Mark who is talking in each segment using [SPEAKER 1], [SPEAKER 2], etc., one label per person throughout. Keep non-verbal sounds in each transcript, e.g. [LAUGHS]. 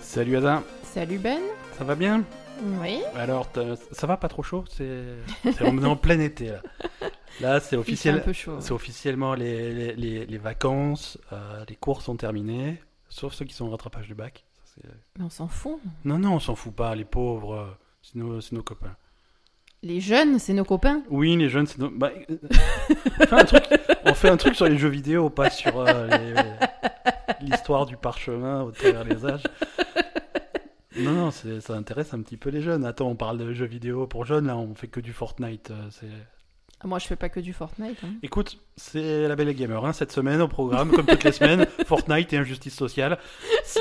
[SPEAKER 1] Salut Ada,
[SPEAKER 2] Salut Ben.
[SPEAKER 1] ça va bien
[SPEAKER 2] Oui.
[SPEAKER 1] Alors, t'as- ça va pas trop chaud C'est c'est- on est en plein été là. Là, c'est
[SPEAKER 2] Il fait un
[SPEAKER 1] officiel.
[SPEAKER 2] peu chaud.
[SPEAKER 1] C'est officiellement les, les, les- les vacances, euh, les cours sont terminés, sauf ceux qui sont au rattrapage du bac. Ça, c'est-
[SPEAKER 2] Mais on s'en fout.
[SPEAKER 1] non, non, on s'en fout pas, les pauvres, euh, c'est nos, c'est nos copains.
[SPEAKER 2] Les jeunes, c'est nos copains.
[SPEAKER 1] Oui, les jeunes, c'est nos... bah, euh, on, fait un truc, on fait un truc sur les jeux vidéo, pas sur euh, les- l'histoire du parchemin au travers des âges. Non, non, c'est- ça intéresse un petit peu les jeunes. Attends, on parle de jeux vidéo pour jeunes, là, on fait que du Fortnite. euh, c'est...
[SPEAKER 2] Ah, Moi, je fais pas que du Fortnite. hein.
[SPEAKER 1] Écoute, c'est la Belle Gamer, hein, cette semaine au programme, comme toutes les semaines, Fortnite et Injustice Sociale. C'est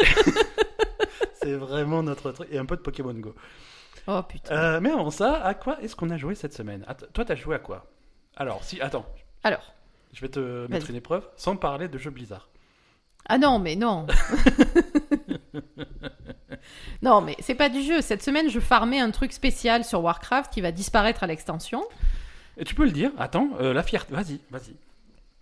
[SPEAKER 1] c'est vraiment notre truc. Et un peu de Pokémon Go.
[SPEAKER 2] Oh putain.
[SPEAKER 1] Euh, mais avant ça, à quoi est-ce qu'on a joué cette semaine Att- Toi, t'as joué à quoi Alors, si, attends,
[SPEAKER 2] Alors.
[SPEAKER 1] je vais te mettre
[SPEAKER 2] Vas-y.
[SPEAKER 1] une épreuve sans parler de jeux Blizzard.
[SPEAKER 2] Ah non, mais non. non, mais c'est pas du jeu. Cette semaine, je farmais un truc spécial sur Warcraft qui va disparaître à l'extension.
[SPEAKER 1] Et tu peux le dire, attends, euh, la fierté, vas-y, vas-y.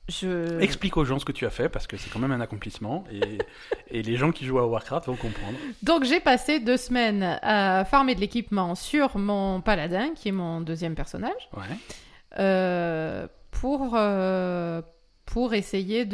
[SPEAKER 2] Je.
[SPEAKER 1] Explique aux gens ce que tu as fait parce que c'est quand même un accomplissement et,
[SPEAKER 2] [LAUGHS]
[SPEAKER 1] et les gens qui jouent à Warcraft vont comprendre.
[SPEAKER 2] Donc j'ai passé deux semaines à farmer de l'équipement sur mon paladin, qui est mon deuxième personnage.
[SPEAKER 1] Ouais.
[SPEAKER 2] euh, pour, euh, pour essayer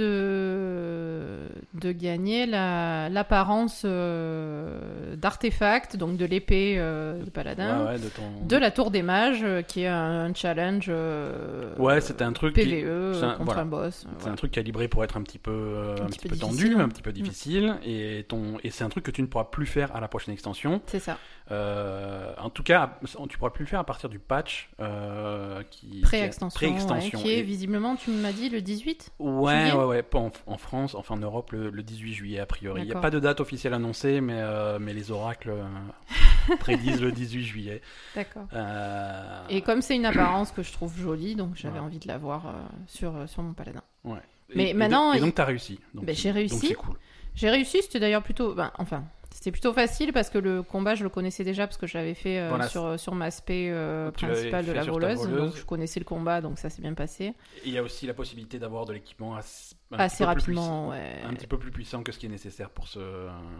[SPEAKER 2] de, de gagner la- l'apparence euh, d'artefact, donc de l'épée euh, de paladin,
[SPEAKER 1] Ouais, ouais, de ton.
[SPEAKER 2] de la tour des mages, euh, qui est un, un challenge euh,
[SPEAKER 1] Ouais, c'était un truc. qui-
[SPEAKER 2] PVE
[SPEAKER 1] c'est un-
[SPEAKER 2] contre
[SPEAKER 1] voilà.
[SPEAKER 2] un boss.
[SPEAKER 1] C'est
[SPEAKER 2] euh,
[SPEAKER 1] un
[SPEAKER 2] E. voilà.
[SPEAKER 1] truc calibré pour être un petit peu, euh, un
[SPEAKER 2] petit
[SPEAKER 1] petit
[SPEAKER 2] peu
[SPEAKER 1] peu tendu,
[SPEAKER 2] difficile.
[SPEAKER 1] un petit peu difficile, et, ton, et c'est un truc que tu ne pourras plus faire à la prochaine extension.
[SPEAKER 2] C'est ça,
[SPEAKER 1] Euh, en tout cas, tu pourras plus le faire à partir du patch euh, qui
[SPEAKER 2] pré-extension,
[SPEAKER 1] qui est-
[SPEAKER 2] ouais,
[SPEAKER 1] pré-extension.
[SPEAKER 2] qui est
[SPEAKER 1] Et-
[SPEAKER 2] visiblement, tu m'as dit, le 18
[SPEAKER 1] Ouais,
[SPEAKER 2] juillet
[SPEAKER 1] ouais, ouais, pas en, en France, enfin en Europe, le, le 18 juillet a priori. Il n'y a
[SPEAKER 2] D'accord.
[SPEAKER 1] pas de date officielle annoncée, mais, euh, mais les oracles euh, prédisent le 18 juillet.
[SPEAKER 2] D'accord.
[SPEAKER 1] Euh,
[SPEAKER 2] Et comme c'est une apparence que je trouve jolie, donc j'avais
[SPEAKER 1] Ouais.
[SPEAKER 2] envie de l'avoir euh, sur, euh, sur mon paladin.
[SPEAKER 1] et-
[SPEAKER 2] mais
[SPEAKER 1] et
[SPEAKER 2] maintenant,
[SPEAKER 1] donc- Et
[SPEAKER 2] il-
[SPEAKER 1] donc, t'as réussi. Donc,
[SPEAKER 2] Ben, j'ai
[SPEAKER 1] donc
[SPEAKER 2] réussi.
[SPEAKER 1] c'est cool.
[SPEAKER 2] J'ai réussi, c'était d'ailleurs plutôt. ben, enfin, c'était plutôt facile parce que le combat, je le connaissais déjà parce que je l'avais fait euh,
[SPEAKER 1] Voilà.
[SPEAKER 2] sur, sur ma spé euh,
[SPEAKER 1] Tu l'avais
[SPEAKER 2] principale de
[SPEAKER 1] fait
[SPEAKER 2] la
[SPEAKER 1] sur ta
[SPEAKER 2] voleuse.
[SPEAKER 1] voleuse.
[SPEAKER 2] Donc je connaissais le combat, donc ça s'est bien passé.
[SPEAKER 1] Et il y a aussi la possibilité d'avoir de l'équipement assez, un petit
[SPEAKER 2] Assez
[SPEAKER 1] peu plus puissant.
[SPEAKER 2] rapidement, ouais.
[SPEAKER 1] un petit peu plus puissant que ce qui est nécessaire pour ce pour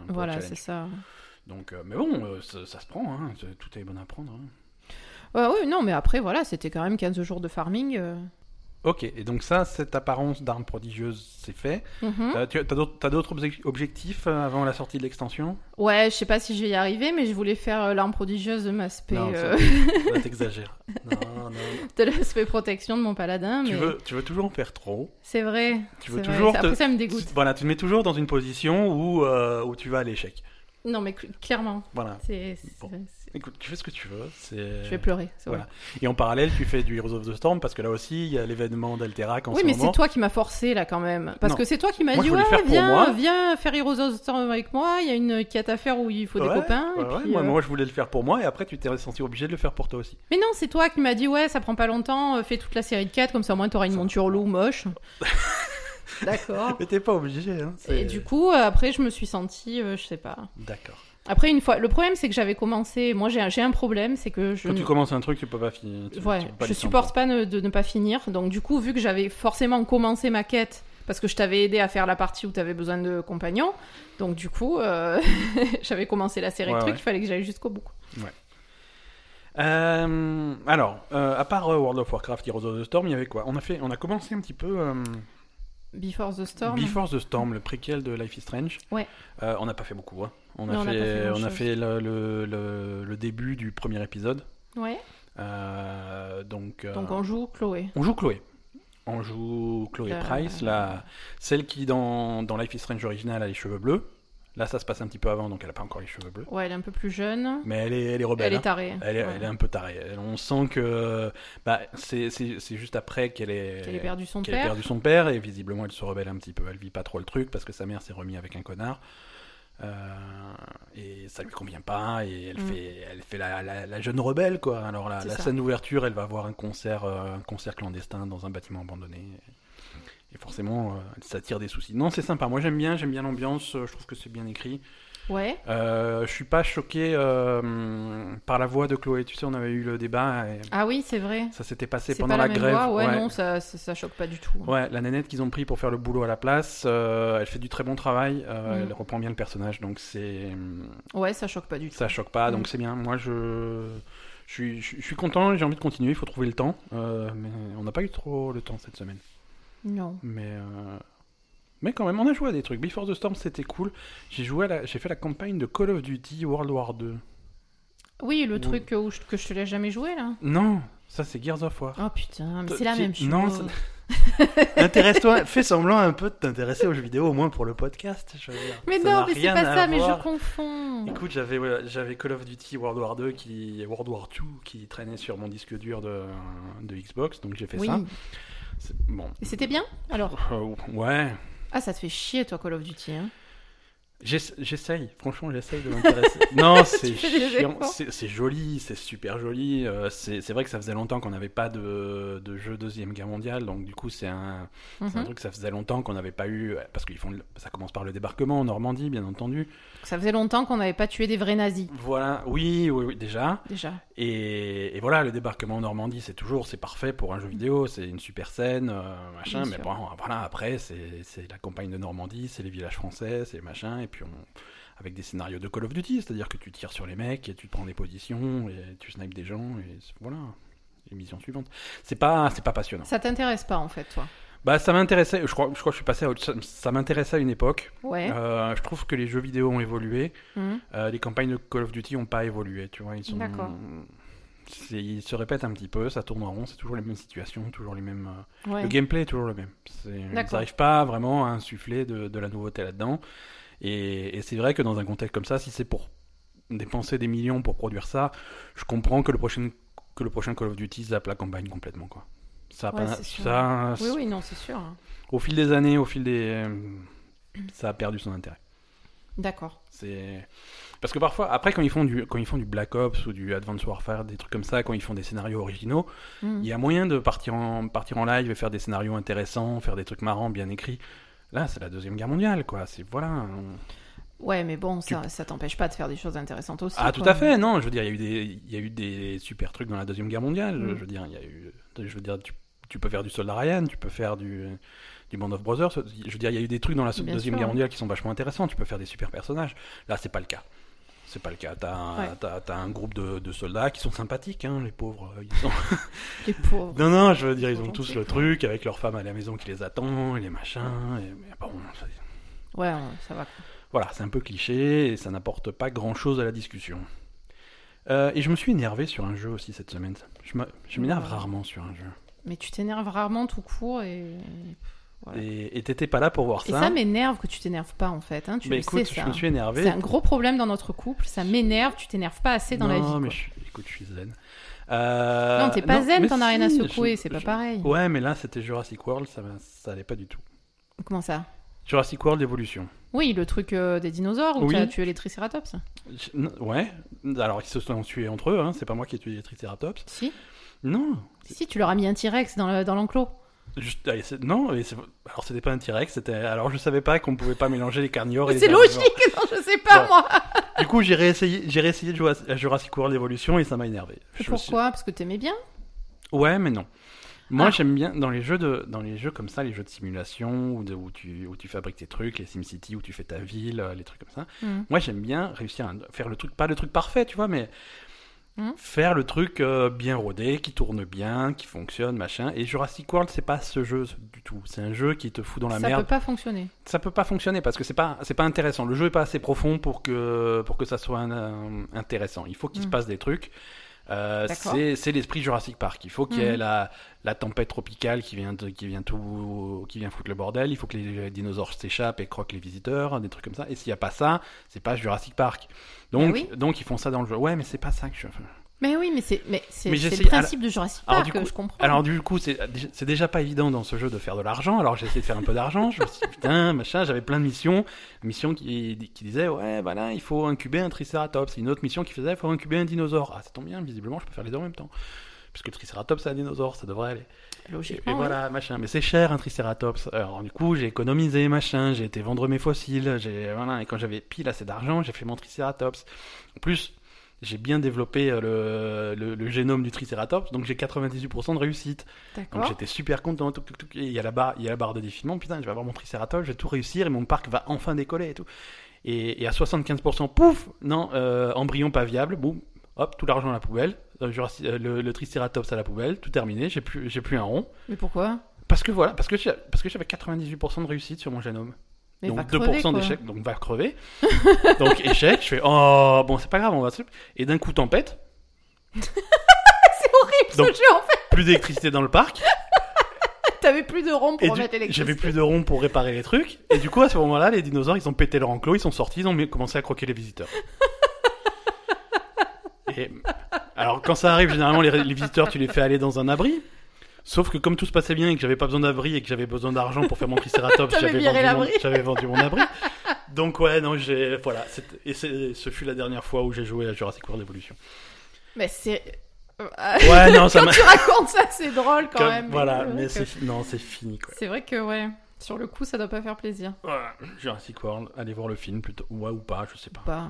[SPEAKER 1] le
[SPEAKER 2] Voilà,
[SPEAKER 1] challenge.
[SPEAKER 2] c'est ça.
[SPEAKER 1] Donc, euh, mais bon, euh, ça, ça se prend, hein, c'est- tout est bon à prendre. hein.
[SPEAKER 2] Ouais, ouais, non, mais après, voilà, c'était quand même 15 jours de farming. euh.
[SPEAKER 1] Ok, et donc ça, cette apparence d'arme prodigieuse, c'est fait.
[SPEAKER 2] Mhm.
[SPEAKER 1] T'as- tu as d'autres t'as d'autres obje- objectifs euh, avant la sortie de l'extension
[SPEAKER 2] Ouais, je sais pas si je vais y arriver, mais je voulais faire euh, l'arme prodigieuse de ma spé,
[SPEAKER 1] Non,
[SPEAKER 2] [LAUGHS] euh,
[SPEAKER 1] ça- là, t'exagères. Non, non.
[SPEAKER 2] de la spé protection de mon paladin,
[SPEAKER 1] Tu,
[SPEAKER 2] mais
[SPEAKER 1] veux, tu veux toujours en faire trop.
[SPEAKER 2] c'est vrai.
[SPEAKER 1] Tu veux
[SPEAKER 2] c'est vrai.
[SPEAKER 1] toujours
[SPEAKER 2] Ça-
[SPEAKER 1] te-
[SPEAKER 2] Après, ça me dégoûte.
[SPEAKER 1] Voilà, tu te mets toujours dans une position où, euh, où tu vas à l'échec.
[SPEAKER 2] Non, mais cl- clairement,
[SPEAKER 1] Voilà.
[SPEAKER 2] c'est. c'est-
[SPEAKER 1] Bon. Euh.
[SPEAKER 2] c'est-
[SPEAKER 1] Écoute, tu fais ce que tu veux. c'est-
[SPEAKER 2] Je vais pleurer, c'est vrai.
[SPEAKER 1] Voilà. Et en parallèle, tu fais du Heroes of the Storm parce que là aussi, il y a l'événement d'Alterac en
[SPEAKER 2] Oui,
[SPEAKER 1] ce
[SPEAKER 2] mais
[SPEAKER 1] moment.
[SPEAKER 2] c'est toi qui m'as forcé là quand même. Parce
[SPEAKER 1] Non.
[SPEAKER 2] que c'est toi qui m'as
[SPEAKER 1] Moi, je
[SPEAKER 2] dit
[SPEAKER 1] voulais
[SPEAKER 2] Ouais,
[SPEAKER 1] le faire pour
[SPEAKER 2] viens,
[SPEAKER 1] moi.
[SPEAKER 2] viens faire Heroes of the Storm avec moi. Il y a une quête à faire où il faut des
[SPEAKER 1] Ouais,
[SPEAKER 2] copains. et
[SPEAKER 1] ouais, ouais,
[SPEAKER 2] puis,
[SPEAKER 1] moi,
[SPEAKER 2] euh,
[SPEAKER 1] moi, je voulais le faire pour moi et après, tu t'es senti obligé de le faire pour toi aussi.
[SPEAKER 2] Mais non, c'est toi qui m'as dit Ouais, ça prend pas longtemps, euh, fais toute la série de quêtes, comme ça au moins t'auras une
[SPEAKER 1] Ça-
[SPEAKER 2] monture low moche. [LAUGHS] D'accord.
[SPEAKER 1] Mais t'es pas obligé. Hein, [LAUGHS] c'est-
[SPEAKER 2] Et du coup, euh, après, je me suis sentie, euh, je sais pas.
[SPEAKER 1] D'accord.
[SPEAKER 2] Après, une fois, le problème, c'est que j'avais commencé. Moi, j'ai un, j'ai un problème, c'est que je.
[SPEAKER 1] Quand
[SPEAKER 2] ne-
[SPEAKER 1] tu commences un truc, tu peux pas finir. tu-
[SPEAKER 2] Ouais,
[SPEAKER 1] tu peux pas
[SPEAKER 2] je
[SPEAKER 1] laisser
[SPEAKER 2] supporte pas ne- de ne pas finir. Donc du coup, vu que j'avais forcément commencé ma quête, parce que je t'avais aidé à faire la partie où t'avais besoin de compagnons, donc du coup, euh, [LAUGHS] j'avais commencé la série
[SPEAKER 1] Ouais,
[SPEAKER 2] de trucs,
[SPEAKER 1] ouais.
[SPEAKER 2] il fallait que j'aille jusqu'au bout. quoi.
[SPEAKER 1] un temps. Euh, alors, euh, à part euh, World of Warcraft, Heroes of the Storm, il y avait quoi on a, fait, on a commencé un petit peu euh,
[SPEAKER 2] Before the Storm.
[SPEAKER 1] Before the Storm, le préquel de Life is Strange.
[SPEAKER 2] Ouais.
[SPEAKER 1] Euh, on n'a pas fait beaucoup. hein. On, a
[SPEAKER 2] Non, on n'a pas fait
[SPEAKER 1] fait, on a
[SPEAKER 2] grand-chose.
[SPEAKER 1] fait le, le- le- le début du premier épisode.
[SPEAKER 2] Ouais.
[SPEAKER 1] Euh, donc, euh,
[SPEAKER 2] Donc on joue Chloé.
[SPEAKER 1] on joue Chloé. On joue Chloé
[SPEAKER 2] Euh,
[SPEAKER 1] Price, la... celle qui dans, dans Life is Strange original a les cheveux bleus. Là, ça se passe un petit peu avant, donc elle n'a pas encore les cheveux bleus.
[SPEAKER 2] Ouais, elle est un peu plus jeune.
[SPEAKER 1] Mais elle est, elle est rebelle.
[SPEAKER 2] elle
[SPEAKER 1] hein.
[SPEAKER 2] est tarée.
[SPEAKER 1] Elle est,
[SPEAKER 2] Ouais.
[SPEAKER 1] elle est un peu tarée. Elle- On sent que bah, c'est c'est- c'est juste après qu'elle est
[SPEAKER 2] Qu'elle ait perdu son
[SPEAKER 1] qu'elle ait
[SPEAKER 2] père.
[SPEAKER 1] perdu son père et visiblement elle se rebelle un petit peu. Elle vit pas trop le truc parce que sa mère s'est remis avec un connard. Euh, et ça lui convient pas et elle
[SPEAKER 2] Mm.
[SPEAKER 1] fait elle fait la, la- la jeune rebelle quoi alors la,
[SPEAKER 2] C'est
[SPEAKER 1] la
[SPEAKER 2] ça.
[SPEAKER 1] scène d'ouverture elle va avoir un concert euh, un concert clandestin dans un bâtiment abandonné et forcément euh, ça tire des soucis non c'est sympa moi j'aime bien j'aime bien l'ambiance euh, je trouve que c'est bien écrit
[SPEAKER 2] Ouais.
[SPEAKER 1] Euh, je suis pas choqué euh, par la voix de Chloé. Tu sais, on avait eu le débat et
[SPEAKER 2] Ah oui, c'est vrai.
[SPEAKER 1] ça s'était passé
[SPEAKER 2] C'est
[SPEAKER 1] pendant
[SPEAKER 2] pas la,
[SPEAKER 1] la,
[SPEAKER 2] même
[SPEAKER 1] grève.
[SPEAKER 2] voix. Ouais,
[SPEAKER 1] Ouais.
[SPEAKER 2] non, ça, ça, ça choque pas du tout.
[SPEAKER 1] Ouais, la nénette qu'ils ont pris pour faire le boulot à la place, euh, elle fait du très bon travail, euh,
[SPEAKER 2] Mm.
[SPEAKER 1] elle reprend bien le personnage, donc c'est
[SPEAKER 2] Ouais, ça choque pas du tout.
[SPEAKER 1] ça choque pas,
[SPEAKER 2] Mm.
[SPEAKER 1] donc c'est bien. Moi, je, je, suis, je suis content, j'ai envie de continuer, il faut trouver le temps, euh, mais on n'a pas eu trop le temps cette semaine.
[SPEAKER 2] Non.
[SPEAKER 1] Mais, euh, mais quand même, on a joué à des trucs. Before the Storm, c'était cool. J'ai joué, à la- j'ai fait la campagne de Call of Duty World War 2.
[SPEAKER 2] Oui, le
[SPEAKER 1] Oui.
[SPEAKER 2] truc que, où je- que je te l'ai jamais joué là.
[SPEAKER 1] Non, ça c'est Gears of War.
[SPEAKER 2] Oh putain, mais
[SPEAKER 1] Toi,
[SPEAKER 2] c'est la
[SPEAKER 1] tu-
[SPEAKER 2] même chose.
[SPEAKER 1] non, c'est- [LAUGHS] Intéresse-toi, fais semblant un peu de t'intéresser aux jeux vidéo, au moins pour le podcast. je veux dire.
[SPEAKER 2] Mais
[SPEAKER 1] Ça
[SPEAKER 2] non,
[SPEAKER 1] n'a
[SPEAKER 2] mais c'est
[SPEAKER 1] rien
[SPEAKER 2] pas
[SPEAKER 1] à
[SPEAKER 2] ça, mais
[SPEAKER 1] voir.
[SPEAKER 2] je confonds.
[SPEAKER 1] Écoute, j'avais euh, j'avais Call of Duty World War 2 qui World War 2 qui traînait sur mon disque dur de, de Xbox, donc j'ai fait
[SPEAKER 2] Oui.
[SPEAKER 1] ça. C'est- Bon,
[SPEAKER 2] Et c'était bien Alors.
[SPEAKER 1] Euh, ouais,
[SPEAKER 2] Ah, ça te fait chier, toi, Call of Duty. Hein.
[SPEAKER 1] J'ess- j'essaye. Franchement, j'essaye de
[SPEAKER 2] [LAUGHS]
[SPEAKER 1] m'intéresser. non, c'est
[SPEAKER 2] fais des
[SPEAKER 1] chiant,
[SPEAKER 2] efforts.
[SPEAKER 1] c'est c'est joli, c'est super joli. euh, c'est c'est vrai que ça faisait longtemps qu'on n'avait pas de de jeu deuxième guerre mondiale, donc du coup c'est un C'est un
[SPEAKER 2] Mhm.
[SPEAKER 1] truc, ça faisait longtemps qu'on n'avait pas eu, euh, parce qu'ils font, le- ça commence par le débarquement en Normandie, bien entendu.
[SPEAKER 2] Ça faisait longtemps qu'on n'avait pas tué des vrais nazis,
[SPEAKER 1] Voilà, oui, oui, oui, déjà.
[SPEAKER 2] déjà.
[SPEAKER 1] Et, et voilà, le débarquement en Normandie, c'est toujours, c'est parfait pour un jeu vidéo, c'est une super scène, euh, machin.
[SPEAKER 2] Mm. Bien
[SPEAKER 1] mais
[SPEAKER 2] sûr.
[SPEAKER 1] bon, voilà, après, c'est c'est la campagne de Normandie, c'est les villages français, c'est machin, et puis on, avec des scénarios de Call of Duty, c'est-à-dire que tu tires sur les mecs et tu te prends des positions et tu snipes des gens et c'est- voilà. Et Mission suivante. C'est pas, c'est pas passionnant.
[SPEAKER 2] Ça t'intéresse pas, en fait, toi
[SPEAKER 1] Bah, ça m'intéressait. Je crois, je crois que je suis passé à autre. chose. Ça m'intéressait à une époque.
[SPEAKER 2] Ouais.
[SPEAKER 1] Euh, je trouve que les jeux vidéo ont évolué.
[SPEAKER 2] Mhm.
[SPEAKER 1] Euh, les campagnes de Call of Duty n'ont pas évolué. Tu vois, ils sont.
[SPEAKER 2] D'accord.
[SPEAKER 1] c'est- Ils se répètent un petit peu, ça tourne en rond, c'est toujours les mêmes situations, toujours les mêmes. euh,
[SPEAKER 2] Ouais.
[SPEAKER 1] Le gameplay est toujours le même. C'est- Ils
[SPEAKER 2] D'accord.
[SPEAKER 1] n'arrivent pas vraiment à insuffler de, de la nouveauté là-dedans. Et, et c'est vrai que dans un contexte comme ça, si c'est pour dépenser des millions pour produire ça, je comprends que le prochain, que le prochain Call of Duty zappe la campagne complètement. Quoi. Ça, a
[SPEAKER 2] Ouais,
[SPEAKER 1] pas-
[SPEAKER 2] c'est sûr.
[SPEAKER 1] ça
[SPEAKER 2] Oui, oui, non, c'est sûr. hein.
[SPEAKER 1] Au fil des années, au fil des. euh, Ça a perdu son intérêt.
[SPEAKER 2] D'accord.
[SPEAKER 1] C'est parce que parfois, après, quand ils font du quand ils font du Black Ops ou du Advanced Warfare, des trucs comme ça, quand ils font des scénarios originaux,
[SPEAKER 2] Mhm.
[SPEAKER 1] il y a moyen de partir en partir en live et faire des scénarios intéressants, faire des trucs marrants, bien écrits. Là, c'est la deuxième guerre mondiale, quoi. C'est voilà. on-
[SPEAKER 2] Ouais, mais bon, ça, ça t'empêche pas de faire des choses intéressantes aussi.
[SPEAKER 1] Ah, tout
[SPEAKER 2] quoi.
[SPEAKER 1] à fait. Non, je veux dire, il y a eu des il y a eu des super trucs dans la deuxième guerre mondiale.
[SPEAKER 2] Mm.
[SPEAKER 1] Je veux dire, il y a eu. Je veux dire, tu, tu peux faire du Soldat Ryan, tu peux faire du du Band of Brothers. Je veux dire, il y a eu des trucs dans la
[SPEAKER 2] Bien
[SPEAKER 1] deuxième
[SPEAKER 2] sûr.
[SPEAKER 1] guerre mondiale qui sont vachement intéressants. Tu peux faire des super personnages. Là, c'est pas le cas. C'est pas le cas. T'as un,
[SPEAKER 2] Ouais.
[SPEAKER 1] t'as- t'as un groupe de, de soldats qui sont sympathiques, hein, les pauvres. euh, Ils ont... [LAUGHS]
[SPEAKER 2] Les pauvres.
[SPEAKER 1] non, non, je veux dire,
[SPEAKER 2] Ils
[SPEAKER 1] ils
[SPEAKER 2] sont
[SPEAKER 1] ont tous
[SPEAKER 2] gentils,
[SPEAKER 1] le
[SPEAKER 2] quoi.
[SPEAKER 1] truc avec leur femme à la maison qui les attend et les machins. et- mais bon, c'est-
[SPEAKER 2] Ouais, ouais, ça va.
[SPEAKER 1] voilà, c'est un peu cliché et ça n'apporte pas grand chose à la discussion. Euh, et je me suis énervé sur un jeu aussi cette semaine. Je me- je m'énerve
[SPEAKER 2] Ouais.
[SPEAKER 1] rarement sur un jeu.
[SPEAKER 2] Mais tu t'énerves rarement tout court et. Voilà.
[SPEAKER 1] Et et t'étais pas là pour voir
[SPEAKER 2] Et
[SPEAKER 1] ça.
[SPEAKER 2] ça m'énerve que tu t'énerves pas, en fait. hein, Tu
[SPEAKER 1] mais
[SPEAKER 2] le
[SPEAKER 1] écoute,
[SPEAKER 2] sais,
[SPEAKER 1] je
[SPEAKER 2] ça.
[SPEAKER 1] me suis énervé.
[SPEAKER 2] C'est un gros problème dans notre couple. Ça m'énerve, tu t'énerves pas assez dans la vie.
[SPEAKER 1] Non, mais
[SPEAKER 2] quoi.
[SPEAKER 1] je suis- écoute, je suis zen. Euh,
[SPEAKER 2] Non, t'es pas zen,
[SPEAKER 1] mais
[SPEAKER 2] t'en as rien à
[SPEAKER 1] si,
[SPEAKER 2] secouer,
[SPEAKER 1] je-
[SPEAKER 2] c'est pas
[SPEAKER 1] je-
[SPEAKER 2] pareil.
[SPEAKER 1] Ouais, mais là, c'était Jurassic World, ça, m'a- ça allait pas du tout.
[SPEAKER 2] Comment ça
[SPEAKER 1] Jurassic World Evolution.
[SPEAKER 2] Oui, le truc euh, des dinosaures où
[SPEAKER 1] Oui.
[SPEAKER 2] tu as tué les tricératops.
[SPEAKER 1] Je- non, Ouais, alors ils se sont tués entre eux, hein, c'est pas moi qui ai tué les Triceratops.
[SPEAKER 2] Si,
[SPEAKER 1] Non,
[SPEAKER 2] si, tu leur as mis un T-Rex dans le- dans l'enclos.
[SPEAKER 1] Juste- allez, c'est- non, mais c'est- alors c'était pas un T-Rex, c'était. Alors je savais pas qu'on pouvait pas mélanger les carnivores et les
[SPEAKER 2] C'est logique, [LAUGHS]
[SPEAKER 1] herbivores.
[SPEAKER 2] non, je sais pas
[SPEAKER 1] Bon.
[SPEAKER 2] moi.
[SPEAKER 1] Du coup, j'ai réessayé, j'ai réessayé de jouer à Jurassic World Evolution et ça m'a énervé.
[SPEAKER 2] Et
[SPEAKER 1] Je me suis-
[SPEAKER 2] pourquoi Parce que t'aimais bien
[SPEAKER 1] Ouais, mais non. Moi,
[SPEAKER 2] Ah.
[SPEAKER 1] j'aime bien dans les jeux de, dans les jeux comme ça, les jeux de simulation où, de- où tu où tu fabriques tes trucs, les SimCity où tu fais ta ville, euh, les trucs comme ça.
[SPEAKER 2] Mhm.
[SPEAKER 1] Moi, j'aime bien réussir à faire le truc, pas le truc parfait, tu vois, mais
[SPEAKER 2] Mhm.
[SPEAKER 1] faire le truc euh, bien rodé, qui tourne bien, qui fonctionne, machin. Et Jurassic World, c'est pas ce jeu du tout. C'est un jeu qui te fout dans la
[SPEAKER 2] Ça
[SPEAKER 1] merde.
[SPEAKER 2] peut pas fonctionner.
[SPEAKER 1] Ça peut pas fonctionner parce que c'est pas c'est pas intéressant. Le jeu est pas assez profond pour que pour que ça soit un- un- intéressant. Il faut qu'il se
[SPEAKER 2] Mhm.
[SPEAKER 1] passe des trucs. Euh,
[SPEAKER 2] D'accord.
[SPEAKER 1] c'est c'est l'esprit Jurassic Park. Il faut qu'il y ait
[SPEAKER 2] Mhm.
[SPEAKER 1] la, la tempête tropicale qui vient de- qui vient tout qui vient foutre le bordel. Il faut que les dinosaures s'échappent et croquent les visiteurs, des trucs comme ça. Et s'il y a pas ça, c'est pas Jurassic Park. Donc
[SPEAKER 2] Eh
[SPEAKER 1] donc ils font ça dans le jeu. Ouais, mais c'est pas ça que je.
[SPEAKER 2] Mais oui, mais c'est mais c'est
[SPEAKER 1] Mais
[SPEAKER 2] c'est
[SPEAKER 1] j'essaie-
[SPEAKER 2] le principe de Jurassic
[SPEAKER 1] alors,
[SPEAKER 2] Park,
[SPEAKER 1] du coup-
[SPEAKER 2] je comprends.
[SPEAKER 1] Alors du coup, c'est c'est déjà pas évident dans ce jeu de faire de l'argent. Alors j'ai essayé de faire un peu d'argent. Je me suis dit, putain, machin, j'avais plein de missions. Une mission qui, qui disait, ouais, bah là, il faut incuber un triceratops. Et une autre mission qui faisait, il faut incuber un dinosaure. Ah, ça tombe bien, visiblement, je peux faire les deux en même temps. puisque le Triceratops c'est un dinosaure, ça devrait aller. Et, et
[SPEAKER 2] Logiquement. oui.
[SPEAKER 1] voilà, machin. Mais c'est cher un Triceratops. Alors du coup, j'ai économisé, machin. J'ai été vendre mes fossiles. J'ai voilà. Et quand j'avais pile assez d'argent, j'ai fait mon Triceratops. En plus, j'ai bien développé euh, le, le- le génome du Triceratops, donc j'ai 98% de réussite. Donc
[SPEAKER 2] D'accord.
[SPEAKER 1] j'étais super content. touc, touc, touc, et il y a la barre, il y a la barre de défilement. Putain, je vais avoir mon Triceratops, je vais tout réussir et mon parc va enfin décoller et tout. Et, et à 75%, pouf, non, euh, embryon pas viable, boum, hop, tout l'argent à la poubelle. euh, Jurassic- euh, le, le Triceratops à la poubelle, tout terminé. J'ai plus, j'ai plus un rond.
[SPEAKER 2] Mais pourquoi
[SPEAKER 1] Parce que voilà, parce que j'ai- parce que j'avais 98% de réussite sur mon génome.
[SPEAKER 2] Mais
[SPEAKER 1] donc
[SPEAKER 2] va crever,
[SPEAKER 1] 2%
[SPEAKER 2] quoi.
[SPEAKER 1] d'échec, donc va crever. [LAUGHS] donc échec, je fais oh bon c'est pas grave, on va se- et d'un coup tempête,
[SPEAKER 2] C'est horrible ce
[SPEAKER 1] Donc-
[SPEAKER 2] jeu en fait.
[SPEAKER 1] plus d'électricité dans le parc.
[SPEAKER 2] T'avais plus de rond
[SPEAKER 1] Et
[SPEAKER 2] pour
[SPEAKER 1] du-
[SPEAKER 2] mettre l'électricité.
[SPEAKER 1] J'avais plus de ronds pour réparer les trucs. Et du coup, à ce moment-là, les dinosaures, ils ont pété leur enclos, ils sont sortis, ils ont mis- commencé à croquer les [LAUGHS] visiteurs. Et, alors, quand ça arrive, généralement, les, les visiteurs, tu les fais aller dans un abri. Sauf que comme tout se passait bien et que j'avais pas besoin d'abri et que j'avais besoin d'argent pour faire mon [LAUGHS] triceratops,
[SPEAKER 2] T'avais
[SPEAKER 1] j'avais vendu,
[SPEAKER 2] viré
[SPEAKER 1] mon,
[SPEAKER 2] l'abri.
[SPEAKER 1] j'avais vendu mon [LAUGHS] abri. Donc ouais, non, j'ai voilà. c'était- Et c'est- ce fut la dernière fois où j'ai joué à Jurassic World Evolution.
[SPEAKER 2] Mais c'est. Euh, [LAUGHS]
[SPEAKER 1] Ouais, non, ça
[SPEAKER 2] quand
[SPEAKER 1] m'a.
[SPEAKER 2] tu racontes ça, c'est drôle quand
[SPEAKER 1] comme-
[SPEAKER 2] même.
[SPEAKER 1] Voilà,
[SPEAKER 2] c'est
[SPEAKER 1] mais
[SPEAKER 2] vrai que-
[SPEAKER 1] c'est non, c'est fini quoi.
[SPEAKER 2] C'est vrai que, ouais, sur le coup, ça doit pas faire plaisir.
[SPEAKER 1] Voilà, Jurassic World, allez voir le film plutôt, ouais ou pas, je sais pas.
[SPEAKER 2] Bah.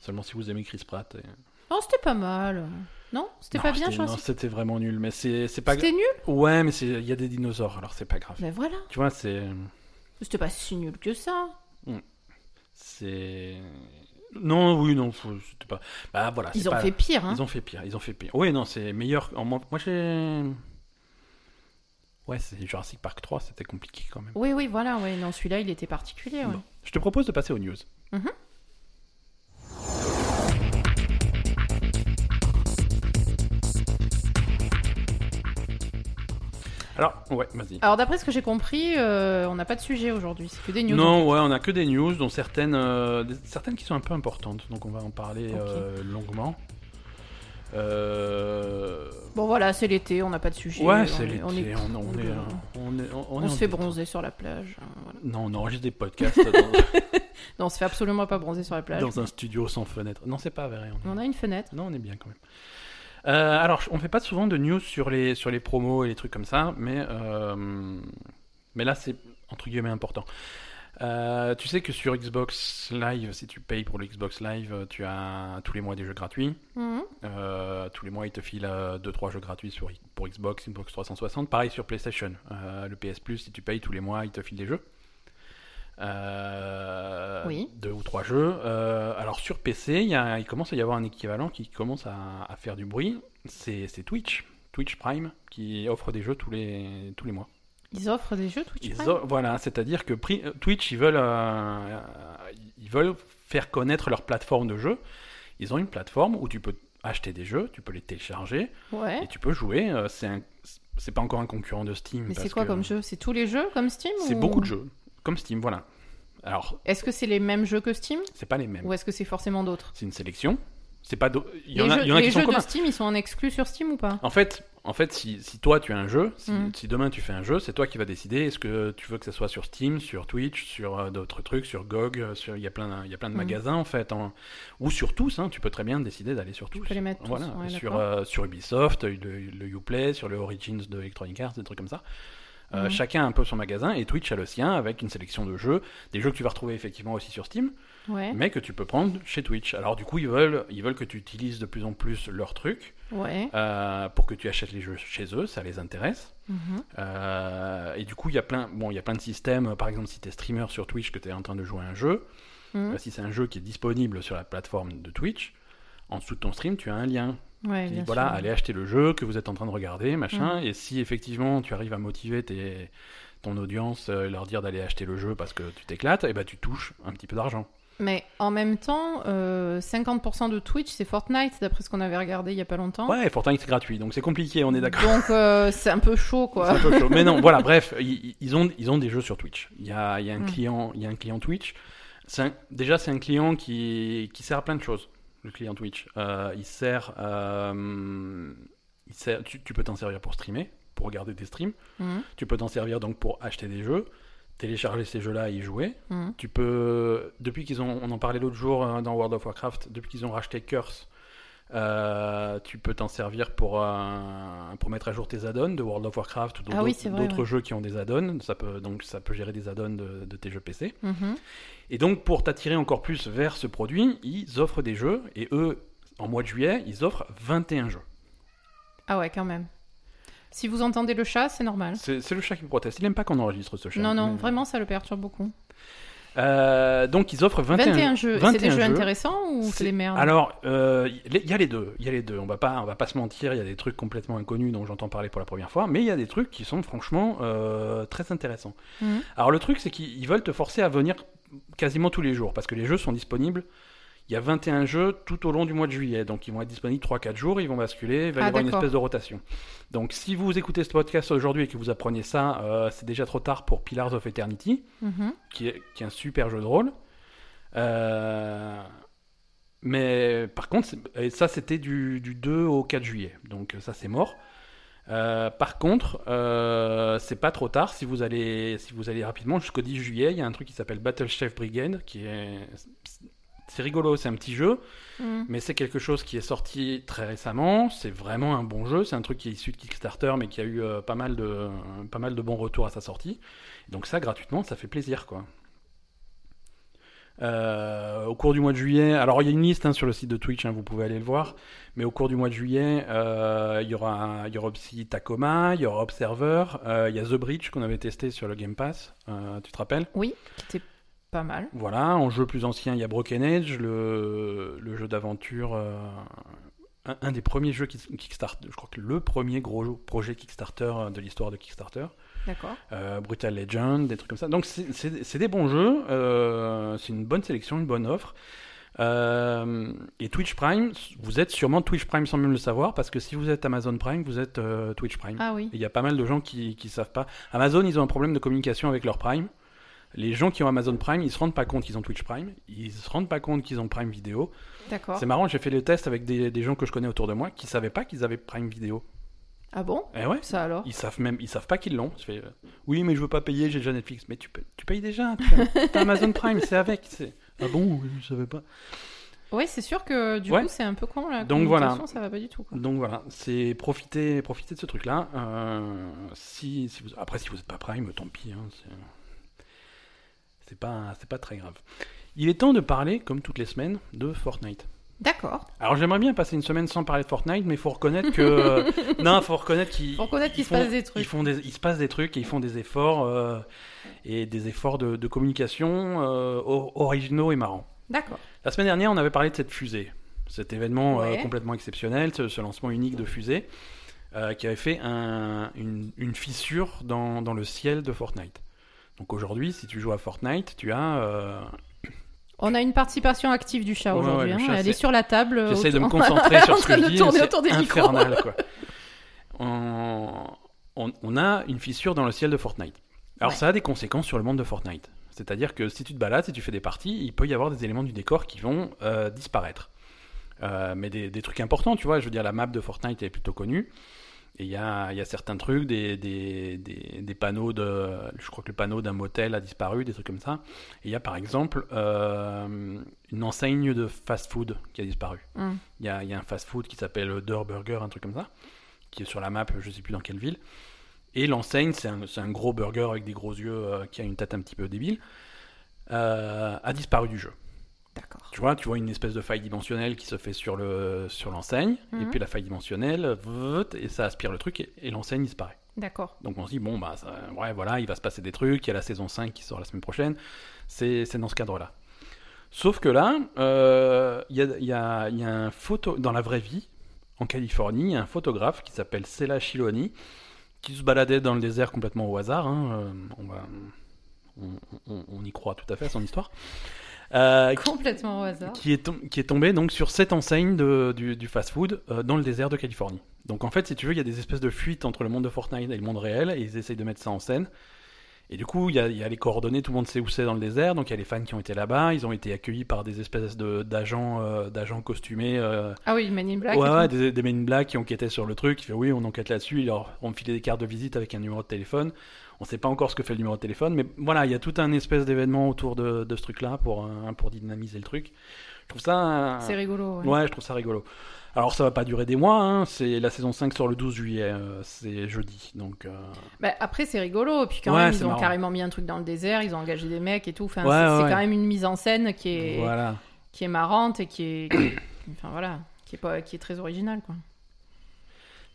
[SPEAKER 1] Seulement si vous aimez Chris Pratt. et-
[SPEAKER 2] Non, c'était pas mal. Non, c'était
[SPEAKER 1] Non,
[SPEAKER 2] pas bien,
[SPEAKER 1] c'était- Non,
[SPEAKER 2] Jurassic.
[SPEAKER 1] c'était vraiment nul, mais c'est c'est pas.
[SPEAKER 2] C'était nul
[SPEAKER 1] Ouais, mais c'est- il y a des dinosaures, alors c'est pas grave.
[SPEAKER 2] Mais voilà.
[SPEAKER 1] Tu vois, c'est
[SPEAKER 2] C'était pas si nul que ça.
[SPEAKER 1] Ah, c'est. Non, oui, non, faut- c'était pas. Bah voilà.
[SPEAKER 2] Ils
[SPEAKER 1] c'est
[SPEAKER 2] ont
[SPEAKER 1] pas-
[SPEAKER 2] fait pire, hein.
[SPEAKER 1] Ils ont fait pire. Ils ont fait pire. Oui, non, c'est meilleur. en moins- Moi, j'ai. Ouais, c'est Jurassic Park 3, c'était compliqué quand même.
[SPEAKER 2] Oui, oui, voilà, ouais. Non, celui-là, il était particulier, ouais.
[SPEAKER 1] Bon. Je te propose de passer aux news.
[SPEAKER 2] Mhm.
[SPEAKER 1] Alors, ouais, vas-y.
[SPEAKER 2] Alors, d'après ce que j'ai compris, euh, on n'a pas de sujet aujourd'hui. C'est que des news.
[SPEAKER 1] Non, ouais, on a que des news, dont certaines, euh, des- certaines qui sont un peu importantes, donc on va en parler
[SPEAKER 2] Ok.
[SPEAKER 1] euh, longuement. Euh,
[SPEAKER 2] Bon, voilà, c'est l'été, on n'a pas de sujet.
[SPEAKER 1] Ouais, c'est
[SPEAKER 2] on est-
[SPEAKER 1] l'été,
[SPEAKER 2] on est
[SPEAKER 1] on, on est,
[SPEAKER 2] cool. hein.
[SPEAKER 1] on est- on- on
[SPEAKER 2] On
[SPEAKER 1] est en
[SPEAKER 2] se fait
[SPEAKER 1] détente.
[SPEAKER 2] bronzer sur la plage. hein, voilà.
[SPEAKER 1] Non, on enregistre des
[SPEAKER 2] [LAUGHS]
[SPEAKER 1] podcasts dans,
[SPEAKER 2] Non, on se fait absolument pas bronzer sur la plage.
[SPEAKER 1] dans un studio sans fenêtre. Non, c'est pas vrai. on est-
[SPEAKER 2] On a une fenêtre.
[SPEAKER 1] Non, on est bien quand même. Euh, alors, on fait pas souvent de news sur les, sur les promos et les trucs comme ça, mais, euh, mais là, c'est entre guillemets important. Euh, tu sais que sur Xbox Live, si tu payes pour le Xbox Live, euh, tu as tous les mois des jeux gratuits.
[SPEAKER 2] Mhm.
[SPEAKER 1] Euh, tous les mois, ils te filent 2-3 jeux gratuits sur, pour Xbox, Xbox 360. Pareil sur PlayStation. Euh, le PS Plus, si tu payes tous les mois, ils te filent des jeux. Euh,
[SPEAKER 2] Oui.
[SPEAKER 1] Deux ou trois jeux. Euh, alors sur PC, il, y a- il commence à y avoir un équivalent qui commence à, à faire du bruit. C'est c'est Twitch, Twitch Prime, qui offre des jeux tous les, tous les mois.
[SPEAKER 2] Ils offrent des jeux Twitch
[SPEAKER 1] Ils
[SPEAKER 2] Prime
[SPEAKER 1] ont- voilà, c'est-à-dire que pri- euh, Twitch, ils veulent, euh, ils veulent faire connaître leur plateforme de jeu. Ils ont une plateforme où tu peux acheter des jeux, tu peux les télécharger et
[SPEAKER 2] Ouais.
[SPEAKER 1] tu peux jouer. Euh, C'est un- c'est pas encore un concurrent de Steam.
[SPEAKER 2] Mais c'est
[SPEAKER 1] parce
[SPEAKER 2] quoi
[SPEAKER 1] que
[SPEAKER 2] comme jeu C'est tous les jeux comme Steam
[SPEAKER 1] C'est
[SPEAKER 2] ou-
[SPEAKER 1] beaucoup de jeux, comme Steam, voilà. Alors,
[SPEAKER 2] Est-ce que c'est les mêmes jeux que Steam
[SPEAKER 1] c'est pas les mêmes.
[SPEAKER 2] Ou est-ce que c'est forcément d'autres
[SPEAKER 1] C'est une sélection. C'est pas. do- Il y
[SPEAKER 2] les
[SPEAKER 1] en a,
[SPEAKER 2] jeux,
[SPEAKER 1] il y en a
[SPEAKER 2] les
[SPEAKER 1] qui sont
[SPEAKER 2] jeux de
[SPEAKER 1] communs.
[SPEAKER 2] Steam, ils sont en exclus sur Steam ou pas
[SPEAKER 1] En fait, en fait, si, si toi tu as un jeu, si,
[SPEAKER 2] Mm.
[SPEAKER 1] si demain tu fais un jeu, c'est toi qui vas décider est-ce que tu veux que ça soit sur Steam, sur Twitch, sur euh, d'autres trucs, sur GOG, euh, sur il y a plein il y a plein de
[SPEAKER 2] Mm.
[SPEAKER 1] magasins en fait en- ou sur tous hein, tu peux très bien décider d'aller sur tous.
[SPEAKER 2] peux les mettre tous,
[SPEAKER 1] voilà,
[SPEAKER 2] ouais,
[SPEAKER 1] sur
[SPEAKER 2] d'accord.
[SPEAKER 1] euh, sur Ubisoft, euh, le, le Uplay, sur le Origins de Electronic Arts, des trucs comme ça. Euh,
[SPEAKER 2] Mm.
[SPEAKER 1] Chacun a un peu son magasin et Twitch a le sien avec une sélection de jeux, des jeux que tu vas retrouver effectivement aussi sur Steam,
[SPEAKER 2] Ouais.
[SPEAKER 1] mais que tu peux prendre chez Twitch. Alors du coup ils veulent ils veulent que tu utilises de plus en plus leurs trucs
[SPEAKER 2] Ouais.
[SPEAKER 1] euh, pour que tu achètes les jeux chez eux, ça les intéresse.
[SPEAKER 2] Mhm.
[SPEAKER 1] Euh, et du coup, il y a plein, bon, il y a plein de systèmes. Par exemple, si t'es streamer sur Twitch, que t'es en train de jouer à un jeu,
[SPEAKER 2] Mhm.
[SPEAKER 1] euh, si c'est un jeu qui est disponible sur la plateforme de Twitch, en dessous de ton stream, tu as un lien.
[SPEAKER 2] Ouais,
[SPEAKER 1] Qui dit,
[SPEAKER 2] bien
[SPEAKER 1] voilà,
[SPEAKER 2] sûr. Mhm.
[SPEAKER 1] allez acheter le jeu que vous êtes en train de regarder, machin. Et si effectivement tu arrives à motiver tes, ton audience, euh, leur dire d'aller acheter le jeu parce que tu t'éclates, et ben tu touches un petit peu d'argent.
[SPEAKER 2] Mais en même temps, euh, 50% de Twitch, c'est Fortnite, d'après ce qu'on avait regardé il y a pas longtemps.
[SPEAKER 1] Ouais, et Fortnite c'est gratuit, donc c'est compliqué, on est d'accord.
[SPEAKER 2] Donc euh, c'est un peu chaud,
[SPEAKER 1] [LAUGHS]
[SPEAKER 2] quoi. [LAUGHS]
[SPEAKER 1] C'est un peu chaud. Mais non, voilà, bref, ils, ils ont, ils ont des jeux sur Twitch. Il y a, il y a, un,
[SPEAKER 2] Mm.
[SPEAKER 1] client, il y a un client Twitch. C'est un- déjà, c'est un client qui, qui sert à plein de choses, le client Twitch. Euh, il sert. euh, il sert tu, tu peux t'en servir pour streamer, pour regarder des streams.
[SPEAKER 2] Mhm.
[SPEAKER 1] Tu peux t'en servir donc pour acheter des jeux, télécharger ces jeux-là et y jouer.
[SPEAKER 2] Mhm.
[SPEAKER 1] Tu hein, peux, depuis qu'ils ont, on en parlait l'autre jour euh, dans World of Warcraft, depuis qu'ils ont racheté Curse, Euh, tu peux t'en servir pour, un- pour mettre à jour tes add-ons de World of Warcraft ou d'autres
[SPEAKER 2] Ah oui, c'est vrai,
[SPEAKER 1] d'autres
[SPEAKER 2] ouais.
[SPEAKER 1] jeux qui ont des add-ons. Ça peut, donc ça peut gérer des add-ons de, de tes jeux PC.
[SPEAKER 2] Mhm.
[SPEAKER 1] Et donc, pour t'attirer encore plus vers ce produit, ils offrent des jeux. Et eux, en mois de juillet, ils offrent 21 jeux.
[SPEAKER 2] Ah ouais, quand même. Si vous entendez le chat, c'est normal.
[SPEAKER 1] C'est c'est le chat qui me proteste. Il n'aime pas qu'on enregistre ce chat.
[SPEAKER 2] Hein Non, non,
[SPEAKER 1] Mais-
[SPEAKER 2] vraiment, ça le perturbe beaucoup.
[SPEAKER 1] Euh, donc, ils offrent 21,
[SPEAKER 2] 21 jeux. Et C'est
[SPEAKER 1] 21
[SPEAKER 2] des jeux,
[SPEAKER 1] jeux.
[SPEAKER 2] intéressants ou c'est des merdes
[SPEAKER 1] Alors, euh, il y a les deux. Il y a les deux. On va pas, on va pas se mentir. Il y a des trucs complètement inconnus dont j'entends parler pour la première fois, mais il y a des trucs qui sont franchement euh, très intéressants.
[SPEAKER 2] Mhm.
[SPEAKER 1] Alors le truc, c'est qu'ils ils veulent te forcer à venir quasiment tous les jours parce que les jeux sont disponibles. Il y a 21 jeux tout au long du mois de juillet, donc ils vont être disponibles 3-4 jours, ils vont basculer, il va y
[SPEAKER 2] Ah,
[SPEAKER 1] avoir une
[SPEAKER 2] d'accord.
[SPEAKER 1] espèce de rotation. Donc si vous écoutez ce podcast aujourd'hui et que vous apprenez ça, euh, c'est déjà trop tard pour Pillars of Eternity
[SPEAKER 2] Mhm.
[SPEAKER 1] qui est, qui est un super jeu de rôle. Euh, mais par contre, c'est- et ça c'était du, du 2 au 4 juillet, donc ça c'est mort. Euh, par contre, euh, c'est pas trop tard si vous allez, si vous allez rapidement jusqu'au 10 juillet. Il y a un truc qui s'appelle Battle Chef Brigade qui est. C'est rigolo, c'est un petit jeu,
[SPEAKER 2] Mhm.
[SPEAKER 1] mais c'est quelque chose qui est sorti très récemment. C'est vraiment un bon jeu. C'est un truc qui est issu de Kickstarter, mais qui a eu euh, pas, mal de, pas mal de bons retours à sa sortie. Donc ça, gratuitement, ça fait plaisir, quoi. Euh, au cours du mois de juillet, alors il y a une liste hein, sur le site de Twitch, hein, vous pouvez aller le voir. Mais au cours du mois de juillet, euh, il y aura, un- il y aura aussi Tacoma, il y aura Observer, euh, il y a The Bridge qu'on avait testé sur le Game Pass. euh, tu te rappelles
[SPEAKER 2] Oui, qui était pas mal.
[SPEAKER 1] voilà, en jeu plus ancien, il y a Broken Age, le, le jeu d'aventure, euh, un, un des premiers jeux qui- Kickstarter, je crois que le premier gros jeu- projet Kickstarter euh, de l'histoire de Kickstarter,
[SPEAKER 2] D'accord.
[SPEAKER 1] Euh, Brutal Legend, des trucs comme ça. Donc c'est- c'est c'est des bons jeux, euh, c'est une bonne sélection, une bonne offre. Euh, et Twitch Prime, vous êtes sûrement Twitch Prime sans même le savoir, parce que si vous êtes Amazon Prime, vous êtes euh, Twitch Prime.
[SPEAKER 2] Ah oui.
[SPEAKER 1] Il y a pas mal de gens qui ne savent pas. Amazon, ils ont un problème de communication avec leur Prime. Les gens qui ont Amazon Prime, ils se rendent pas compte qu'ils ont Twitch Prime. Ils se rendent pas compte qu'ils ont Prime Vidéo.
[SPEAKER 2] D'accord.
[SPEAKER 1] C'est marrant, j'ai fait le test avec des, des gens que je connais autour de moi qui savaient pas qu'ils avaient Prime Vidéo.
[SPEAKER 2] Ah bon
[SPEAKER 1] Eh ouais,
[SPEAKER 2] Ça alors
[SPEAKER 1] ils savent même, ils savent pas qu'ils l'ont. Je fais, euh, oui, mais je veux pas payer, j'ai déjà Netflix. Mais tu, pa- tu payes déjà. tu as- T'as Amazon Prime, c'est avec. c'est- Ah bon, je savais pas.
[SPEAKER 2] Ouais, c'est sûr que du
[SPEAKER 1] Ouais.
[SPEAKER 2] coup, c'est un peu con là.
[SPEAKER 1] Donc, voilà.
[SPEAKER 2] ça va pas du tout. Quoi.
[SPEAKER 1] Donc voilà, c'est profiter, profiter de ce truc-là. Euh, si, si vous, après, si vous n'êtes pas Prime, tant pis. hein, c'est- c'est pas, c'est pas très grave. Il est temps de parler, comme toutes les semaines, de Fortnite.
[SPEAKER 2] D'accord.
[SPEAKER 1] Alors j'aimerais bien passer une semaine sans parler de Fortnite, mais faut reconnaître
[SPEAKER 2] [LAUGHS]
[SPEAKER 1] que non, faut reconnaître qu'ils
[SPEAKER 2] Faut
[SPEAKER 1] ils
[SPEAKER 2] reconnaître qu'il se
[SPEAKER 1] font-
[SPEAKER 2] passe des
[SPEAKER 1] Ils
[SPEAKER 2] trucs.
[SPEAKER 1] font des, il se passe des trucs et ils font des efforts euh, et des efforts de, de communication euh, or- originaux et marrants.
[SPEAKER 2] D'accord.
[SPEAKER 1] La semaine dernière, on avait parlé de cette fusée, cet événement euh,
[SPEAKER 2] Ouais.
[SPEAKER 1] complètement exceptionnel, ce, ce lancement unique de fusée, euh, qui avait fait un- une, une fissure dans, dans le ciel de Fortnite. Donc aujourd'hui, si tu joues à Fortnite, tu as. euh,
[SPEAKER 2] On a une participation active du chat
[SPEAKER 1] Ouais,
[SPEAKER 2] aujourd'hui.
[SPEAKER 1] ouais, le
[SPEAKER 2] hein.
[SPEAKER 1] chat,
[SPEAKER 2] Elle est
[SPEAKER 1] c'est-
[SPEAKER 2] sur la table. euh,
[SPEAKER 1] J'essaie de me
[SPEAKER 2] [LAUGHS] autour-
[SPEAKER 1] concentrer sur
[SPEAKER 2] en
[SPEAKER 1] ce
[SPEAKER 2] train
[SPEAKER 1] que je
[SPEAKER 2] de
[SPEAKER 1] dis.
[SPEAKER 2] tourner
[SPEAKER 1] mais
[SPEAKER 2] autour des
[SPEAKER 1] C'est
[SPEAKER 2] micros.
[SPEAKER 1] infernal,
[SPEAKER 2] [LAUGHS]
[SPEAKER 1] quoi. On, on- on a une fissure dans le ciel de Fortnite. Alors
[SPEAKER 2] Ouais.
[SPEAKER 1] ça a des conséquences sur le monde de Fortnite. C'est-à-dire que si tu te balades, si tu fais des parties, il peut y avoir des éléments du décor qui vont euh, disparaître. Euh, mais des, des trucs importants, tu vois. Je veux dire, la map de Fortnite est plutôt connue. Et il y a, il y a certains trucs, des, des- des- des panneaux de. Je crois que le panneau d'un motel a disparu, des trucs comme ça. Et il y a par exemple euh, une enseigne de fast-food qui a disparu.
[SPEAKER 2] Hum.
[SPEAKER 1] Il y a, il y a un fast-food qui s'appelle Der Burger, un truc comme ça, qui est sur la map, je sais plus dans quelle ville. Et l'enseigne, c'est un, c'est un gros burger avec des gros yeux euh, qui a une tête un petit peu débile, euh, a disparu du jeu.
[SPEAKER 2] D'accord.
[SPEAKER 1] Tu vois, tu vois une espèce de faille dimensionnelle qui se fait sur le sur l'enseigne, et
[SPEAKER 2] Mhm.
[SPEAKER 1] puis la faille dimensionnelle, vut, et ça aspire le truc, et, et l'enseigne disparaît.
[SPEAKER 2] D'accord.
[SPEAKER 1] Donc on se dit, bon, bah, ça- ouais, voilà, il va se passer des trucs, il y a la saison 5 qui sort la semaine prochaine, c'est c'est dans ce cadre-là. Sauf que là, euh, il y, a, il y a- il y a un photo, dans la vraie vie, en Californie, il y a un photographe qui s'appelle Sela Shiloni, qui se baladait dans le désert complètement au hasard, hein, euh, on, va- on- on- on y croit tout à fait à son histoire, euh,
[SPEAKER 2] Complètement au hasard.
[SPEAKER 1] qui est, tom- qui est tombé donc sur cette enseigne de- du, fast food euh, dans le désert de Californie. Donc en fait, si tu veux, il y a des espèces de fuites entre le monde de Fortnite et le monde réel, et ils essayent de mettre ça en scène. Et du coup, il y a, il y a les coordonnées, tout le monde sait où c'est dans le désert, donc il y a les fans qui ont été là-bas, ils ont été accueillis par des espèces de- d'agents euh, d'agents costumés euh,
[SPEAKER 2] Ah oui, Men in Black.
[SPEAKER 1] Ouais,
[SPEAKER 2] et
[SPEAKER 1] ouais,
[SPEAKER 2] tout.
[SPEAKER 1] des, des Men in Black qui enquêtaient sur le truc. Il fait oui, on enquête là-dessus. Ils leur ont filé des cartes de visite avec un numéro de téléphone. On sait pas encore ce que fait le numéro de téléphone, mais voilà, il y a tout un espèce d'événement autour de, de ce truc-là pour, euh, pour dynamiser le truc. Je trouve ça. un-
[SPEAKER 2] C'est rigolo. ouais.
[SPEAKER 1] Ouais, je trouve ça rigolo. Alors, ça va pas durer des mois, hein, c'est la saison 5 sur le 12 juillet, euh, c'est jeudi. Donc, euh,
[SPEAKER 2] Bah, après, c'est rigolo. Et puis, quand
[SPEAKER 1] Ouais,
[SPEAKER 2] même,
[SPEAKER 1] c'est
[SPEAKER 2] ils ont
[SPEAKER 1] marrant.
[SPEAKER 2] carrément mis un truc dans le désert. Ils ont engagé des mecs et tout. Enfin,
[SPEAKER 1] Ouais,
[SPEAKER 2] c'est c'est
[SPEAKER 1] ouais.
[SPEAKER 2] quand même une mise en scène qui est,
[SPEAKER 1] voilà.
[SPEAKER 2] qui est marrante et qui est. [COUGHS] qui- enfin, voilà. Qui est, pas, qui est très originale, quoi.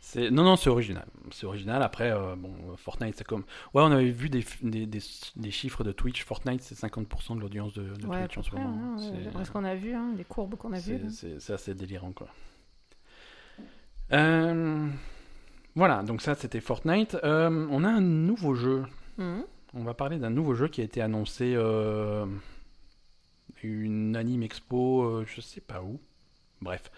[SPEAKER 1] C'est- Non, non, c'est original. C'est original. Après, euh, bon, Fortnite, c'est comme. Ouais, on avait vu des, des, des- des chiffres de Twitch. Fortnite, c'est 50% de l'audience de, de
[SPEAKER 2] Ouais, à
[SPEAKER 1] Twitch en
[SPEAKER 2] peu
[SPEAKER 1] ce
[SPEAKER 2] près,
[SPEAKER 1] moment.
[SPEAKER 2] hein, ouais, d'après ce qu'on a vu, hein, les courbes qu'on a
[SPEAKER 1] C'est-
[SPEAKER 2] vues. là.
[SPEAKER 1] c'est- c'est- c'est assez délirant, quoi. Euh, Voilà, donc ça, c'était Fortnite. Euh, on a un nouveau jeu.
[SPEAKER 2] Mhm.
[SPEAKER 1] On va parler d'un nouveau jeu qui a été annoncé euh, une anime expo, euh, je sais pas où. Bref.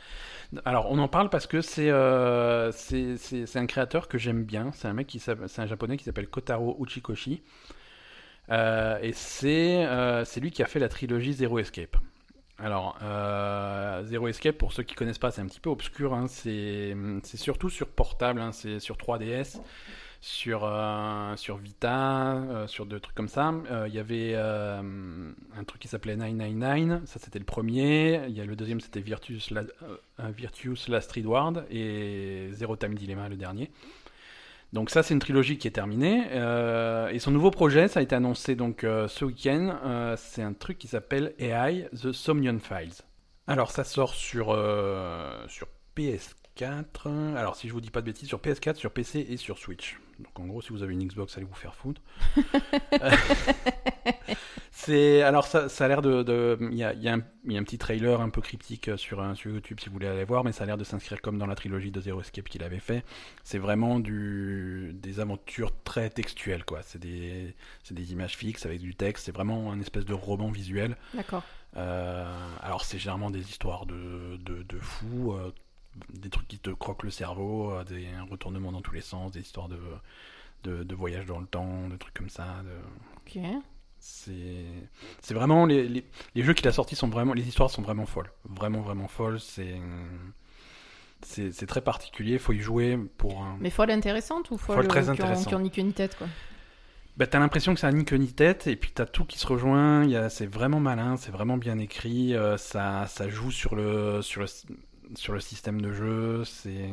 [SPEAKER 1] Alors, on en parle parce que c'est euh, c'est- c'est c'est un créateur que j'aime bien. C'est un mec qui s'appelle- c'est un japonais qui s'appelle Kotaro Uchikoshi. Euh, et c'est euh, c'est lui qui a fait la trilogie Zero Escape. Alors, euh, Zero Escape, pour ceux qui connaissent pas, c'est un petit peu obscur. hein. C'est c'est surtout sur portable, hein. c'est sur 3DS sur, euh, sur Vita, euh, sur deux trucs comme ça. Euh, Il y avait euh, un truc qui s'appelait 999, ça c'était le premier. Il y a le deuxième, c'était Virtus, La- euh, euh, Virtus Last Reward et Zero Time Dilemma, le dernier. Donc ça, c'est une trilogie qui est terminée. Euh, et son nouveau projet, ça a été annoncé donc euh, ce week-end. Euh, c'est un truc qui s'appelle AI The Somnion Files. Alors ça sort sur euh, sur PS4. Alors si je vous dis pas de bêtises, sur PS4, sur PC et sur Switch. Donc en gros, si vous avez une Xbox, allez vous faire foutre. [LAUGHS] Euh, c'est alors ça, ça a l'air de de- il y a, il y a un, il y a un petit trailer un peu cryptique euh, sur un sur YouTube si vous voulez aller voir, mais ça a l'air de s'inscrire comme dans la trilogie de Zero Escape qu'il avait fait. C'est vraiment du des aventures très textuelles quoi. C'est des c'est des images fixes avec du texte. C'est vraiment un espèce de roman visuel.
[SPEAKER 2] D'accord.
[SPEAKER 1] Euh, alors c'est généralement des histoires de, de, de fous, euh, des trucs qui te croquent le cerveau, euh, des retournements dans tous les sens, des histoires de, de, de voyage dans le temps, de trucs comme ça. de-
[SPEAKER 2] Ok.
[SPEAKER 1] C'est c'est vraiment les, les, les jeux qu'il a sortis sont vraiment les histoires sont vraiment folles, vraiment vraiment folles. C'est c'est c'est très particulier, faut y jouer pour un.
[SPEAKER 2] Mais folle intéressante ou folle, euh,
[SPEAKER 1] Folle très
[SPEAKER 2] qui ont-
[SPEAKER 1] intéressante.
[SPEAKER 2] Qui ont ni queue ni tête, quoi.
[SPEAKER 1] Bah, t'as l'impression que ça a ni queue ni tête, et puis t'as tout qui se rejoint, il y a- c'est vraiment malin, c'est vraiment bien écrit, euh, ça, ça joue sur le, sur le, sur le système de jeu, c'est...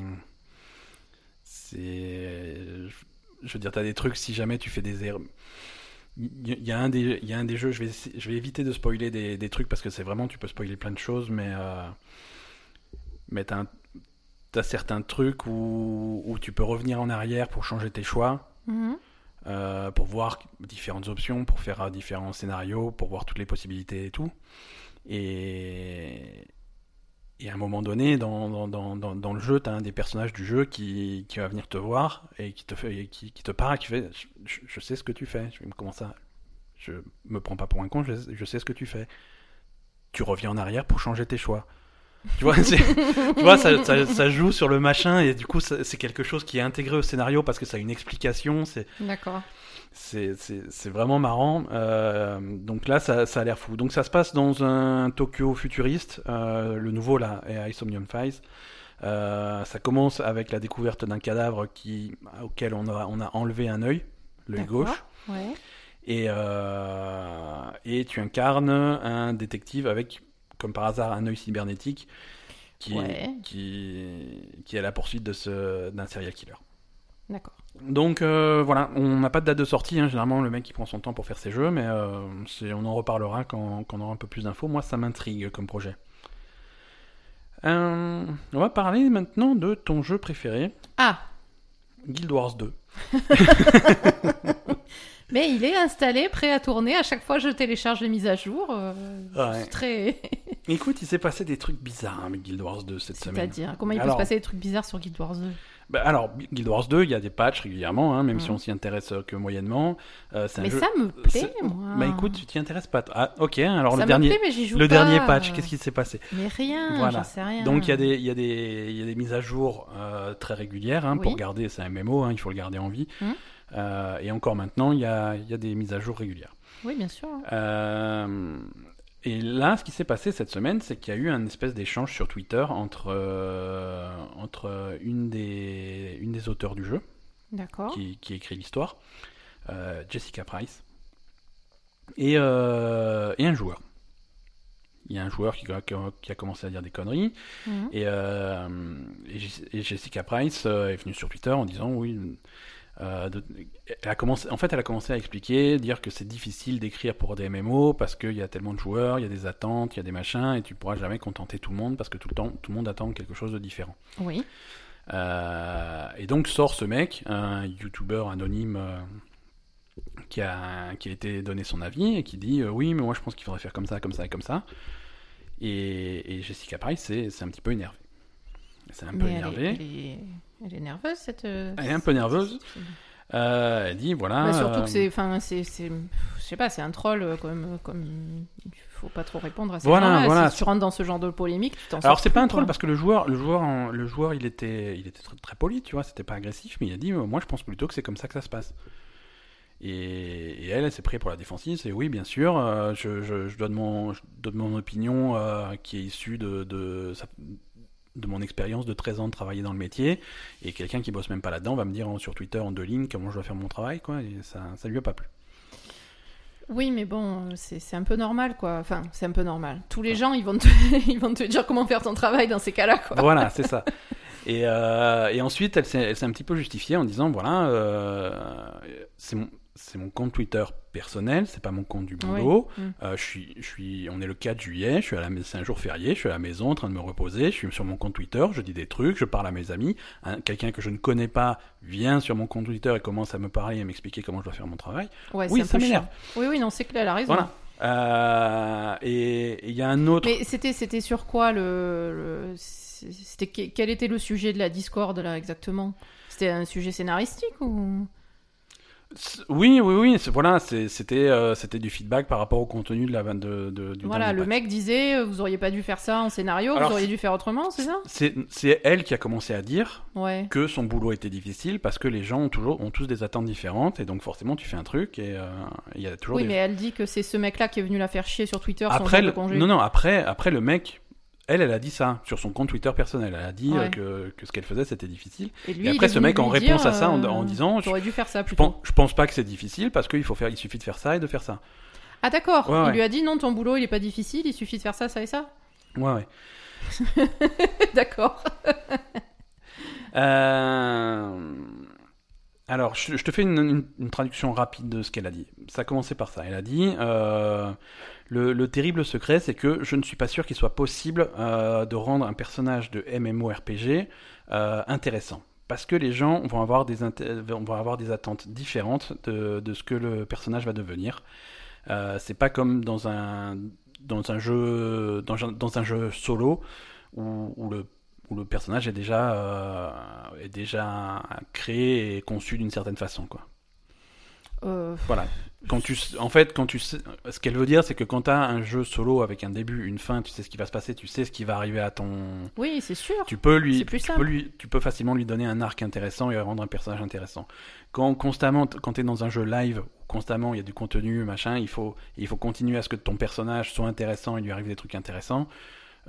[SPEAKER 1] C'est... Je veux dire, t'as des trucs, si jamais tu fais des erreurs... Il y- il y, a un des, il y a un des jeux, je vais, essa- je vais éviter de spoiler des, des trucs parce que c'est vraiment, tu peux spoiler plein de choses, mais, euh, mais t'as, un- t'as certains trucs où, où tu peux revenir en arrière pour changer tes choix
[SPEAKER 2] Mhm.
[SPEAKER 1] euh, pour voir différentes options, pour faire euh, différents scénarios, pour voir toutes les possibilités et tout. Et, et à un moment donné, dans, dans, dans, dans, dans le jeu, tu as un des personnages du jeu qui, qui va venir te voir et qui te, fait, et qui, qui te parle, qui fait je, je- je sais ce que tu fais. Je vais me commencer à. Je me prends pas pour un con, je, je sais ce que tu fais. Tu reviens en arrière pour changer tes choix. Tu vois, [LAUGHS] c'est- tu vois ça, ça- ça joue sur le machin et du coup, ça- c'est quelque chose qui est intégré au scénario parce que ça a une explication. c'est
[SPEAKER 2] Mhm, D'accord.
[SPEAKER 1] c'est- C'est c'est vraiment marrant. Euh, donc là, ça, ça a l'air fou. Donc ça se passe dans un Tokyo futuriste, euh, le nouveau là, et Somnium Files. Euh, ça commence avec la découverte d'un cadavre qui, auquel on a, on a enlevé un œil, l'œil
[SPEAKER 2] D'accord.
[SPEAKER 1] gauche.
[SPEAKER 2] Ouais.
[SPEAKER 1] Et, euh, et tu incarnes un détective avec, comme par hasard, un œil cybernétique qui,
[SPEAKER 2] Ouais.
[SPEAKER 1] qui, qui est à la poursuite de ce- d'un serial killer.
[SPEAKER 2] D'accord.
[SPEAKER 1] Donc euh, voilà, on n'a pas de date de sortie. hein. Généralement, le mec il prend son temps pour faire ses jeux, mais euh, c'est- on en reparlera quand, quand on aura un peu plus d'infos. Moi, ça m'intrigue comme projet. Euh, on va parler maintenant de ton jeu préféré,
[SPEAKER 2] Ah,
[SPEAKER 1] Guild Wars 2.
[SPEAKER 2] mais il est installé, prêt à tourner. À chaque fois, je télécharge les mises à jour. euh,
[SPEAKER 1] Ah Ouais.
[SPEAKER 2] c'est Très. [LAUGHS]
[SPEAKER 1] Écoute, il s'est passé des trucs bizarres hein, avec Guild Wars 2 cette semaine.
[SPEAKER 2] C'est-à-dire, comment il peut
[SPEAKER 1] Alors-
[SPEAKER 2] se passer des trucs bizarres sur Guild Wars 2
[SPEAKER 1] Bah, alors, Guild Wars 2, il y a des patchs régulièrement, hein, même
[SPEAKER 2] Mm.
[SPEAKER 1] si on s'y intéresse euh, que moyennement. Euh, c'est un
[SPEAKER 2] Mais
[SPEAKER 1] jeu-
[SPEAKER 2] ça me plaît,
[SPEAKER 1] c'est-
[SPEAKER 2] moi.
[SPEAKER 1] Bah écoute, tu t'y intéresses pas. toi. Ah, ok, hein, alors
[SPEAKER 2] ça
[SPEAKER 1] le
[SPEAKER 2] me
[SPEAKER 1] dernier,
[SPEAKER 2] plaît, mais j'y joue
[SPEAKER 1] le
[SPEAKER 2] pas. euh.
[SPEAKER 1] dernier patch, qu'est-ce qui s'est passé
[SPEAKER 2] Mais rien,
[SPEAKER 1] Voilà.
[SPEAKER 2] j'en sais rien.
[SPEAKER 1] Donc il y, a des- il y, a des- il y a des mises à jour euh, très régulières hein, pour
[SPEAKER 2] Oui.
[SPEAKER 1] garder, c'est un MMO, hein, il faut le garder en vie.
[SPEAKER 2] Mhm.
[SPEAKER 1] Euh, et encore maintenant, il y a, il y a des mises à jour régulières.
[SPEAKER 2] Oui, bien sûr.
[SPEAKER 1] Euh, et là, ce qui s'est passé cette semaine, c'est qu'il y a eu un espèce d'échange sur Twitter entre, euh, entre euh, une des, une des auteurs du jeu,
[SPEAKER 2] D'accord.
[SPEAKER 1] qui, qui écrit l'histoire, euh, Jessica Price, et, euh, et un joueur. il y a un joueur qui, qui a- qui a commencé à dire des conneries.
[SPEAKER 2] Mhm.
[SPEAKER 1] Et, euh, et Jess- et Jessica Price euh, est venue sur Twitter en disant oui. euh, de- elle a commencé, en fait, elle a commencé à expliquer, dire que c'est difficile d'écrire pour des MMO parce qu'il y a tellement de joueurs, il y a des attentes, il y a des machins, et tu pourras jamais contenter tout le monde parce que tout le temps, tout le monde attend quelque chose de différent.
[SPEAKER 2] Oui.
[SPEAKER 1] Euh, et donc sort ce mec, un youtubeur anonyme euh, qui, a, qui a été donné son avis et qui dit euh, Oui, mais moi je pense qu'il faudrait faire comme ça, comme ça et comme ça. Et, et Jessica Price, c'est c'est un petit peu énervée. C'est un peu
[SPEAKER 2] Mais elle est,
[SPEAKER 1] énervée.
[SPEAKER 2] elle, est, elle est nerveuse, cette. euh,
[SPEAKER 1] Elle est un peu nerveuse. Euh, elle dit Voilà.
[SPEAKER 2] Bah, surtout
[SPEAKER 1] euh,
[SPEAKER 2] que c'est. Enfin, c'est. c'est- Je sais pas, c'est un troll, euh, comme. comme... Il faut pas trop répondre à ça.
[SPEAKER 1] Voilà, voilà.
[SPEAKER 2] Si tu rentres dans ce genre de polémique, tu t'en
[SPEAKER 1] Alors
[SPEAKER 2] sors
[SPEAKER 1] c'est pas
[SPEAKER 2] plus,
[SPEAKER 1] un troll
[SPEAKER 2] quoi.
[SPEAKER 1] parce que le joueur, le joueur, en- le joueur, il était, il était très, très poli, tu vois, c'était pas agressif, mais il a dit, euh, moi je pense plutôt que c'est comme ça que ça se passe. Et, et elle, elle s'est prise pour la défensive, c'est oui, bien sûr, euh, je, je- je donne mon, je donne mon opinion euh, qui est issue de, de, sa- de mon expérience de 13 ans de travailler dans le métier, et quelqu'un qui bosse même pas là-dedans va me dire en- sur Twitter en deux lignes comment je dois faire mon travail, quoi, et ça, ça lui a pas plu.
[SPEAKER 2] Oui, mais bon, euh, c'est c'est un peu normal, quoi. Enfin, c'est un peu normal. Tous les gens, ils vont, te... [LAUGHS] ils vont te dire comment faire ton travail dans ces cas-là,
[SPEAKER 1] [LAUGHS]
[SPEAKER 2] quoi.
[SPEAKER 1] Voilà, c'est ça. Et, euh, et ensuite, elle s'est elle s'est un petit peu justifiée en disant voilà, euh, c'est mon, c'est mon compte Twitter personnel, c'est pas mon compte du boulot.
[SPEAKER 2] Oui. Mm.
[SPEAKER 1] Euh, je suis, je suis, on est le 4 juillet, je suis à la, mais- c'est un jour férié, je suis à la maison en train de me reposer, je suis sur mon compte Twitter, je dis des trucs, je parle à mes amis. Hein, Quelqu'un que je ne connais pas vient sur mon compte Twitter et commence à me parler et m'expliquer comment je dois faire mon travail.
[SPEAKER 2] Ouais,
[SPEAKER 1] Oui,
[SPEAKER 2] c'est un
[SPEAKER 1] ça
[SPEAKER 2] peu
[SPEAKER 1] m'énerve.
[SPEAKER 2] chiant. Oui, oui, non, c'est clair, elle a raison.
[SPEAKER 1] Voilà. Euh, et et il y a un autre.
[SPEAKER 2] Mais c'était c'était sur quoi le, le- c'était que- quel était le sujet de la discorde là exactement C'était un sujet scénaristique ou
[SPEAKER 1] C'est- Oui, oui, oui. c'est- Voilà, c'est- c'était euh, c'était du feedback par rapport au contenu de la vanne de, de- du
[SPEAKER 2] Voilà,
[SPEAKER 1] dernier
[SPEAKER 2] le
[SPEAKER 1] pack.
[SPEAKER 2] mec disait euh, vous auriez pas dû faire ça en scénario,
[SPEAKER 1] Alors,
[SPEAKER 2] vous auriez
[SPEAKER 1] c'est-
[SPEAKER 2] dû faire autrement, c'est ça
[SPEAKER 1] C'est c'est elle qui a commencé à dire
[SPEAKER 2] Ouais.
[SPEAKER 1] que son boulot était difficile parce que les gens ont toujours ont tous des attentes différentes et donc forcément tu fais un truc et euh, il y a toujours
[SPEAKER 2] Oui,
[SPEAKER 1] des
[SPEAKER 2] mais elle dit que c'est ce mec là qui est venu la faire chier sur Twitter son
[SPEAKER 1] après
[SPEAKER 2] jour de
[SPEAKER 1] le-
[SPEAKER 2] congé.
[SPEAKER 1] non non après après le mec elle elle a dit ça sur son compte Twitter personnel elle a dit
[SPEAKER 2] Ouais.
[SPEAKER 1] euh, que, que ce qu'elle faisait c'était difficile
[SPEAKER 2] Et lui
[SPEAKER 1] et
[SPEAKER 2] il
[SPEAKER 1] après
[SPEAKER 2] est
[SPEAKER 1] ce
[SPEAKER 2] venu
[SPEAKER 1] mec en
[SPEAKER 2] lui
[SPEAKER 1] réponse
[SPEAKER 2] dire,
[SPEAKER 1] à ça en,
[SPEAKER 2] euh,
[SPEAKER 1] en disant je,
[SPEAKER 2] T'aurais dû faire ça
[SPEAKER 1] je
[SPEAKER 2] plutôt.
[SPEAKER 1] pense je pense pas que c'est difficile parce qu'il faut faire il suffit de faire ça et de faire ça
[SPEAKER 2] Ah d'accord,
[SPEAKER 1] Ouais, ouais.
[SPEAKER 2] il lui a dit non ton boulot il est pas difficile, il suffit de faire ça, ça et ça. [LAUGHS]
[SPEAKER 1] ouais ouais
[SPEAKER 2] d'accord.
[SPEAKER 1] Euh, Alors, je, je te fais une, une- une traduction rapide de ce qu'elle a dit. Ça a commencé par ça. Elle a dit euh, le, le terrible secret, c'est que je ne suis pas sûr qu'il soit possible euh, de rendre un personnage de MMORPG euh, intéressant. Parce que les gens vont avoir des, inté- vont avoir des attentes différentes de, de ce que le personnage va devenir. Euh, c'est pas comme dans un, dans un, jeu, dans, un- dans un jeu solo où, où le où le personnage est déjà, euh, est déjà créé et conçu d'une certaine façon. Quoi.
[SPEAKER 2] Euh,
[SPEAKER 1] Quand tu, s- en fait, quand tu sais- ce qu'elle veut dire, c'est que quand tu as un jeu solo avec un début, une fin, tu sais ce qui va se passer, tu sais ce qui va arriver à ton...
[SPEAKER 2] oui, c'est sûr.
[SPEAKER 1] Tu peux, lui,
[SPEAKER 2] C'est plus
[SPEAKER 1] tu,
[SPEAKER 2] simple.
[SPEAKER 1] peux lui, tu peux facilement lui donner un arc intéressant et rendre un personnage intéressant. Quand constamment, t- quand tu es dans un jeu live, où constamment il y a du contenu, machin, il faut, il faut continuer à ce que ton personnage soit intéressant et lui arrive des trucs intéressants,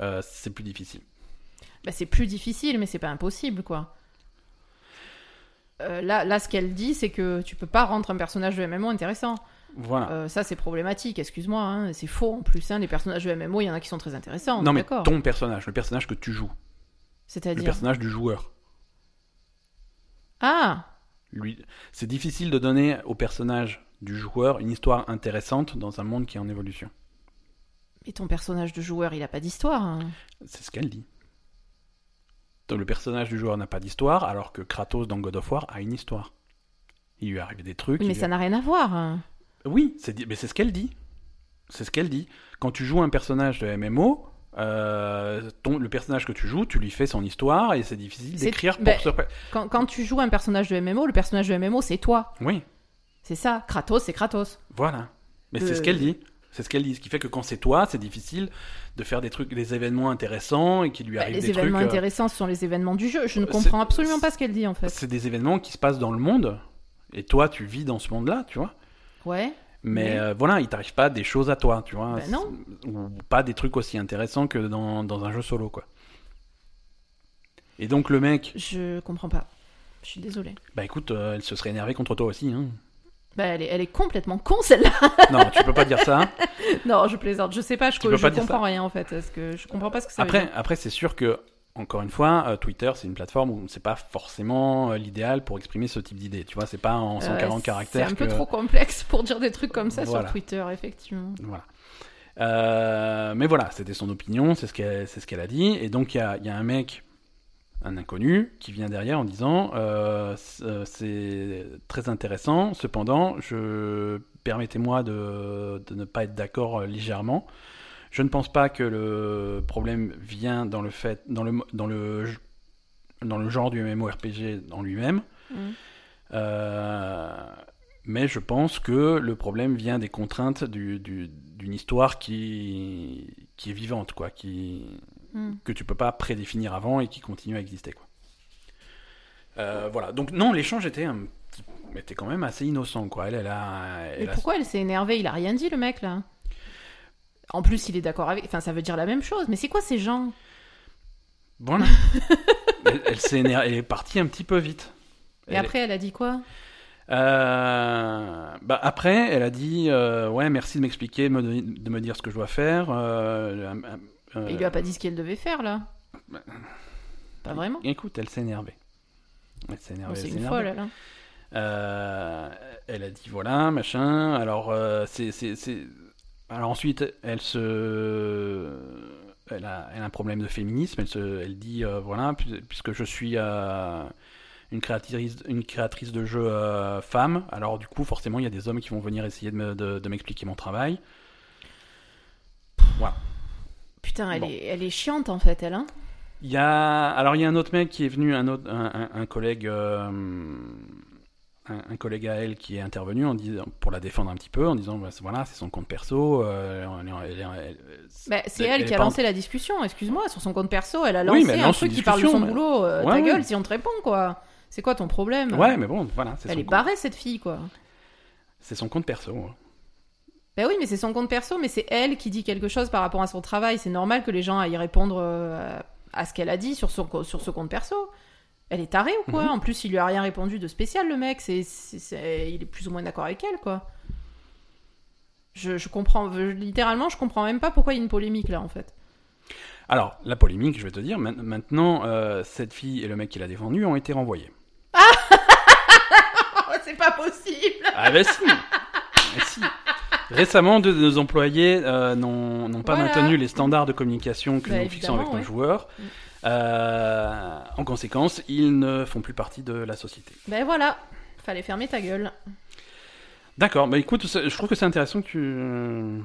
[SPEAKER 1] euh, c'est plus difficile.
[SPEAKER 2] Bah, c'est plus difficile, mais c'est pas impossible, quoi. Euh, là, là, ce qu'elle dit, c'est que tu peux pas rendre un personnage de MMO intéressant.
[SPEAKER 1] Voilà.
[SPEAKER 2] Euh, ça, c'est problématique, excuse-moi. hein, C'est faux en plus. hein, Les personnages de MMO, il y en a qui sont très intéressants.
[SPEAKER 1] non mais
[SPEAKER 2] Ah, d'accord.
[SPEAKER 1] ton personnage, le personnage que tu joues. le
[SPEAKER 2] C'est-à-dire.
[SPEAKER 1] personnage du joueur.
[SPEAKER 2] Ah
[SPEAKER 1] Lui, c'est difficile de donner au personnage du joueur une histoire intéressante dans un monde qui est en évolution.
[SPEAKER 2] Mais ton personnage de joueur, il a pas d'histoire. hein.
[SPEAKER 1] C'est ce qu'elle dit. Donc, le personnage du joueur n'a pas d'histoire, alors que Kratos dans God of War a une histoire. Il lui arrive des trucs.
[SPEAKER 2] Oui,
[SPEAKER 1] il
[SPEAKER 2] mais
[SPEAKER 1] lui-
[SPEAKER 2] ça n'a rien à voir. hein.
[SPEAKER 1] Oui, c'est di- mais c'est ce qu'elle dit. C'est ce qu'elle dit. Quand tu joues un personnage de MMO, euh, ton- le personnage que tu joues, tu lui fais son histoire et c'est difficile
[SPEAKER 2] C'est-
[SPEAKER 1] d'écrire pour
[SPEAKER 2] ben-
[SPEAKER 1] ce. per-
[SPEAKER 2] Quand, quand tu joues un personnage de MMO, le personnage de MMO, c'est toi.
[SPEAKER 1] Oui.
[SPEAKER 2] C'est ça. Kratos, c'est Kratos.
[SPEAKER 1] Voilà. Mais c'est
[SPEAKER 2] Euh,
[SPEAKER 1] ce qu'elle dit. C'est ce qu'elle dit. Ce qui fait que quand c'est toi, c'est difficile de faire des trucs, des événements intéressants et qui lui
[SPEAKER 2] Bah,
[SPEAKER 1] arrive
[SPEAKER 2] les
[SPEAKER 1] des
[SPEAKER 2] événements
[SPEAKER 1] trucs. euh,
[SPEAKER 2] intéressants, ce sont les événements du jeu. Je ne
[SPEAKER 1] c'est-
[SPEAKER 2] comprends absolument pas ce qu'elle dit, en fait.
[SPEAKER 1] c'est des événements qui se passent dans le monde. Et toi, tu vis dans ce monde-là, tu vois.
[SPEAKER 2] Ouais.
[SPEAKER 1] Mais
[SPEAKER 2] Oui.
[SPEAKER 1] euh, voilà, il t'arrive pas des choses à toi, tu vois.
[SPEAKER 2] Bah non.
[SPEAKER 1] Ou pas des trucs aussi intéressants que dans, dans un jeu solo, quoi. Et donc le mec,
[SPEAKER 2] Je comprends pas. Je suis désolée.
[SPEAKER 1] bah écoute, euh, elle se serait énervée contre toi aussi. Hein.
[SPEAKER 2] Bah, elle, est, elle est complètement con celle-là. [LAUGHS]
[SPEAKER 1] Non, tu peux pas dire ça.
[SPEAKER 2] Non, je plaisante. Je sais pas, je,
[SPEAKER 1] Tu peux
[SPEAKER 2] je
[SPEAKER 1] pas dire
[SPEAKER 2] comprends rien en fait. Parce que je comprends pas ce que ça veut
[SPEAKER 1] Après,
[SPEAKER 2] dire.
[SPEAKER 1] après c'est sûr que, encore une fois, euh, Twitter, c'est une plateforme où c'est pas forcément euh, l'idéal pour exprimer ce type d'idée. Tu vois, c'est pas en 140
[SPEAKER 2] Euh,
[SPEAKER 1] caractères.
[SPEAKER 2] C'est un peu
[SPEAKER 1] que-
[SPEAKER 2] trop complexe pour dire des trucs comme ça
[SPEAKER 1] Voilà.
[SPEAKER 2] sur Twitter, effectivement.
[SPEAKER 1] Voilà. Euh, mais voilà, c'était son opinion, c'est ce qu'elle c'est ce qu'elle a dit. Et donc, il y a, il y a un mec, un inconnu, qui vient derrière en disant euh, c'est- euh, C'est très intéressant, cependant, je permettez-moi de, de ne pas être d'accord euh, légèrement. Je ne pense pas que le problème vient dans le fait, dans le, dans le, dans le genre du MMORPG en lui-même.
[SPEAKER 2] Mm.
[SPEAKER 1] Euh, mais je pense que le problème vient des contraintes du- du- d'une histoire qui, qui est vivante, quoi, qui,
[SPEAKER 2] Mm.
[SPEAKER 1] que tu peux pas prédéfinir avant et qui continue à exister. Quoi. Euh, voilà, donc non, l'échange était, un petit- était quand même assez innocent. Quoi. Elle, elle a,
[SPEAKER 2] Mais
[SPEAKER 1] elle a-
[SPEAKER 2] pourquoi elle s'est énervée Il a rien dit, le mec, là. En plus, il est d'accord avec. Enfin, ça veut dire la même chose. Mais c'est quoi ces gens [LAUGHS]
[SPEAKER 1] Voilà. elle, elle s'est éner- elle est partie un petit peu vite.
[SPEAKER 2] Et
[SPEAKER 1] Elle-
[SPEAKER 2] après, elle a dit quoi
[SPEAKER 1] Euh, bah après, elle a dit euh, ouais merci de m'expliquer, me donner- de me dire ce que je dois faire. euh, euh, euh,
[SPEAKER 2] Il lui a pas dit ce qu'elle devait faire, là.
[SPEAKER 1] bah,
[SPEAKER 2] Pas vraiment.
[SPEAKER 1] Écoute, elle s'est énervée. Elle s'est énervée.
[SPEAKER 2] Bon, Oh, c'est
[SPEAKER 1] elle s'est
[SPEAKER 2] une
[SPEAKER 1] énervée.
[SPEAKER 2] folle, hein. là.
[SPEAKER 1] Euh, elle a dit voilà, machin. Alors, euh, c'est, c'est, c'est- Alors ensuite, elle se. Elle a, elle a un problème de féminisme. Elle, se, elle dit euh, voilà, pu- puisque je suis euh, une, créatrice, une créatrice de jeux euh, femme, alors du coup, forcément, il y a des hommes qui vont venir essayer de, me- de- de m'expliquer mon travail.
[SPEAKER 2] Putain, elle,
[SPEAKER 1] Bon.
[SPEAKER 2] est, elle est chiante, en fait, elle, hein.
[SPEAKER 1] Il y a, alors il y a un autre mec qui est venu, un autre, un, un- un collègue, euh, un, un collègue à elle qui est intervenu en disant, pour la défendre un petit peu, en disant bah, c'est- voilà c'est son compte perso, euh, elle- elle- elle- elle- c'est-
[SPEAKER 2] Bah, c'est
[SPEAKER 1] Elle-
[SPEAKER 2] elle,
[SPEAKER 1] elle
[SPEAKER 2] qui
[SPEAKER 1] est
[SPEAKER 2] a
[SPEAKER 1] pas
[SPEAKER 2] lancé la discussion, excuse-moi, sur son compte perso. Elle a
[SPEAKER 1] Oui,
[SPEAKER 2] lancé
[SPEAKER 1] mais elle
[SPEAKER 2] un
[SPEAKER 1] lance
[SPEAKER 2] truc
[SPEAKER 1] une
[SPEAKER 2] qui parle de son
[SPEAKER 1] discussion, mais-
[SPEAKER 2] boulot. euh,
[SPEAKER 1] Ouais,
[SPEAKER 2] ta
[SPEAKER 1] ouais.
[SPEAKER 2] gueule, si on te répond, quoi. C'est quoi ton problème
[SPEAKER 1] ouais mais bon voilà c'est
[SPEAKER 2] euh, Elle
[SPEAKER 1] son,
[SPEAKER 2] est
[SPEAKER 1] compte-
[SPEAKER 2] barrée, cette fille, quoi.
[SPEAKER 1] c'est son compte perso. hein.
[SPEAKER 2] Ben oui, mais c'est son compte perso, mais c'est elle qui dit quelque chose par rapport à son travail. C'est normal que les gens aillent répondre euh, à ce qu'elle a dit sur, son, co- sur ce compte perso. Elle est tarée ou quoi
[SPEAKER 1] Mhm.
[SPEAKER 2] En plus, il lui a rien répondu de spécial, le mec. C'est, c'est- c'est- il est plus ou moins d'accord avec elle, quoi. Je, je comprends, je- littéralement, je comprends même pas pourquoi il y a une polémique là, en fait.
[SPEAKER 1] Alors la polémique, je vais te dire, ma- maintenant euh, cette fille et le mec qui l'a défendu ont été renvoyés.
[SPEAKER 2] [LAUGHS] Oh, c'est pas possible
[SPEAKER 1] ah ben
[SPEAKER 2] [LAUGHS]
[SPEAKER 1] si, Ah, si. Récemment, deux de nos employés euh, n'ont n'ont pas
[SPEAKER 2] Voilà.
[SPEAKER 1] maintenu les standards de communication que
[SPEAKER 2] Bah,
[SPEAKER 1] nous fixons avec
[SPEAKER 2] évidemment,
[SPEAKER 1] nos
[SPEAKER 2] ouais.
[SPEAKER 1] joueurs.
[SPEAKER 2] Mm.
[SPEAKER 1] Euh, en conséquence, ils ne font plus partie de la société.
[SPEAKER 2] Ben voilà, fallait fermer ta gueule.
[SPEAKER 1] D'accord, bah écoute, ça- je trouve que c'est intéressant que tu... euh,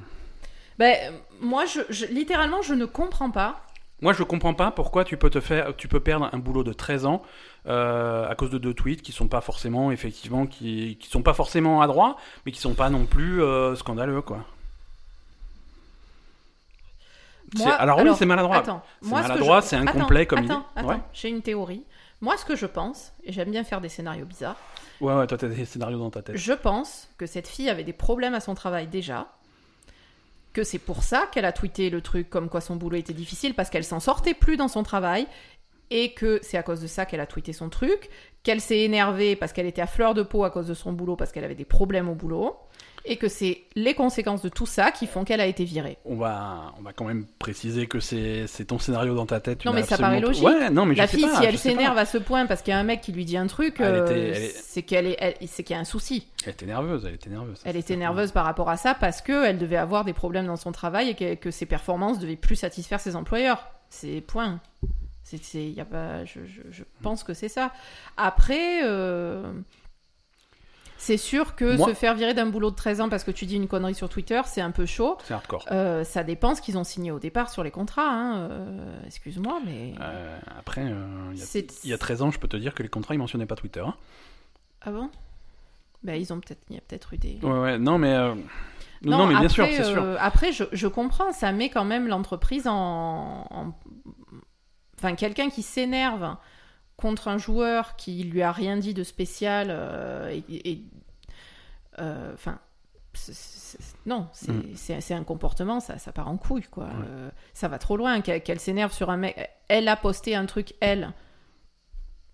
[SPEAKER 2] Ben, euh, moi, je, je- littéralement, je ne comprends pas.
[SPEAKER 1] Moi, je comprends pas pourquoi tu peux te faire, tu peux perdre un boulot de 13 ans euh, à cause de deux tweets qui sont pas forcément, effectivement, qui, qui sont pas forcément adroits, mais qui sont pas non plus euh, scandaleux, quoi. C'est-
[SPEAKER 2] Moi,
[SPEAKER 1] alors, oui,
[SPEAKER 2] alors,
[SPEAKER 1] c'est maladroit.
[SPEAKER 2] Attends,
[SPEAKER 1] C'est
[SPEAKER 2] moi, ce que
[SPEAKER 1] maladroit,
[SPEAKER 2] je-
[SPEAKER 1] c'est
[SPEAKER 2] Attends,
[SPEAKER 1] incomplet comme
[SPEAKER 2] attends,
[SPEAKER 1] idée.
[SPEAKER 2] Attends,
[SPEAKER 1] Ouais.
[SPEAKER 2] j'ai une théorie. Moi, ce que je pense, et j'aime bien faire des scénarios bizarres,
[SPEAKER 1] Ouais, ouais, toi, t'as des scénarios dans ta tête.
[SPEAKER 2] je pense que cette fille avait des problèmes à son travail déjà, que c'est pour ça qu'elle a tweeté le truc comme quoi son boulot était difficile, parce qu'elle s'en sortait plus dans son travail, et que c'est à cause de ça qu'elle a tweeté son truc, qu'elle s'est énervée parce qu'elle était à fleur de peau à cause de son boulot, parce qu'elle avait des problèmes au boulot, et que c'est les conséquences de tout ça qui font qu'elle a été virée.
[SPEAKER 1] On va, on va quand même préciser que c'est c'est ton scénario dans ta tête. tu
[SPEAKER 2] Non,
[SPEAKER 1] n'as
[SPEAKER 2] mais ça
[SPEAKER 1] absolument
[SPEAKER 2] paraît
[SPEAKER 1] pas-
[SPEAKER 2] logique.
[SPEAKER 1] Ouais, non, mais
[SPEAKER 2] La
[SPEAKER 1] je sais
[SPEAKER 2] fille,
[SPEAKER 1] pas,
[SPEAKER 2] si
[SPEAKER 1] je
[SPEAKER 2] elle
[SPEAKER 1] sais pas.
[SPEAKER 2] s'énerve à ce point parce qu'il y a un mec qui lui dit un truc,
[SPEAKER 1] Elle était-
[SPEAKER 2] euh,
[SPEAKER 1] elle est-
[SPEAKER 2] c'est qu'elle est, elle- c'est qu'il y a un souci.
[SPEAKER 1] Elle était nerveuse, elle était nerveuse. ça,
[SPEAKER 2] Elle
[SPEAKER 1] c'est
[SPEAKER 2] était
[SPEAKER 1] certain.
[SPEAKER 2] nerveuse par rapport à ça parce que elle devait avoir des problèmes dans son travail et que, que ses performances devaient plus satisfaire ses employeurs. C'est point. C'est, c'est- y a pas, je, je, je pense que c'est ça. Après, euh, c'est sûr que
[SPEAKER 1] Moi-
[SPEAKER 2] se faire virer d'un boulot de 13 ans parce que tu dis une connerie sur Twitter, c'est un peu chaud.
[SPEAKER 1] C'est hardcore.
[SPEAKER 2] Euh, ça dépend ce qu'ils ont signé au départ sur les contrats. hein. Euh, excuse-moi, mais...
[SPEAKER 1] Euh, après, euh, il y a-
[SPEAKER 2] c'est-
[SPEAKER 1] il y, a 13 ans, je peux te dire que les contrats, ils mentionnaient pas Twitter. hein.
[SPEAKER 2] Ah bon Bah ils ont peut-être, il y a peut-être eu des.
[SPEAKER 1] Ouais, ouais, non, mais. euh, Non, mais bien sûr,
[SPEAKER 2] après,
[SPEAKER 1] c'est sûr.
[SPEAKER 2] euh, après, je, je comprends, ça met quand même l'entreprise en, en- Enfin, quelqu'un qui s'énerve contre un joueur qui lui a rien dit de spécial euh, et. et- euh, Enfin. c'est- c'est- c'est- Non, c'est
[SPEAKER 1] Mm.
[SPEAKER 2] c'est- c'est un comportement, ça, ça part en couille, quoi.
[SPEAKER 1] Ouais.
[SPEAKER 2] Euh, ça va trop loin, qu'elle qu'elle s'énerve sur un mec. Elle a posté un truc, elle,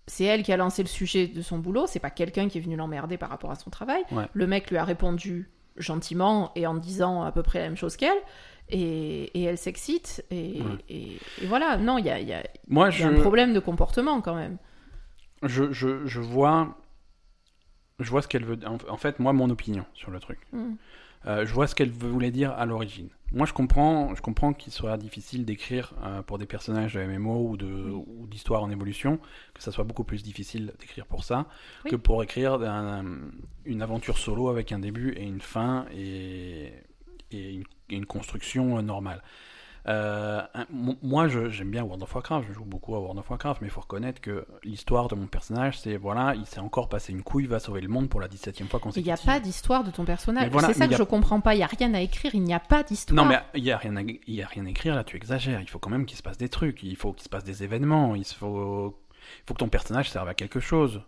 [SPEAKER 2] c'est elle qui a lancé le sujet de son boulot, c'est pas quelqu'un qui est venu l'emmerder par rapport à son travail.
[SPEAKER 1] Ouais.
[SPEAKER 2] Le mec lui a répondu gentiment et en disant à peu près la même chose qu'elle, et, et elle s'excite, et,
[SPEAKER 1] Ouais.
[SPEAKER 2] et- et voilà, non, il y a, il y a-
[SPEAKER 1] Moi,
[SPEAKER 2] il y
[SPEAKER 1] je,
[SPEAKER 2] a un problème de comportement quand même.
[SPEAKER 1] je, je, je vois, je vois ce qu'elle veut. En, en fait, moi, mon opinion sur le truc.
[SPEAKER 2] Mm.
[SPEAKER 1] Euh, je vois ce qu'elle voulait dire à l'origine. Moi, je comprends, je comprends qu'il soit difficile d'écrire euh, pour des personnages de MMO ou de ou d'histoire en évolution, que ça soit beaucoup plus difficile d'écrire pour ça
[SPEAKER 2] Oui.
[SPEAKER 1] que pour écrire d'un- une aventure solo avec un début et une fin et, et une, et une construction euh, normale. Euh, un- mon- moi, je- j'aime bien World of Warcraft, je joue beaucoup à World of Warcraft, mais il faut reconnaître que l'histoire de mon personnage, c'est voilà, il s'est encore passé une couille, va sauver le monde pour la 17e fois
[SPEAKER 2] Il n'y
[SPEAKER 1] consécutive.
[SPEAKER 2] a pas d'histoire de ton personnage.
[SPEAKER 1] Mais voilà,
[SPEAKER 2] c'est ça
[SPEAKER 1] mais
[SPEAKER 2] que
[SPEAKER 1] il y a-
[SPEAKER 2] je comprends pas. Il n'y a rien à écrire. Il n'y a pas d'histoire.
[SPEAKER 1] Non, mais il n'y a, rien à- il y a rien à écrire là, tu exagères. Il faut quand même qu'il se passe des trucs, il faut qu'il se passe des événements, il se faut, il faut que ton personnage serve à quelque chose.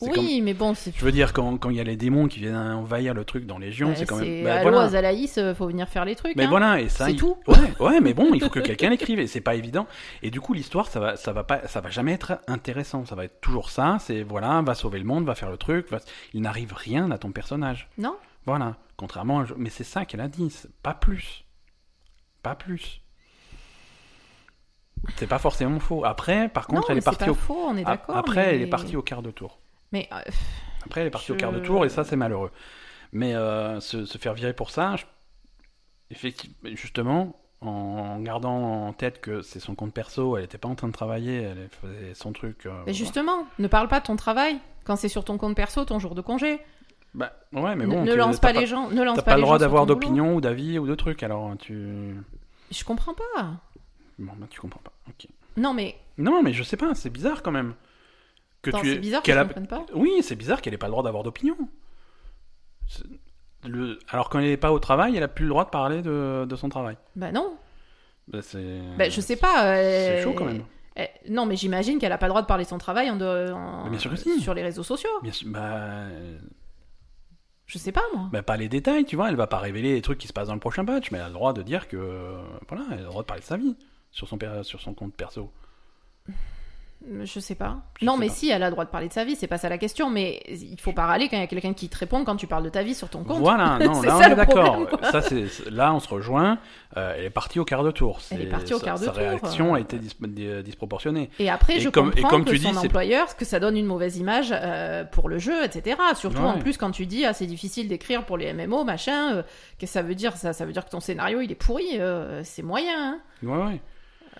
[SPEAKER 1] C'est comme-
[SPEAKER 2] Oui, mais bon, c'est.
[SPEAKER 1] Je veux dire, quand quand il y a les démons qui viennent envahir le truc dans Légion,
[SPEAKER 2] Ouais,
[SPEAKER 1] c'est quand
[SPEAKER 2] c'est-
[SPEAKER 1] même. bah,
[SPEAKER 2] Allô,
[SPEAKER 1] voilà.
[SPEAKER 2] Azalaïs, euh, faut venir faire les trucs.
[SPEAKER 1] Mais
[SPEAKER 2] hein.
[SPEAKER 1] voilà, et ça.
[SPEAKER 2] C'est
[SPEAKER 1] il-
[SPEAKER 2] tout.
[SPEAKER 1] [LAUGHS] Ouais, ouais, mais bon, il faut que quelqu'un l'écrive, et c'est pas évident. Et du coup, l'histoire, ça va, ça va pas, ça va jamais être intéressant. Ça va être toujours ça. C'est voilà, va sauver le monde, va faire le truc. va- Il n'arrive rien à ton personnage.
[SPEAKER 2] Non.
[SPEAKER 1] Voilà. Contrairement, à- mais c'est ça qu'elle a dit. c'est Pas plus. Pas plus. C'est pas forcément faux. Après, par contre,
[SPEAKER 2] Non,
[SPEAKER 1] elle
[SPEAKER 2] mais
[SPEAKER 1] est partie
[SPEAKER 2] c'est pas
[SPEAKER 1] au.
[SPEAKER 2] faux, on est
[SPEAKER 1] a-
[SPEAKER 2] d'accord.
[SPEAKER 1] Après,
[SPEAKER 2] mais-
[SPEAKER 1] elle est partie au quart de tour.
[SPEAKER 2] Mais euh,
[SPEAKER 1] Après, elle est partie au
[SPEAKER 2] Je-
[SPEAKER 1] quart de tour et ça, c'est malheureux. Mais euh, se, se faire virer pour ça, je- effectivement, justement, en gardant en tête que c'est son compte perso, elle n'était pas en train de travailler, elle faisait son truc. euh,
[SPEAKER 2] mais
[SPEAKER 1] voilà.
[SPEAKER 2] justement, ne parle pas de ton travail quand c'est sur ton compte perso, ton jour de congé.
[SPEAKER 1] Bah, ouais, mais
[SPEAKER 2] Ne-
[SPEAKER 1] bon,
[SPEAKER 2] ne
[SPEAKER 1] tu-
[SPEAKER 2] lance
[SPEAKER 1] t'as
[SPEAKER 2] pas les gens. Ne lance
[SPEAKER 1] T'as
[SPEAKER 2] pas,
[SPEAKER 1] pas le
[SPEAKER 2] les
[SPEAKER 1] droit
[SPEAKER 2] gens sur
[SPEAKER 1] d'avoir
[SPEAKER 2] ton boulot.
[SPEAKER 1] d'opinion ou d'avis ou de trucs, alors tu.
[SPEAKER 2] Je comprends pas.
[SPEAKER 1] Bon, bah, tu comprends pas. ok.
[SPEAKER 2] Non, mais
[SPEAKER 1] Non, mais je sais pas, c'est bizarre quand même. Que
[SPEAKER 2] attends,
[SPEAKER 1] tu aies-
[SPEAKER 2] c'est bizarre
[SPEAKER 1] qu'elle
[SPEAKER 2] qu'ils
[SPEAKER 1] a-
[SPEAKER 2] comprennent pas.
[SPEAKER 1] Oui, c'est bizarre qu'elle n'ait pas le droit d'avoir d'opinion. C'est- Le... Alors quand elle n'est pas au travail, elle a plus le droit de parler de, de son travail.
[SPEAKER 2] Bah non.
[SPEAKER 1] Bah, c'est...
[SPEAKER 2] Bah je sais pas.
[SPEAKER 1] C'est
[SPEAKER 2] euh,
[SPEAKER 1] chaud quand même.
[SPEAKER 2] euh, non, mais j'imagine qu'elle a pas le droit de parler de son travail en, de- en-
[SPEAKER 1] Mais bien sûr que si.
[SPEAKER 2] sur les réseaux sociaux.
[SPEAKER 1] Bien sûr, bah, euh,
[SPEAKER 2] Je sais pas moi.
[SPEAKER 1] bah, pas les détails, tu vois, elle va pas révéler les trucs qui se passent dans le prochain patch, mais elle a le droit de dire que euh, voilà, elle a le droit de parler de sa vie sur son per- sur son compte perso.
[SPEAKER 2] Je sais pas.
[SPEAKER 1] Je
[SPEAKER 2] non,
[SPEAKER 1] sais
[SPEAKER 2] mais
[SPEAKER 1] pas.
[SPEAKER 2] si, elle a le droit de parler de sa vie, c'est pas ça la question, mais il faut pas râler quand il y a quelqu'un qui te répond quand tu parles de ta vie sur ton compte. [LAUGHS]
[SPEAKER 1] Voilà, non,
[SPEAKER 2] C'est
[SPEAKER 1] là
[SPEAKER 2] ça,
[SPEAKER 1] on est
[SPEAKER 2] le
[SPEAKER 1] d'accord.
[SPEAKER 2] problème, quoi.
[SPEAKER 1] Ça c'est c'est- là on se rejoint. Euh, elle est partie au quart de tour.
[SPEAKER 2] Elle est
[SPEAKER 1] C'est-
[SPEAKER 2] partie au
[SPEAKER 1] sa-
[SPEAKER 2] quart de
[SPEAKER 1] sa
[SPEAKER 2] tour,
[SPEAKER 1] réaction
[SPEAKER 2] euh.
[SPEAKER 1] a été dis- dis- disproportionnée.
[SPEAKER 2] Et après,
[SPEAKER 1] Et
[SPEAKER 2] je
[SPEAKER 1] comme- et
[SPEAKER 2] comprends
[SPEAKER 1] comme
[SPEAKER 2] que
[SPEAKER 1] tu dis,
[SPEAKER 2] son
[SPEAKER 1] c'est-
[SPEAKER 2] employeur, que ça donne une mauvaise image euh, pour le jeu, etc. Surtout
[SPEAKER 1] Ouais.
[SPEAKER 2] en plus quand tu dis, ah, c'est difficile d'écrire pour les MMO, machin, euh, qu'est-ce que ça veut dire ça Ça veut dire que ton scénario, il est pourri, euh, c'est moyen. hein.
[SPEAKER 1] Ouais, ouais.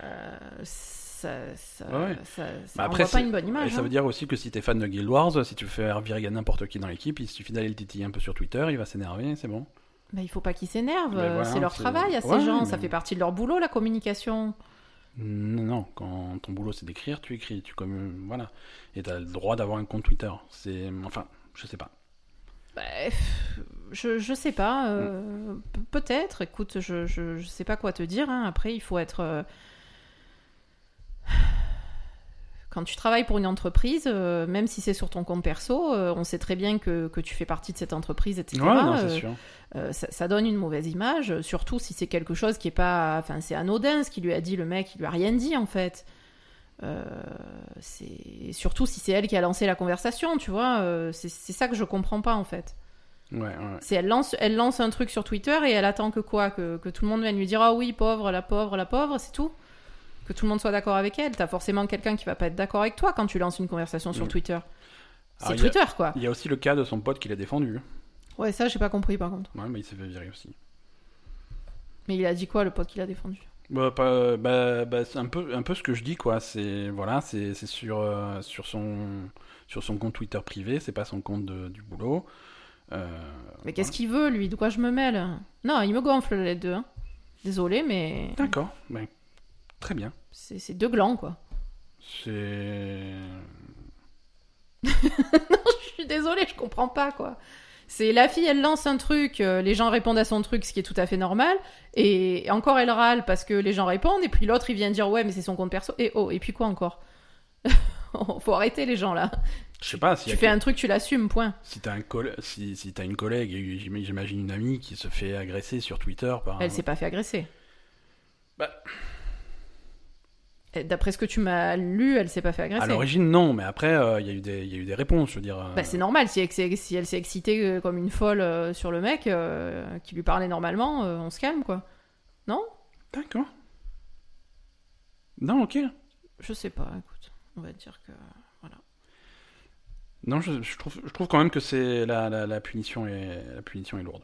[SPEAKER 2] Euh, ça, ça,
[SPEAKER 1] Ah Ouais.
[SPEAKER 2] ça, ça
[SPEAKER 1] Bah
[SPEAKER 2] renvoie pas
[SPEAKER 1] c'est-
[SPEAKER 2] une bonne
[SPEAKER 1] Et
[SPEAKER 2] image.
[SPEAKER 1] ça
[SPEAKER 2] hein.
[SPEAKER 1] veut dire aussi que si t'es fan de Guild Wars, si tu veux faire virer n'importe qui dans l'équipe, il suffit d'aller le titiller un peu sur Twitter, il va s'énerver, c'est bon.
[SPEAKER 2] Bah, il faut pas qu'ils s'énervent,
[SPEAKER 1] Mais
[SPEAKER 2] euh,
[SPEAKER 1] Ben voilà,
[SPEAKER 2] c'est leur
[SPEAKER 1] c'est-
[SPEAKER 2] travail à ces
[SPEAKER 1] Ouais,
[SPEAKER 2] gens,
[SPEAKER 1] mais-
[SPEAKER 2] ça fait partie de leur boulot, la communication.
[SPEAKER 1] Non, non, quand ton boulot c'est d'écrire, tu écris, tu comme voilà, et t'as le droit d'avoir un compte Twitter. C'est enfin, je sais pas.
[SPEAKER 2] Bah, pff, je, je sais pas.
[SPEAKER 1] Mm.
[SPEAKER 2] euh, pe- Peut-être. Écoute, je, je, je sais pas quoi te dire. hein. Après, il faut être. euh, Quand tu travailles pour une entreprise, euh, même si c'est sur ton compte perso, euh, on sait très bien que, que tu fais partie de cette entreprise, etc.
[SPEAKER 1] ouais, non, c'est
[SPEAKER 2] Euh,
[SPEAKER 1] sûr.
[SPEAKER 2] euh, ça, ça donne une mauvaise image, euh, surtout si c'est quelque chose qui est pas. Enfin, c'est anodin ce qu'il lui a dit, le mec, il lui a rien dit en fait. Euh, c'est surtout si c'est elle qui a lancé la conversation, tu vois. euh, c'est c'est ça que je comprends pas en fait.
[SPEAKER 1] Ouais, ouais.
[SPEAKER 2] C'est elle lance, elle lance un truc sur Twitter et elle attend que quoi que, que tout le monde vienne lui dire ah oui pauvre la pauvre la pauvre c'est tout. Que tout le monde soit d'accord avec elle. T'as forcément quelqu'un qui va pas être d'accord avec toi quand tu lances une conversation sur
[SPEAKER 1] Mm.
[SPEAKER 2] Twitter. C'est
[SPEAKER 1] Alors, il y a-
[SPEAKER 2] Twitter quoi.
[SPEAKER 1] Il y a aussi le cas de son pote qui l'a défendu.
[SPEAKER 2] Ouais ça j'ai pas compris par contre.
[SPEAKER 1] Ouais, mais il s'est fait virer aussi.
[SPEAKER 2] Mais il a dit quoi le pote qu'il a défendu
[SPEAKER 1] Bah, pas- bah, bah, c'est un peu, un peu ce que je dis quoi. C'est voilà, c'est c'est sur euh, sur son sur son compte Twitter privé, c'est pas son compte de- du boulot. Euh,
[SPEAKER 2] Mais qu'est-ce qu'il veut lui De quoi je me mêle Non il me gonfle les deux. hein. Désolé mais
[SPEAKER 1] D'accord, ben, très bien.
[SPEAKER 2] c'est c'est deux glands quoi.
[SPEAKER 1] C'est.
[SPEAKER 2] Je suis désolée, je comprends pas quoi. C'est la fille, elle lance un truc, euh, les gens répondent à son truc, ce qui est tout à fait normal, et encore elle râle parce que les gens répondent, et puis l'autre il vient dire ouais mais c'est son compte perso, et oh, et puis quoi encore [LAUGHS] Faut arrêter les gens là.
[SPEAKER 1] Je sais pas, si,
[SPEAKER 2] Tu fais un truc, tu l'assumes, point.
[SPEAKER 1] si t'as un coll- si, si t'as une collègue, et j'im- j'imagine une amie qui se fait agresser sur Twitter par. un-
[SPEAKER 2] Elle s'est pas fait agresser.
[SPEAKER 1] Bah.
[SPEAKER 2] Et D'après ce que tu m'as lu, elle s'est pas fait agresser.
[SPEAKER 1] À l'origine, non, mais après, euh, il y, a eu des- il y a eu des réponses, je veux dire. euh,
[SPEAKER 2] Bah, c'est normal, si elle, s'est- si elle s'est excitée euh, comme une folle euh, sur le mec euh, qui lui parlait normalement, euh, on se calme quoi.
[SPEAKER 1] D'accord. Non, ok.
[SPEAKER 2] Je sais pas, écoute, on va dire que.
[SPEAKER 1] Non, je, je trouve, je trouve quand même que c'est la, la, la punition est, la punition est lourde.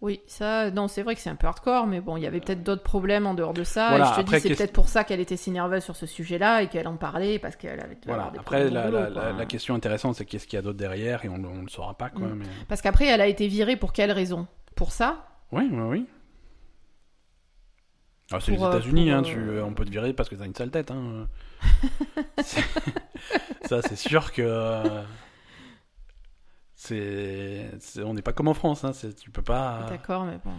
[SPEAKER 2] Oui, ça, non, c'est vrai que c'est un peu hardcore, mais bon, il y avait peut-être d'autres problèmes en dehors de ça.
[SPEAKER 1] Voilà,
[SPEAKER 2] et je te
[SPEAKER 1] après,
[SPEAKER 2] dis, c'est
[SPEAKER 1] qu'est-ce-
[SPEAKER 2] peut-être pour ça qu'elle était si nerveuse sur ce sujet-là et qu'elle en parlait parce qu'elle avait dû
[SPEAKER 1] Voilà.
[SPEAKER 2] avoir des
[SPEAKER 1] Après,
[SPEAKER 2] problèmes
[SPEAKER 1] la,
[SPEAKER 2] au boulot,
[SPEAKER 1] la,
[SPEAKER 2] quoi.
[SPEAKER 1] la- la question intéressante, c'est qu'est-ce qu'il y a d'autre derrière et on, le- on le saura pas, quoi.
[SPEAKER 2] Mm.
[SPEAKER 1] Mais...
[SPEAKER 2] Parce qu'après, elle a été virée pour quelle raison Pour ça
[SPEAKER 1] Oui, oui, oui. Ah, c'est les
[SPEAKER 2] Pour, euh,
[SPEAKER 1] États-Unis,
[SPEAKER 2] pour,
[SPEAKER 1] hein,
[SPEAKER 2] euh,
[SPEAKER 1] tu, euh, on peut te virer parce que t'as une sale tête.
[SPEAKER 2] [LAUGHS]
[SPEAKER 1] Hein. C'est- Ça, c'est sûr que. euh, C'est, c'est- on n'est pas comme en France, hein, c'est, tu peux pas.
[SPEAKER 2] D'accord, mais bon.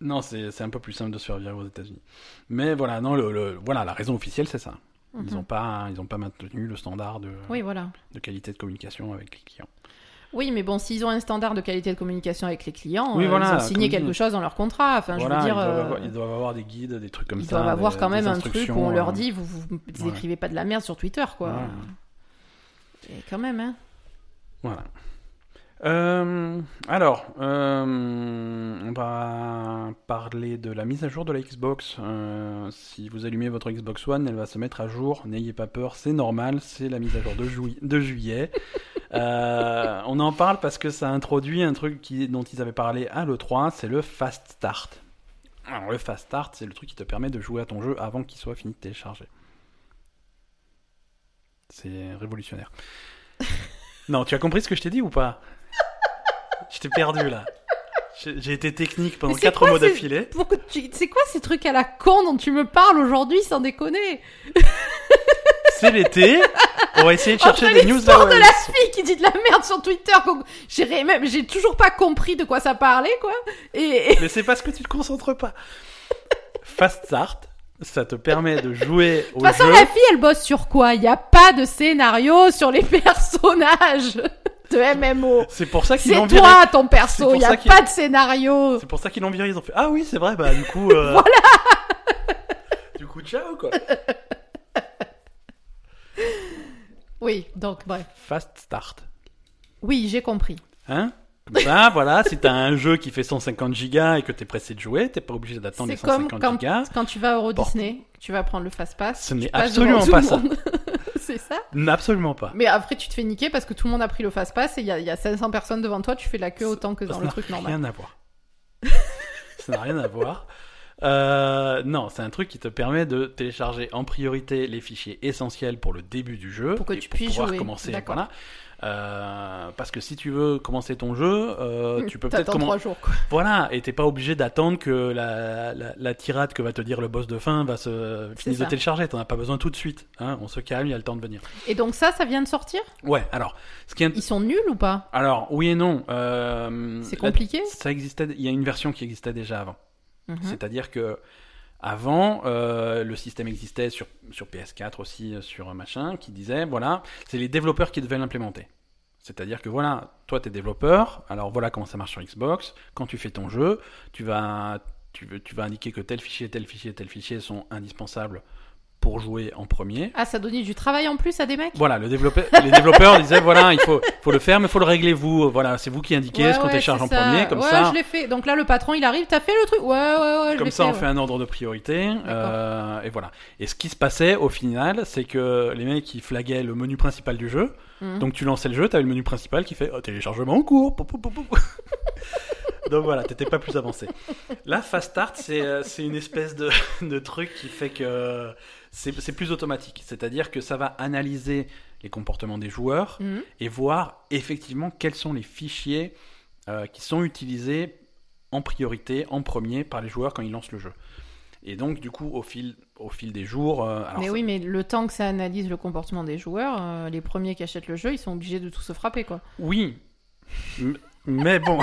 [SPEAKER 1] Non, c'est, c'est un peu plus simple de se faire virer aux États-Unis. Mais voilà, non, le, le- voilà, la raison officielle, c'est ça. Ils
[SPEAKER 2] Mhm.
[SPEAKER 1] n'ont pas, ils ont pas maintenu le standard de,
[SPEAKER 2] Oui, voilà.
[SPEAKER 1] de qualité de communication avec les clients.
[SPEAKER 2] Oui, mais bon, s'ils ont un standard de qualité de communication avec les clients,
[SPEAKER 1] Oui,
[SPEAKER 2] euh,
[SPEAKER 1] voilà,
[SPEAKER 2] ils ont signé
[SPEAKER 1] comme dit.
[SPEAKER 2] quelque chose dans leur contrat. Enfin,
[SPEAKER 1] voilà,
[SPEAKER 2] je veux dire,
[SPEAKER 1] ils, doivent
[SPEAKER 2] euh,
[SPEAKER 1] avoir, ils doivent avoir des guides, des trucs comme
[SPEAKER 2] ils
[SPEAKER 1] ça.
[SPEAKER 2] doivent avoir
[SPEAKER 1] des-
[SPEAKER 2] quand même
[SPEAKER 1] des
[SPEAKER 2] un truc où
[SPEAKER 1] instructions,
[SPEAKER 2] on leur
[SPEAKER 1] euh,
[SPEAKER 2] dit, vous, vous
[SPEAKER 1] ouais.
[SPEAKER 2] écrivez pas de la merde sur Twitter, quoi.
[SPEAKER 1] Voilà.
[SPEAKER 2] Et quand même, hein.
[SPEAKER 1] Voilà. Euh, alors, euh, on va parler de la mise à jour de la Xbox. Euh, si vous allumez votre Xbox One, elle va se mettre à jour. N'ayez pas peur, c'est normal, c'est la mise à jour de, juillet- de juillet. Euh, on en parle parce que ça introduit un truc qui, dont ils avaient parlé à l'E3, c'est le Fast Start. Alors, le Fast Start, c'est le truc qui te permet de jouer à ton jeu avant qu'il soit fini de télécharger. C'est
[SPEAKER 2] [LAUGHS]
[SPEAKER 1] révolutionnaire. non, tu as compris ce que je t'ai dit ou pas Je t'ai perdu là. J'ai j'ai été technique pendant
[SPEAKER 2] Mais c'est
[SPEAKER 1] 4
[SPEAKER 2] quoi,
[SPEAKER 1] mots
[SPEAKER 2] c'est-
[SPEAKER 1] d'affilée.
[SPEAKER 2] Pour que tu- C'est quoi ces trucs à la con dont tu me parles aujourd'hui sans déconner
[SPEAKER 1] C'est l'été. On va
[SPEAKER 2] [LAUGHS]
[SPEAKER 1] essayer de chercher
[SPEAKER 2] Entre
[SPEAKER 1] des news
[SPEAKER 2] l'histoire
[SPEAKER 1] là
[SPEAKER 2] de la fille qui dit de la merde sur Twitter, qu'on- j'ai ré- même j'ai toujours pas compris de quoi ça parlait quoi. Et, et-
[SPEAKER 1] Mais c'est parce que tu te concentres pas. Fast Start, ça te permet de jouer
[SPEAKER 2] de
[SPEAKER 1] au
[SPEAKER 2] toute façon
[SPEAKER 1] jeu.
[SPEAKER 2] la fille elle bosse sur quoi Il y a pas de scénario sur les [LAUGHS] personnages de MMO.
[SPEAKER 1] C'est pour ça qu'ils l'ont
[SPEAKER 2] C'est
[SPEAKER 1] viré.
[SPEAKER 2] toi ton
[SPEAKER 1] C'est
[SPEAKER 2] perso,
[SPEAKER 1] pour
[SPEAKER 2] il y
[SPEAKER 1] ça
[SPEAKER 2] a
[SPEAKER 1] qu'il-
[SPEAKER 2] pas de scénario.
[SPEAKER 1] C'est pour ça qu'ils l'ont viré. Ils ont fait Ah oui, c'est vrai, bah du
[SPEAKER 2] [LAUGHS]
[SPEAKER 1] coup. euh, Du coup, ciao quoi.
[SPEAKER 2] Oui, donc bref.
[SPEAKER 1] Fast Start.
[SPEAKER 2] Oui, j'ai compris.
[SPEAKER 1] Hein Comme ça, voilà, si t'as un jeu qui fait 150 gigas et que t'es pressé de jouer, t'es pas obligé d'attendre les
[SPEAKER 2] C'est comme
[SPEAKER 1] 150
[SPEAKER 2] quand,
[SPEAKER 1] gigas.
[SPEAKER 2] quand tu vas à Euro
[SPEAKER 1] Porte.
[SPEAKER 2] Disney, tu vas prendre le fast pass.
[SPEAKER 1] Ce n'est
[SPEAKER 2] passe devant
[SPEAKER 1] absolument
[SPEAKER 2] tout
[SPEAKER 1] pas
[SPEAKER 2] le
[SPEAKER 1] ça.
[SPEAKER 2] monde. [LAUGHS] C'est ça
[SPEAKER 1] Absolument pas.
[SPEAKER 2] Mais après, tu te fais niquer parce que tout le monde a pris le fast-pass et il y, a- il y a 500 personnes devant toi, tu fais la queue autant que dans
[SPEAKER 1] Ça
[SPEAKER 2] le
[SPEAKER 1] n'a
[SPEAKER 2] truc normal.
[SPEAKER 1] rien à
[SPEAKER 2] [LAUGHS]
[SPEAKER 1] voir. Ça n'a rien à voir. Euh, non, c'est un truc qui te permet de télécharger en priorité les fichiers essentiels pour le début du jeu.
[SPEAKER 2] Pour que
[SPEAKER 1] et
[SPEAKER 2] tu puisses
[SPEAKER 1] pouvoir
[SPEAKER 2] jouer.
[SPEAKER 1] commencer.
[SPEAKER 2] D'accord.
[SPEAKER 1] Voilà. Euh, parce que si tu veux commencer ton jeu, euh,
[SPEAKER 2] [LAUGHS] Hmm,
[SPEAKER 1] tu peux peut-être
[SPEAKER 2] T'attends
[SPEAKER 1] commencer.
[SPEAKER 2] trois jours, quoi.
[SPEAKER 1] Voilà, et t'es pas obligé d'attendre que la, la, la tirade que va te dire le boss de fin va se finisse de
[SPEAKER 2] ça.
[SPEAKER 1] télécharger. T'en as pas besoin tout de suite. hein. On se calme, il y a le temps de venir.
[SPEAKER 2] Et donc ça, ça vient de sortir
[SPEAKER 1] Ouais, alors, ce qui est... int-
[SPEAKER 2] Ils sont nuls ou pas
[SPEAKER 1] alors oui et non. euh,
[SPEAKER 2] C'est
[SPEAKER 1] la-
[SPEAKER 2] compliqué
[SPEAKER 1] ça existait. Il y a une version qui existait déjà avant.
[SPEAKER 2] Mhm.
[SPEAKER 1] C'est-à-dire que avant, euh, le système existait sur, sur PS4 aussi, euh, sur un machin, qui disait, voilà, c'est les développeurs qui devaient l'implémenter. C'est-à-dire que voilà, toi t'es développeur, alors voilà comment ça marche sur Xbox, quand tu fais ton jeu, tu vas, tu, veux- tu vas indiquer que tel fichier, tel fichier, tel fichier sont indispensables pour jouer en premier.
[SPEAKER 2] Ah, ça donnait du travail en plus à des mecs
[SPEAKER 1] Voilà, le
[SPEAKER 2] [LAUGHS]
[SPEAKER 1] développeur, les développeurs disaient, voilà, il faut, faut le faire, mais faut le régler vous, voilà, c'est vous qui indiquez
[SPEAKER 2] Ouais,
[SPEAKER 1] ce qu'on
[SPEAKER 2] ouais,
[SPEAKER 1] télécharge
[SPEAKER 2] c'est
[SPEAKER 1] en
[SPEAKER 2] ça.
[SPEAKER 1] premier, comme
[SPEAKER 2] ouais,
[SPEAKER 1] ça.
[SPEAKER 2] je l'ai fait. Donc là, le patron, il arrive, t'as fait le truc Ouais, ouais, ouais, je
[SPEAKER 1] Comme
[SPEAKER 2] l'ai
[SPEAKER 1] ça,
[SPEAKER 2] fait.
[SPEAKER 1] on fait
[SPEAKER 2] ouais.
[SPEAKER 1] un ordre de priorité. euh, et voilà. Et ce qui se passait au final, c'est que les mecs, ils flaguaient le menu principal du jeu.
[SPEAKER 2] Mhm.
[SPEAKER 1] Donc tu lançais le jeu, t'avais le menu principal qui fait oh, téléchargement en cours. pou, pou, pou, pou. [LAUGHS] Donc voilà, t'étais pas plus avancé. Là, Fast Start, c'est euh, c'est une espèce de, [LAUGHS] de truc qui fait que euh, c'est c'est plus automatique. C'est-à-dire que ça va analyser les comportements des joueurs
[SPEAKER 2] Mhm.
[SPEAKER 1] et voir effectivement quels sont les fichiers euh, qui sont utilisés en priorité, en premier, par les joueurs quand ils lancent le jeu. Et donc, du coup, au fil, au fil des jours, euh, alors
[SPEAKER 2] Mais
[SPEAKER 1] ça-
[SPEAKER 2] oui, mais le temps que ça analyse le comportement des joueurs, euh, les premiers qui achètent le jeu, ils sont obligés de tout se frapper, quoi.
[SPEAKER 1] oui, M- mais
[SPEAKER 2] [LAUGHS]
[SPEAKER 1] bon,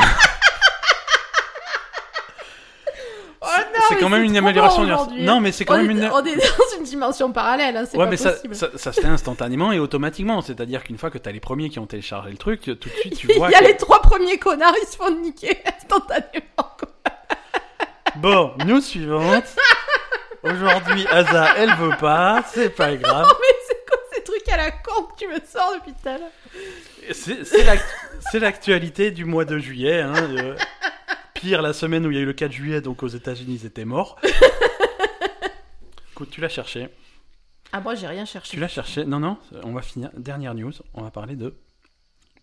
[SPEAKER 2] Oh
[SPEAKER 1] C'est-
[SPEAKER 2] non,
[SPEAKER 1] c'est
[SPEAKER 2] mais
[SPEAKER 1] quand même
[SPEAKER 2] c'est
[SPEAKER 1] une
[SPEAKER 2] trop
[SPEAKER 1] amélioration.
[SPEAKER 2] bon
[SPEAKER 1] du reste-
[SPEAKER 2] aujourd'hui.
[SPEAKER 1] non, mais c'est quand
[SPEAKER 2] on,
[SPEAKER 1] même
[SPEAKER 2] est,
[SPEAKER 1] une.
[SPEAKER 2] on est dans une [LAUGHS] dimension parallèle, hein, c'est
[SPEAKER 1] Ouais,
[SPEAKER 2] pas
[SPEAKER 1] mais ça,
[SPEAKER 2] possible.
[SPEAKER 1] ça, ça se fait instantanément et automatiquement. C'est-à-dire qu'une fois que t'as les premiers qui ont téléchargé le truc, tout de suite tu
[SPEAKER 2] [LAUGHS] Il
[SPEAKER 1] vois.
[SPEAKER 2] y a
[SPEAKER 1] que-
[SPEAKER 2] les trois premiers connards, ils se font [LAUGHS] niquer instantanément. quoi. [LAUGHS]
[SPEAKER 1] Bon, news suivante. Aujourd'hui, Asa, elle veut pas, c'est pas grave.
[SPEAKER 2] Mais c'est quoi ces trucs à la con que tu me sors depuis tout à l'heure
[SPEAKER 1] C'est c'est l'act- c'est l'actualité du mois de juillet. hein, euh. Pire, la semaine où il y a eu le 4 juillet, donc aux États-Unis, ils étaient morts. Écoute, tu l'as cherché.
[SPEAKER 2] Ah, moi, j'ai rien
[SPEAKER 1] Tu
[SPEAKER 2] cherché.
[SPEAKER 1] l'as cherché. Non, non, on va finir. Dernière news, on va parler de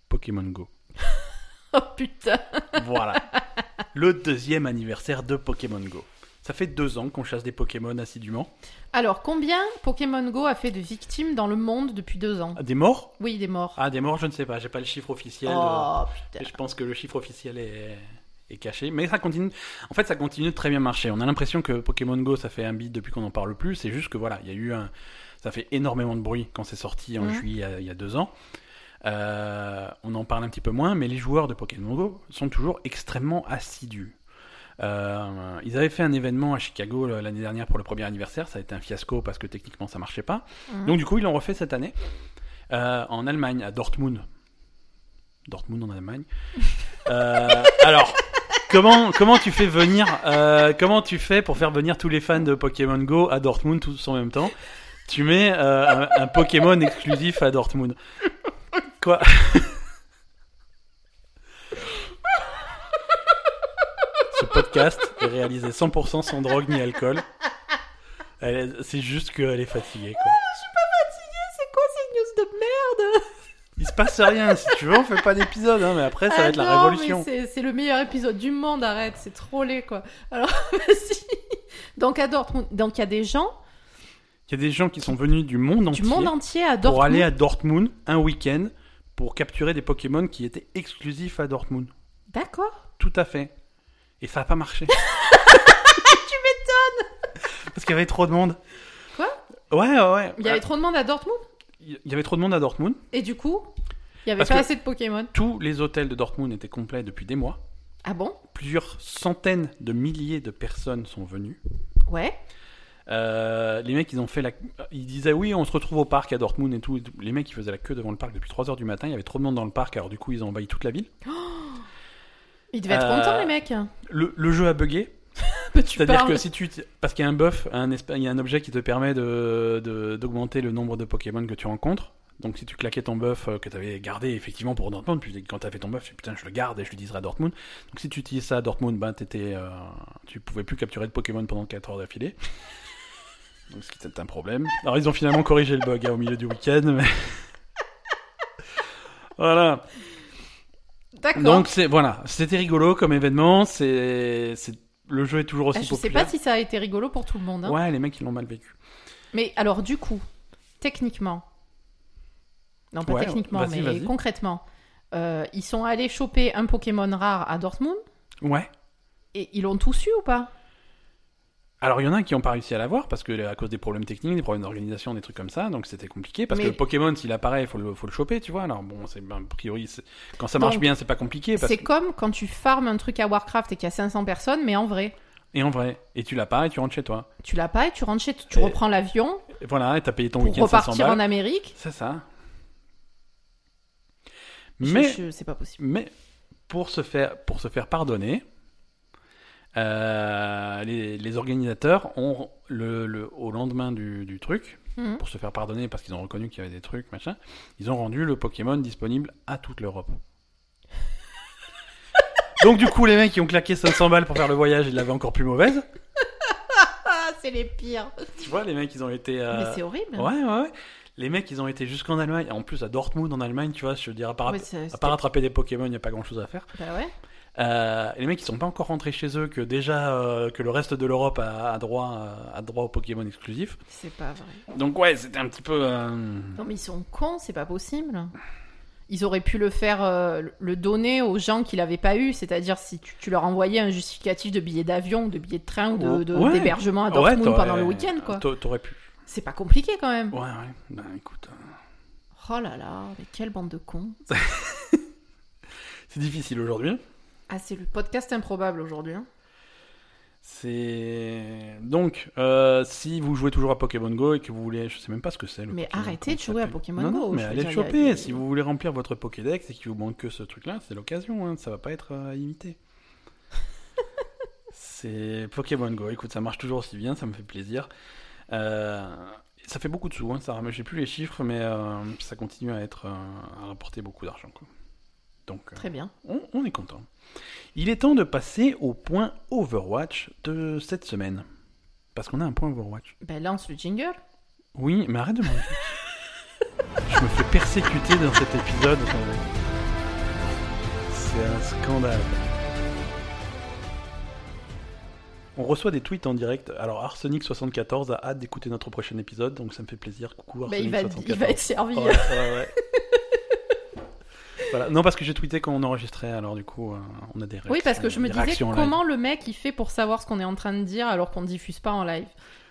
[SPEAKER 1] Pokémon Go.
[SPEAKER 2] Oh putain
[SPEAKER 1] Voilà. Le deuxième anniversaire de Pokémon Go. Ça fait deux ans qu'on chasse des Pokémon assidûment.
[SPEAKER 2] Alors, combien Pokémon Go a fait de victimes dans le monde depuis deux ans
[SPEAKER 1] Ah, Des morts
[SPEAKER 2] Oui, des morts.
[SPEAKER 1] Ah, des morts, je ne sais pas. J'ai pas le chiffre officiel. euh,
[SPEAKER 2] oh
[SPEAKER 1] Et
[SPEAKER 2] putain.
[SPEAKER 1] je pense que le chiffre officiel est, est caché. Mais ça continue. En fait, ça continue de très bien marcher. On a l'impression que Pokémon Go, ça fait un bid depuis qu'on n'en parle plus. C'est juste que voilà, il y a eu un. Ça fait énormément de bruit quand c'est sorti en
[SPEAKER 2] Mhm.
[SPEAKER 1] juillet euh, il y a deux ans. Euh, on en parle un petit peu moins, mais les joueurs de Pokémon Go sont toujours extrêmement assidus. Euh, ils avaient fait un événement à Chicago euh, l'année dernière pour le premier anniversaire. Ça a été un fiasco parce que techniquement ça marchait pas.
[SPEAKER 2] Mhm.
[SPEAKER 1] Donc du coup ils l'ont refait cette année euh, en Allemagne à Dortmund. Dortmund en Allemagne. Euh, alors comment comment tu fais venir euh, comment tu fais pour faire venir tous les fans de Pokémon Go à Dortmund tous en même temps Tu mets euh, un, un Pokémon exclusif à Dortmund. Quoi Ce podcast est réalisé 100% sans drogue ni alcool. Elle est- C'est juste qu'elle est fatiguée. Quoi.
[SPEAKER 2] C'est quoi ces news de merde
[SPEAKER 1] Il se passe rien. Si tu veux, on fait pas d'épisode, hein, mais après, ça
[SPEAKER 2] Ah
[SPEAKER 1] va être la
[SPEAKER 2] non,
[SPEAKER 1] révolution.
[SPEAKER 2] mais C'est c'est le meilleur épisode du monde, arrête, c'est trop laid quoi. Alors, [LAUGHS] vas-y. Donc à Dortmund, donc il y a des gens
[SPEAKER 1] Il y a des gens qui sont venus du monde entier
[SPEAKER 2] du monde entier à
[SPEAKER 1] pour
[SPEAKER 2] Dortmund.
[SPEAKER 1] aller à Dortmund un week-end pour capturer des Pokémon qui étaient exclusifs à Dortmund.
[SPEAKER 2] D'accord.
[SPEAKER 1] Tout à fait. Et ça n'a pas
[SPEAKER 2] [LAUGHS]
[SPEAKER 1] marché. tu m'étonnes Parce qu'il y avait trop de monde.
[SPEAKER 2] Quoi
[SPEAKER 1] Ouais, ouais, ouais. Ah,
[SPEAKER 2] Il y avait trop de monde à Dortmund
[SPEAKER 1] Il y avait trop de monde à Dortmund.
[SPEAKER 2] et du coup, il y avait
[SPEAKER 1] Parce
[SPEAKER 2] pas
[SPEAKER 1] que-
[SPEAKER 2] assez de Pokémon.
[SPEAKER 1] Tous les hôtels de Dortmund étaient complets depuis des mois.
[SPEAKER 2] Ah bon
[SPEAKER 1] Plusieurs centaines de milliers de personnes sont venues.
[SPEAKER 2] Ouais.
[SPEAKER 1] Euh, les mecs, ils ont fait la. Ils disaient oui, on se retrouve au parc à Dortmund et tout. et tout. Les mecs, ils faisaient la queue devant le parc depuis 3 heures du matin. Il y avait trop de monde dans le parc, alors du coup, ils ont envahi toute la ville.
[SPEAKER 2] Ils devaient être
[SPEAKER 1] Euh,
[SPEAKER 2] contents les mecs. [LAUGHS]
[SPEAKER 1] Le, le jeu a bugué.
[SPEAKER 2] Peu tu
[SPEAKER 1] C'est-à-dire
[SPEAKER 2] parles.
[SPEAKER 1] que si tu. t- Parce qu'il y a un buff, un esp- il y a un objet qui te permet d'augmenter de, d'augmenter le nombre de Pokémon que tu rencontres. Donc si tu claquais ton buff euh, que tu avais gardé effectivement pour Dortmund, puis quand tu fait ton buff, tu dis, putain, je le garde et je l'utiliserai à Dortmund. Donc si tu utilises ça à Dortmund, ben, t'étais, euh, tu pouvais plus capturer de Pokémon pendant 4 heures d'affilée. Donc ce qui était un problème. Alors ils ont finalement corrigé le bug hein, au milieu du week-end. Mais... [LAUGHS] voilà.
[SPEAKER 2] D'accord.
[SPEAKER 1] Donc c'est voilà, c'était rigolo comme événement. C'est c'est- le jeu est toujours
[SPEAKER 2] Ah,
[SPEAKER 1] aussi
[SPEAKER 2] je sais
[SPEAKER 1] populaire.
[SPEAKER 2] pas si ça a été rigolo pour tout le monde. hein.
[SPEAKER 1] Ouais, les mecs ils l'ont mal vécu.
[SPEAKER 2] Mais alors du coup, techniquement, non pas
[SPEAKER 1] Ouais,
[SPEAKER 2] techniquement,
[SPEAKER 1] vas-y,
[SPEAKER 2] mais
[SPEAKER 1] vas-y.
[SPEAKER 2] concrètement, euh, ils sont allés choper un Pokémon rare à Dortmund
[SPEAKER 1] Ouais.
[SPEAKER 2] et ils l'ont tous eu ou pas
[SPEAKER 1] Alors il y en a qui n'ont pas réussi à l'avoir parce que euh, à cause des problèmes techniques, des problèmes d'organisation, des trucs comme ça, donc c'était compliqué. Parce
[SPEAKER 2] Mais-
[SPEAKER 1] que le Pokémon, s'il apparaît, faut le, faut le choper, tu vois. Alors bon, c'est ben, a priori c'est- quand ça marche
[SPEAKER 2] Donc,
[SPEAKER 1] bien, c'est pas compliqué. Parce...
[SPEAKER 2] C'est
[SPEAKER 1] que-
[SPEAKER 2] comme quand tu farmes un truc à Warcraft et qu'il y a 500 personnes, mais en vrai,
[SPEAKER 1] Et en vrai, et tu l'as pas et tu rentres chez toi.
[SPEAKER 2] tu l'as pas et tu rentres chez toi, tu
[SPEAKER 1] Et-
[SPEAKER 2] reprends l'avion
[SPEAKER 1] Et voilà, et t'as payé ton
[SPEAKER 2] pour
[SPEAKER 1] week-end 500
[SPEAKER 2] repartir en
[SPEAKER 1] balles.
[SPEAKER 2] Amérique.
[SPEAKER 1] C'est ça.
[SPEAKER 2] Je-
[SPEAKER 1] Mais
[SPEAKER 2] je- c'est pas possible.
[SPEAKER 1] Mais pour se faire, pour se faire pardonner, euh, les, les organisateurs ont, le, le- au lendemain du, du truc,
[SPEAKER 2] Mhm.
[SPEAKER 1] pour se faire pardonner parce qu'ils ont reconnu qu'il y avait des trucs, machin, ils ont rendu le Pokémon disponible à toute
[SPEAKER 2] [LAUGHS]
[SPEAKER 1] l'Europe. Donc du coup, les mecs qui ont claqué 500 balles pour faire le voyage, ils l'avaient encore plus mauvaise.
[SPEAKER 2] Ah, c'est les pires.
[SPEAKER 1] Tu vois, les mecs, ils ont été... euh,
[SPEAKER 2] Mais c'est horrible.
[SPEAKER 1] ouais, ouais, ouais. Les mecs, ils ont été jusqu'en Allemagne. En plus, à Dortmund, en Allemagne, tu vois, je veux dire, à part,
[SPEAKER 2] Ouais, c'est-
[SPEAKER 1] à
[SPEAKER 2] c'était-
[SPEAKER 1] part attraper des Pokémon, il n'y a pas grand-chose à faire.
[SPEAKER 2] Bah ouais.
[SPEAKER 1] Euh, les mecs, ils sont pas encore rentrés chez eux, que déjà euh, que le reste de l'Europe a, a droit euh, a droit aux Pokémon exclusifs.
[SPEAKER 2] C'est pas vrai.
[SPEAKER 1] Donc ouais, c'était un petit peu. euh,
[SPEAKER 2] Non mais ils sont cons, c'est pas possible. Ils auraient pu le faire, euh, le donner aux gens qui l'avaient pas eu, c'est-à-dire si tu, tu leur envoyais un justificatif de billet d'avion, de billet de train ou de- de-
[SPEAKER 1] Ouais.
[SPEAKER 2] d'hébergement à
[SPEAKER 1] ouais,
[SPEAKER 2] Dortmund
[SPEAKER 1] t'aurais- euh,
[SPEAKER 2] pendant le week-end, quoi.
[SPEAKER 1] t'a- T'aurais pu.
[SPEAKER 2] C'est pas compliqué quand même.
[SPEAKER 1] Ouais, ouais. Ben, écoute, euh,
[SPEAKER 2] Oh là là, mais quelle bande de cons.
[SPEAKER 1] c'est difficile aujourd'hui. hein.
[SPEAKER 2] Ah, c'est le podcast improbable aujourd'hui. hein.
[SPEAKER 1] C'est donc euh, si vous jouez toujours à Pokémon Go et que vous voulez, je sais même pas ce que c'est. le
[SPEAKER 2] Mais
[SPEAKER 1] Pokémon,
[SPEAKER 2] arrêtez
[SPEAKER 1] comment
[SPEAKER 2] de
[SPEAKER 1] ça
[SPEAKER 2] jouer à
[SPEAKER 1] s'appelle.
[SPEAKER 2] Pokémon
[SPEAKER 1] Non,
[SPEAKER 2] Go,
[SPEAKER 1] non,
[SPEAKER 2] je
[SPEAKER 1] mais
[SPEAKER 2] veux
[SPEAKER 1] allez
[SPEAKER 2] dire,
[SPEAKER 1] le
[SPEAKER 2] il y a-
[SPEAKER 1] choper.
[SPEAKER 2] il y a-
[SPEAKER 1] Si vous voulez remplir votre Pokédex et
[SPEAKER 2] [LAUGHS]
[SPEAKER 1] qu'il vous manque que ce truc-là, c'est l'occasion. Hein, ça va pas être euh, illimité. C'est Pokémon Go. Écoute, ça marche toujours aussi bien, ça me fait plaisir. Euh, ça fait beaucoup de sous, hein, ça ramène- J'ai plus les chiffres, mais euh, ça continue à être euh, à rapporter beaucoup d'argent. quoi. Donc, euh,
[SPEAKER 2] Très bien.
[SPEAKER 1] on, on est content. Il est temps de passer au point Overwatch de cette semaine. Parce qu'on a un point Overwatch.
[SPEAKER 2] Ben lance le jingle.
[SPEAKER 1] Oui, mais arrête de m'en Je me fais persécuter dans cet épisode. euh. C'est un scandale. On reçoit des tweets en direct. Alors Arsenic74 a hâte d'écouter notre prochain épisode, donc ça me fait plaisir. Coucou
[SPEAKER 2] Ben, il, va,
[SPEAKER 1] Arsenic74.
[SPEAKER 2] il va être servi.
[SPEAKER 1] Ouais, ouais,
[SPEAKER 2] [LAUGHS]
[SPEAKER 1] ouais. Voilà. Non, parce que j'ai tweeté quand on enregistrait, alors du coup, euh, on a des réactions.
[SPEAKER 2] Oui, parce que je me
[SPEAKER 1] des
[SPEAKER 2] disais
[SPEAKER 1] réactions en live.
[SPEAKER 2] comment le mec il fait pour savoir ce qu'on est en train de dire alors qu'on ne diffuse pas en live.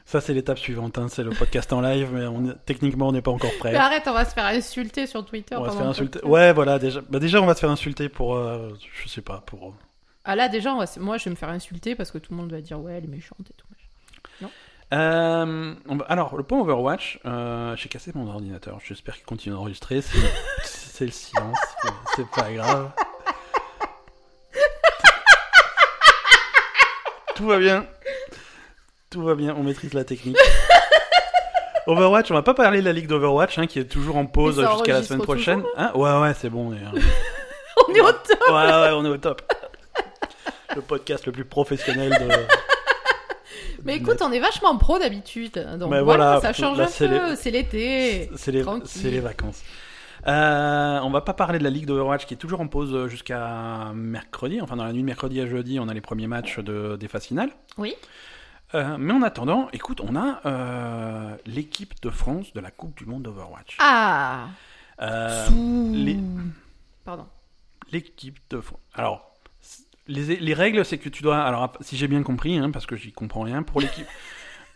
[SPEAKER 1] Ça, c'est l'étape suivante, hein, c'est le podcast en live, mais on est- techniquement, on n'est pas encore prêt.
[SPEAKER 2] Mais arrête, on va se faire insulter sur Twitter.
[SPEAKER 1] on va se
[SPEAKER 2] pendant
[SPEAKER 1] faire
[SPEAKER 2] le
[SPEAKER 1] insulter.
[SPEAKER 2] podcast.
[SPEAKER 1] Ouais, voilà, déjà, bah, déjà, on va se faire insulter pour. euh, je sais pas, pour.
[SPEAKER 2] Ah là déjà, on va se- moi je vais me faire insulter parce que tout le monde va dire ouais elle est méchante et tout.
[SPEAKER 1] [LAUGHS]
[SPEAKER 2] machin.
[SPEAKER 1] Euh, on va- alors, le point Overwatch, euh, j'ai cassé mon ordinateur. J'espère qu'il continue d'enregistrer. C'est, c'est le [LAUGHS] silence, c'est- c'est pas grave. Tout va bien. Tout va bien, on maîtrise la technique. Overwatch, on va pas parler de la ligue d'Overwatch hein, qui est toujours en pause
[SPEAKER 2] Mais ça
[SPEAKER 1] jusqu'à la
[SPEAKER 2] enregistre
[SPEAKER 1] semaine
[SPEAKER 2] toujours,
[SPEAKER 1] prochaine. Hein ouais, ouais, c'est bon. on est-
[SPEAKER 2] On est au top.
[SPEAKER 1] Ouais, ouais, on est au top. Le podcast le plus professionnel de.
[SPEAKER 2] Mais
[SPEAKER 1] de
[SPEAKER 2] écoute, on est vachement pro d'habitude. Donc
[SPEAKER 1] Mais
[SPEAKER 2] voilà,
[SPEAKER 1] voilà,
[SPEAKER 2] ça change
[SPEAKER 1] là,
[SPEAKER 2] un
[SPEAKER 1] c'est
[SPEAKER 2] peu.
[SPEAKER 1] les-
[SPEAKER 2] C'est l'été.
[SPEAKER 1] C'est les,
[SPEAKER 2] Tranquille.
[SPEAKER 1] c'est les vacances. Euh, on va pas parler de la Ligue d'Overwatch qui est toujours en pause euh, jusqu'à mercredi. Enfin, dans la nuit de mercredi à jeudi, on a les premiers matchs de, des phases finales.
[SPEAKER 2] Oui.
[SPEAKER 1] Euh, mais en attendant, écoute, on a euh, l'équipe de France de la Coupe du Monde d'Overwatch.
[SPEAKER 2] Ah.
[SPEAKER 1] Euh,
[SPEAKER 2] Sous-
[SPEAKER 1] les-
[SPEAKER 2] Pardon.
[SPEAKER 1] l'équipe de France. Alors, c- les, les règles, c'est que tu dois. Alors, si j'ai bien compris, hein, parce que j'y comprends rien, pour
[SPEAKER 2] [LAUGHS]
[SPEAKER 1] l'équipe.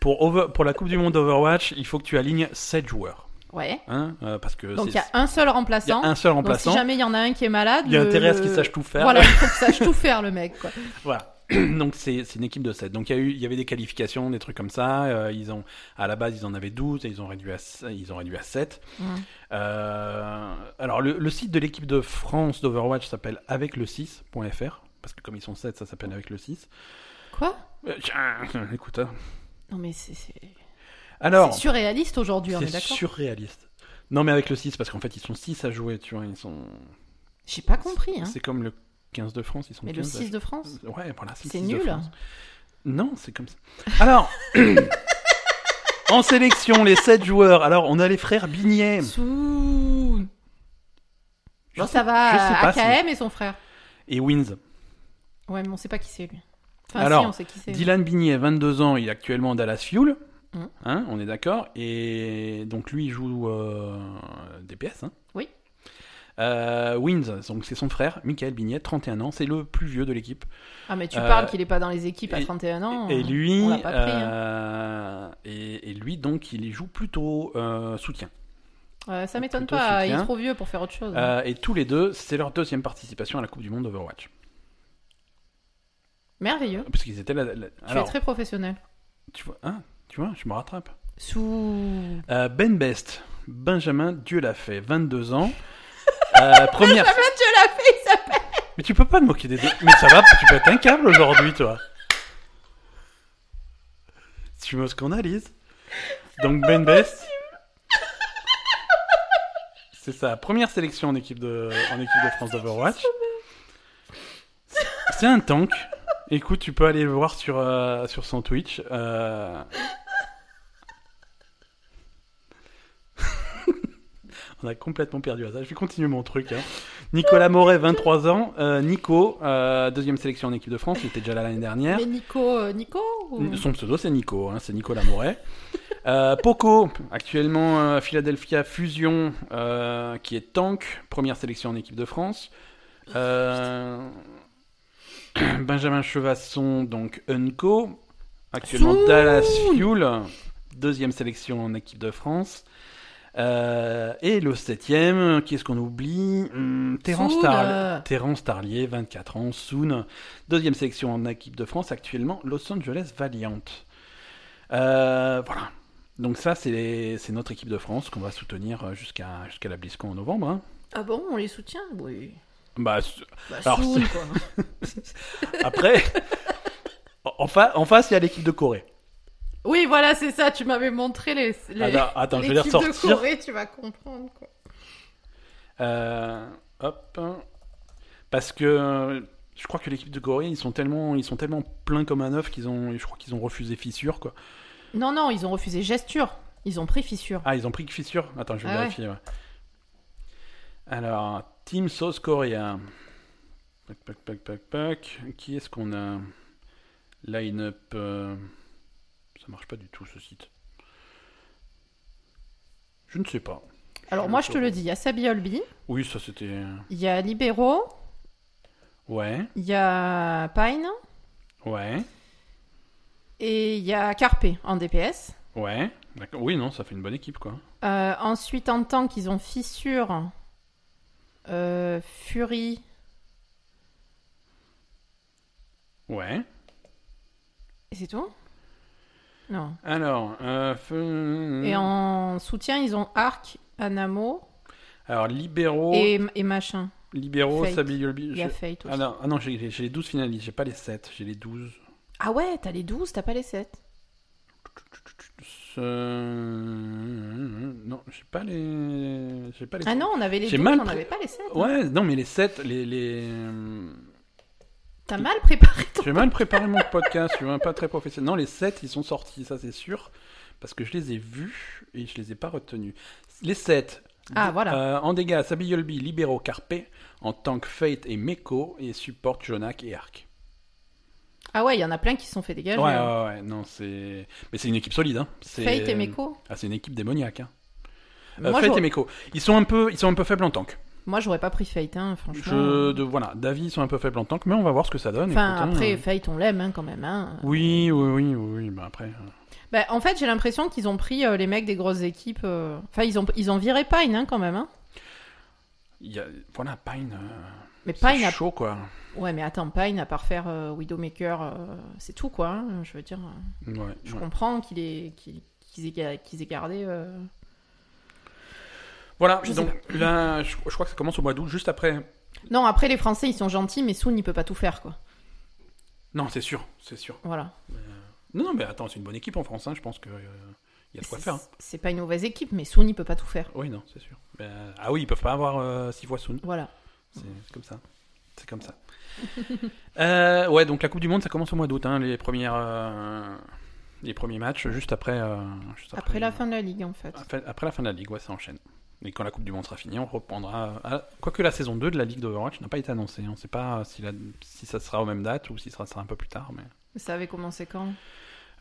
[SPEAKER 1] pour, Over- pour la Coupe du Monde d'Overwatch, il faut que tu alignes 7 joueurs.
[SPEAKER 2] Ouais.
[SPEAKER 1] Hein, euh, parce que
[SPEAKER 2] Donc
[SPEAKER 1] c'est-
[SPEAKER 2] il y a un seul
[SPEAKER 1] il y a
[SPEAKER 2] remplaçant.
[SPEAKER 1] un seul
[SPEAKER 2] Donc si
[SPEAKER 1] remplaçant.
[SPEAKER 2] jamais il y en a un qui est malade,
[SPEAKER 1] Il y a
[SPEAKER 2] le-
[SPEAKER 1] intérêt à ce
[SPEAKER 2] le-
[SPEAKER 1] qu'il sache tout faire.
[SPEAKER 2] Voilà, il faut qu'il
[SPEAKER 1] [LAUGHS]
[SPEAKER 2] sache tout faire le mec. Quoi.
[SPEAKER 1] [COUGHS] Voilà. [COUGHS] Donc c'est c'est une équipe de 7. Donc il y, a eu, il y avait des qualifications, des trucs comme ça. Euh, ils ont, à la base, ils en avaient 12 et ils ont réduit à, s- ils ont réduit à 7.
[SPEAKER 2] Mm.
[SPEAKER 1] Euh, alors le, le site de l'équipe de France d'Overwatch s'appelle avecle6.fr. Parce que comme ils sont 7, ça s'appelle avec le 6.
[SPEAKER 2] Quoi
[SPEAKER 1] Euh, tiens, [COUGHS] écoute. hein.
[SPEAKER 2] Non mais c'est c'est- c'est
[SPEAKER 1] Alors,
[SPEAKER 2] surréaliste aujourd'hui, on est
[SPEAKER 1] c'est
[SPEAKER 2] d'accord.
[SPEAKER 1] surréaliste. Non mais avec le 6, parce qu'en fait ils sont 6 à jouer, tu vois. Ils sont...
[SPEAKER 2] J'ai pas compris. Hein.
[SPEAKER 1] C'est comme le 15 de France, ils sont
[SPEAKER 2] Mais le
[SPEAKER 1] 15 à
[SPEAKER 2] 6 de France,
[SPEAKER 1] Ouais, voilà, c'est
[SPEAKER 2] c'est
[SPEAKER 1] le 6 de
[SPEAKER 2] nul.
[SPEAKER 1] France. Non, c'est comme ça. Alors, [COUGHS] en sélection, les 7 joueurs. Alors, on a les frères Bignet.
[SPEAKER 2] Sous.
[SPEAKER 1] Je
[SPEAKER 2] Bon,
[SPEAKER 1] sais-
[SPEAKER 2] ça va.
[SPEAKER 1] je sais pas
[SPEAKER 2] AKM et son frère.
[SPEAKER 1] Et Wins.
[SPEAKER 2] Ouais, mais on sait pas qui c'est lui. Enfin,
[SPEAKER 1] Alors,
[SPEAKER 2] si, on sait qui c'est.
[SPEAKER 1] Dylan Bignet, 22 ans, il est actuellement à Dallas Fuel.
[SPEAKER 2] Mhm.
[SPEAKER 1] Hein, on est d'accord. Et donc, lui, il joue euh, DPS. hein.
[SPEAKER 2] Oui.
[SPEAKER 1] Euh, Wins, donc c'est son frère, Michael Bignet, 31 ans. C'est le plus vieux de l'équipe.
[SPEAKER 2] Ah, mais tu
[SPEAKER 1] euh,
[SPEAKER 2] parles qu'il est pas dans les équipes à
[SPEAKER 1] et-
[SPEAKER 2] 31 ans.
[SPEAKER 1] et lui,
[SPEAKER 2] Oh, on l'a pas pris, hein.
[SPEAKER 1] euh, et, et lui, donc, il joue plutôt euh, soutien.
[SPEAKER 2] Ouais, ça m'étonne
[SPEAKER 1] plutôt
[SPEAKER 2] pas, il est
[SPEAKER 1] soutien.
[SPEAKER 2] trop vieux pour faire autre chose.
[SPEAKER 1] Euh, et tous les deux, c'est leur deuxième participation à la Coupe du Monde d'Overwatch.
[SPEAKER 2] Merveilleux.
[SPEAKER 1] Parce qu'ils étaient là. là- là-
[SPEAKER 2] Tu
[SPEAKER 1] Alors,
[SPEAKER 2] es très professionnel.
[SPEAKER 1] tu, vois, hein, tu vois, je me rattrape.
[SPEAKER 2] Sous.
[SPEAKER 1] Euh, ben Best, Benjamin Dieu l'a fait, 22 ans. Euh,
[SPEAKER 2] [LAUGHS]
[SPEAKER 1] première.
[SPEAKER 2] Ah, Mathieu l'a fait, il s'appelle.
[SPEAKER 1] Mais tu peux pas te moquer des deux. Mais ça va, tu peux être un câble aujourd'hui, toi. Tu me scandalises. Donc Ben Best. C'est sa première sélection en équipe de, en équipe de France d'Overwatch. C'est un tank. Écoute, tu peux aller le voir sur, euh, sur son Twitch. euh. [LAUGHS] On a complètement perdu à ça. Je vais continuer mon truc. hein. Nicolas Moret, 23 ans. Euh, Nico, euh, deuxième sélection en équipe de France. Il était déjà là l'année dernière.
[SPEAKER 2] Mais Nico, euh, Nico ou-
[SPEAKER 1] Son pseudo, c'est Nico, hein, c'est Nicolas
[SPEAKER 2] [LAUGHS]
[SPEAKER 1] Moret. Euh, Poco, actuellement euh, Philadelphia Fusion, euh, qui est tank, première sélection en équipe de France. Euh, [COUGHS] Benjamin Chevasson, donc Unco, actuellement
[SPEAKER 2] Soul.
[SPEAKER 1] Dallas Fuel, deuxième sélection en équipe de France. Euh, et le septième, qui est-ce qu'on oublie Hum, Terence
[SPEAKER 2] Soul,
[SPEAKER 1] Tarl.
[SPEAKER 2] euh,
[SPEAKER 1] Terence Tarlier, 24 ans, Soon, deuxième sélection en équipe de France, actuellement Los Angeles Valiant. Euh, voilà. Donc ça, c'est les- c'est notre équipe de France qu'on va soutenir euh, jusqu'à jusqu'à la BlizzCon en novembre. hein.
[SPEAKER 2] Ah bon, on les soutient Oui.
[SPEAKER 1] Bah, s-
[SPEAKER 2] Bah,
[SPEAKER 1] Alors,
[SPEAKER 2] Soul, quoi.
[SPEAKER 1] après, [LAUGHS] en, fa- en face, il y a l'équipe de Corée.
[SPEAKER 2] Oui, voilà, c'est ça. Tu m'avais montré les. les...
[SPEAKER 1] Attends, Ah, bah, attends, je vais les
[SPEAKER 2] l'équipe de
[SPEAKER 1] ressortir.
[SPEAKER 2] Corée, tu vas comprendre quoi.
[SPEAKER 1] Euh, hop. Parce que euh, je crois que l'équipe de Corée, ils sont tellement, ils sont tellement pleins comme un œuf qu'ils ont, je crois qu'ils ont refusé Fissure quoi.
[SPEAKER 2] Non, non, ils ont refusé gesture. Ils ont pris fissure.
[SPEAKER 1] Ah, ils ont pris que Fissure. Attends, je vais
[SPEAKER 2] Ah ouais.
[SPEAKER 1] vérifier. ouais. Alors, Team Sauce Coréen. Pac, pac, pac, pac, pac. Qui est-ce qu'on a Line-up. euh, Ça marche pas du tout ce site. Je ne sais pas.
[SPEAKER 2] Alors moi, je te le dis, il y a Sabi Olbi,
[SPEAKER 1] Oui, ça c'était. euh,
[SPEAKER 2] il y a Libero,
[SPEAKER 1] Ouais,
[SPEAKER 2] il y a Pine
[SPEAKER 1] ouais,
[SPEAKER 2] et il y a Carpe en DPS.
[SPEAKER 1] ouais. D'accord. Oui, non, ça fait une bonne équipe quoi.
[SPEAKER 2] Euh, ensuite, en tant qu'ils ont fissure, euh, Fury,
[SPEAKER 1] Ouais.
[SPEAKER 2] et c'est tout Non.
[SPEAKER 1] Alors, euh, feu-
[SPEAKER 2] Et en soutien, ils ont Arc, Anamo
[SPEAKER 1] alors libéraux,
[SPEAKER 2] et, et machin.
[SPEAKER 1] libéraux,
[SPEAKER 2] Fate.
[SPEAKER 1] Sabi Yulbi-
[SPEAKER 2] Il y a
[SPEAKER 1] Oh. je-
[SPEAKER 2] Fate aussi.
[SPEAKER 1] Ah non, ah non, j'ai j'ai les 12 finalistes, j'ai pas les 7, j'ai les 12.
[SPEAKER 2] Ah ouais, t'as les 12, t'as pas les 7.
[SPEAKER 1] Ce- Non, j'ai pas les j'ai pas les
[SPEAKER 2] Ah
[SPEAKER 1] sept.
[SPEAKER 2] non, on avait les
[SPEAKER 1] J'ai
[SPEAKER 2] 12,
[SPEAKER 1] mal Oh.
[SPEAKER 2] on
[SPEAKER 1] pré-
[SPEAKER 2] avait pas les 7.
[SPEAKER 1] Ouais, non mais les 7, les les
[SPEAKER 2] T'as mal préparé ton...
[SPEAKER 1] J'ai mal préparé mon podcast, je suis même pas très professionnel. Non, les 7, ils sont sortis, ça c'est sûr parce que je les ai vus et je les ai pas retenus. Les 7
[SPEAKER 2] Ah voilà.
[SPEAKER 1] en dégâts, Sabi Yulbi, Libero, Carpe, en tank Fate et Meko, et support Jonak et Arc.
[SPEAKER 2] Ah ouais, il y en a plein qui se sont fait dégager.
[SPEAKER 1] Ouais, ouais,
[SPEAKER 2] hein.
[SPEAKER 1] ouais, non, c'est. Mais c'est une équipe solide, hein. C'est-
[SPEAKER 2] Fate et Meko.
[SPEAKER 1] Ah, c'est une équipe démoniaque, hein. Euh,
[SPEAKER 2] moi,
[SPEAKER 1] Fate
[SPEAKER 2] j'aurais-
[SPEAKER 1] et Meko. Ils sont, un peu, ils sont un peu faibles en tank.
[SPEAKER 2] moi, j'aurais pas pris Fate, hein, franchement.
[SPEAKER 1] Je, de, voilà, d'avis, ils sont un peu faibles en tank, mais on va voir ce que ça donne.
[SPEAKER 2] Enfin,
[SPEAKER 1] écoute, hein.
[SPEAKER 2] après, Fate, on l'aime hein, quand même. hein.
[SPEAKER 1] Oui, oui, oui, oui, oui, bah après. euh,
[SPEAKER 2] Bah, en fait, j'ai l'impression qu'ils ont pris euh, les mecs des grosses équipes. euh, Enfin, ils ont ils ont viré Pine hein, quand même. hein.
[SPEAKER 1] il Y a, voilà, Pine. euh,
[SPEAKER 2] Mais
[SPEAKER 1] c'est
[SPEAKER 2] Pine, a...
[SPEAKER 1] chaud, quoi.
[SPEAKER 2] ouais, mais attends, Pine à part faire euh, Widowmaker, euh, c'est tout quoi. hein, Je veux dire, euh,
[SPEAKER 1] Ouais,
[SPEAKER 2] je
[SPEAKER 1] ouais.
[SPEAKER 2] comprends qu'il est qu'il qu'ils aient ga- qu'ils aient gardé. euh,
[SPEAKER 1] Voilà,
[SPEAKER 2] Je sais
[SPEAKER 1] donc là, je, je crois que ça commence au mois d'août, juste après.
[SPEAKER 2] Non, après les Français, ils sont gentils, mais Soon, il peut pas tout faire quoi.
[SPEAKER 1] Non, c'est sûr, c'est sûr.
[SPEAKER 2] Voilà.
[SPEAKER 1] Non, non, mais attends, c'est une bonne équipe en France, hein, je pense que. euh, Il y a de quoi
[SPEAKER 2] C'est-
[SPEAKER 1] faire. hein.
[SPEAKER 2] C'est pas une mauvaise équipe, mais Soon, il peut pas tout faire.
[SPEAKER 1] Oui, non, c'est sûr. Euh, ah oui, ils peuvent pas avoir euh, six fois Soon.
[SPEAKER 2] Voilà.
[SPEAKER 1] C'est comme ça. C'est comme ça. [LAUGHS] Euh, ouais, donc la Coupe du Monde, ça commence au mois d'août, hein, les, premières, euh, les premiers matchs, juste après, euh, juste
[SPEAKER 2] Après la fin de la ligue, en fait.
[SPEAKER 1] Après, après la fin de la Ligue, ouais, ça enchaîne. Et quand la Coupe du Monde sera finie, on reprendra. à- Quoique la saison 2 de la Ligue d'Overwatch n'a pas été annoncée. On ne sait pas si, la- si ça sera aux mêmes dates ou si ça sera un peu plus tard. Mais...
[SPEAKER 2] Ça avait commencé quand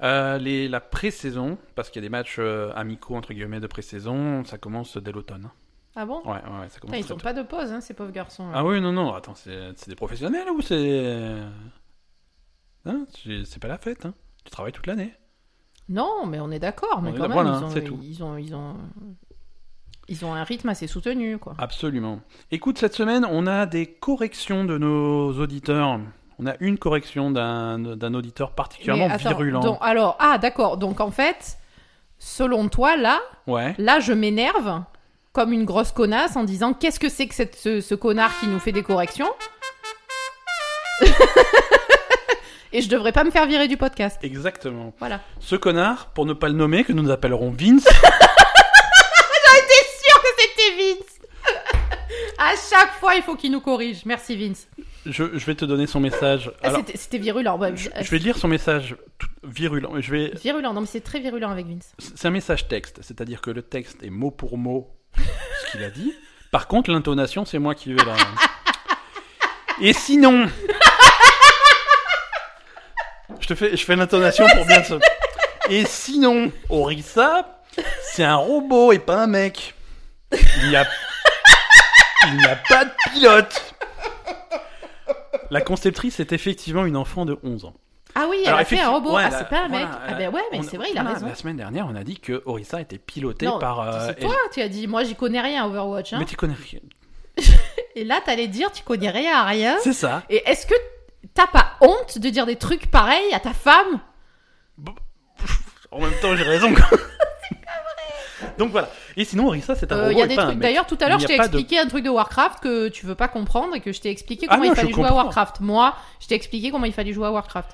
[SPEAKER 1] Euh, les, la pré-saison, parce qu'il y a des matchs euh, amicaux, entre guillemets, de pré-saison, ça commence dès l'automne. hein.
[SPEAKER 2] Ah bon
[SPEAKER 1] Ouais, ouais, ouais, ça
[SPEAKER 2] Putain,
[SPEAKER 1] commence
[SPEAKER 2] Ils
[SPEAKER 1] très
[SPEAKER 2] ont
[SPEAKER 1] tôt.
[SPEAKER 2] pas de pause, hein, ces pauvres garçons. là.
[SPEAKER 1] Ah oui, non, non, attends, c'est c'est des professionnels ou c'est. Hein C'est c'est pas la fête, hein Tu travailles toute l'année.
[SPEAKER 2] Non, mais on est d'accord, mais
[SPEAKER 1] On est
[SPEAKER 2] quand même,
[SPEAKER 1] d'accord,
[SPEAKER 2] ils,
[SPEAKER 1] hein,
[SPEAKER 2] ont,
[SPEAKER 1] c'est tout.
[SPEAKER 2] Ils, ont, ils, ont, ils ont un rythme assez soutenu, quoi.
[SPEAKER 1] Absolument. Écoute, cette semaine, on a des corrections de nos auditeurs. On a une correction d'un d'un auditeur particulièrement
[SPEAKER 2] Mais attends,
[SPEAKER 1] virulent.
[SPEAKER 2] donc- alors, ah, d'accord, donc en fait, selon toi, là,
[SPEAKER 1] Ouais.
[SPEAKER 2] là, je m'énerve comme une grosse connasse en disant qu'est-ce que c'est que cette- ce, ce connard qui nous fait des corrections [LAUGHS] Et je devrais pas me faire virer du podcast.
[SPEAKER 1] Exactement.
[SPEAKER 2] Voilà.
[SPEAKER 1] Ce connard, pour ne pas le nommer, que nous appellerons Vince, [LAUGHS]
[SPEAKER 2] C'était Vince [LAUGHS] À chaque fois, il faut qu'il nous corrige. Merci, Vince.
[SPEAKER 1] je, je vais te donner son message.
[SPEAKER 2] Ah,
[SPEAKER 1] Alors,
[SPEAKER 2] c'était- C'était virulent. ouais,
[SPEAKER 1] je,
[SPEAKER 2] euh,
[SPEAKER 1] je vais lire son message tout virulent. Je vais,
[SPEAKER 2] Virulent, non mais c'est très virulent avec Vince.
[SPEAKER 1] C'est un message texte, c'est-à-dire que le texte est mot pour mot ce qu'il a dit. Par contre, l'intonation, c'est moi qui vais là. Et sinon, je te fais, je fais l'intonation pour bien se. Et sinon, Orissa, c'est un robot et pas un mec. Il n'y a, il n'y a pas de pilote. La conceptrice est effectivement une enfant de 11 ans.
[SPEAKER 2] Ah oui, elle
[SPEAKER 1] Alors,
[SPEAKER 2] a fait un
[SPEAKER 1] effectivement,
[SPEAKER 2] robot.
[SPEAKER 1] ouais,
[SPEAKER 2] ah,
[SPEAKER 1] la-
[SPEAKER 2] c'est pas un
[SPEAKER 1] voilà,
[SPEAKER 2] mec.
[SPEAKER 1] la-
[SPEAKER 2] ah ben ouais, mais
[SPEAKER 1] on-
[SPEAKER 2] c'est vrai, il a
[SPEAKER 1] voilà,
[SPEAKER 2] raison.
[SPEAKER 1] La semaine dernière, on a dit que Orisa était pilotée
[SPEAKER 2] Non,
[SPEAKER 1] par. euh,
[SPEAKER 2] c'est
[SPEAKER 1] Hel-
[SPEAKER 2] toi, tu as dit, moi j'y connais rien à Overwatch. hein.
[SPEAKER 1] Mais tu connais rien.
[SPEAKER 2] Et là, t'allais dire, tu connais rien à rien.
[SPEAKER 1] C'est ça.
[SPEAKER 2] Et est-ce que t'as pas honte de dire des trucs pareils à ta femme
[SPEAKER 1] En même temps, j'ai raison.
[SPEAKER 2] [LAUGHS]
[SPEAKER 1] quoi. Donc voilà. Et sinon, Orisa, c'est un
[SPEAKER 2] Euh,
[SPEAKER 1] robot
[SPEAKER 2] Il y a
[SPEAKER 1] et
[SPEAKER 2] des
[SPEAKER 1] pas un
[SPEAKER 2] trucs.
[SPEAKER 1] mec.
[SPEAKER 2] D'ailleurs, tout à l'heure,
[SPEAKER 1] Il y
[SPEAKER 2] je
[SPEAKER 1] a
[SPEAKER 2] t'ai
[SPEAKER 1] pas de-
[SPEAKER 2] expliqué un truc de Warcraft que tu veux pas comprendre et que je t'ai expliqué
[SPEAKER 1] Ah
[SPEAKER 2] comment
[SPEAKER 1] non,
[SPEAKER 2] il
[SPEAKER 1] je
[SPEAKER 2] fallait jouer à
[SPEAKER 1] comprends.
[SPEAKER 2] Warcraft. Moi, je t'ai expliqué comment il fallait jouer à Warcraft.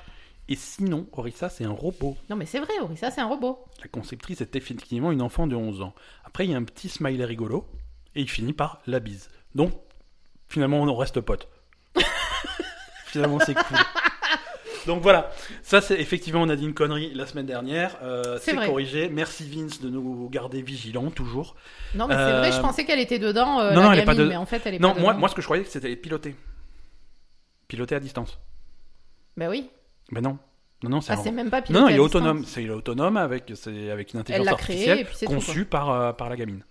[SPEAKER 1] Et sinon, Orissa, c'est un robot.
[SPEAKER 2] Non, mais c'est vrai, Orissa, c'est un robot.
[SPEAKER 1] La conceptrice est effectivement une enfant de 11 ans. Après, il y a un petit smiley rigolo, et il finit par la bise. Donc, finalement, on reste potes. [LAUGHS] finalement, c'est cool. Donc voilà, ça c'est effectivement, on a dit une connerie la semaine dernière, Euh,
[SPEAKER 2] C'est
[SPEAKER 1] c'est
[SPEAKER 2] vrai.
[SPEAKER 1] corrigé. Merci Vince de nous garder vigilants toujours.
[SPEAKER 2] Non, mais c'est
[SPEAKER 1] Euh,
[SPEAKER 2] vrai, je pensais qu'elle était dedans, euh,
[SPEAKER 1] non,
[SPEAKER 2] la
[SPEAKER 1] non, elle est pas
[SPEAKER 2] gamine,
[SPEAKER 1] de-
[SPEAKER 2] mais en fait, elle est
[SPEAKER 1] Non,
[SPEAKER 2] pas
[SPEAKER 1] moi,
[SPEAKER 2] dedans.
[SPEAKER 1] moi ce que je croyais c'était piloter. Piloter à distance.
[SPEAKER 2] Bah oui.
[SPEAKER 1] Mais non, non, non, c'est
[SPEAKER 2] Ah,
[SPEAKER 1] un-
[SPEAKER 2] c'est même pas hein.
[SPEAKER 1] Non, non,
[SPEAKER 2] piloté
[SPEAKER 1] il est
[SPEAKER 2] à distance.
[SPEAKER 1] autonome. C'est il est autonome avec, c'est avec une intelligence
[SPEAKER 2] l'a créé,
[SPEAKER 1] artificielle
[SPEAKER 2] et puis c'est tout,
[SPEAKER 1] conçue par, euh, par la gamine.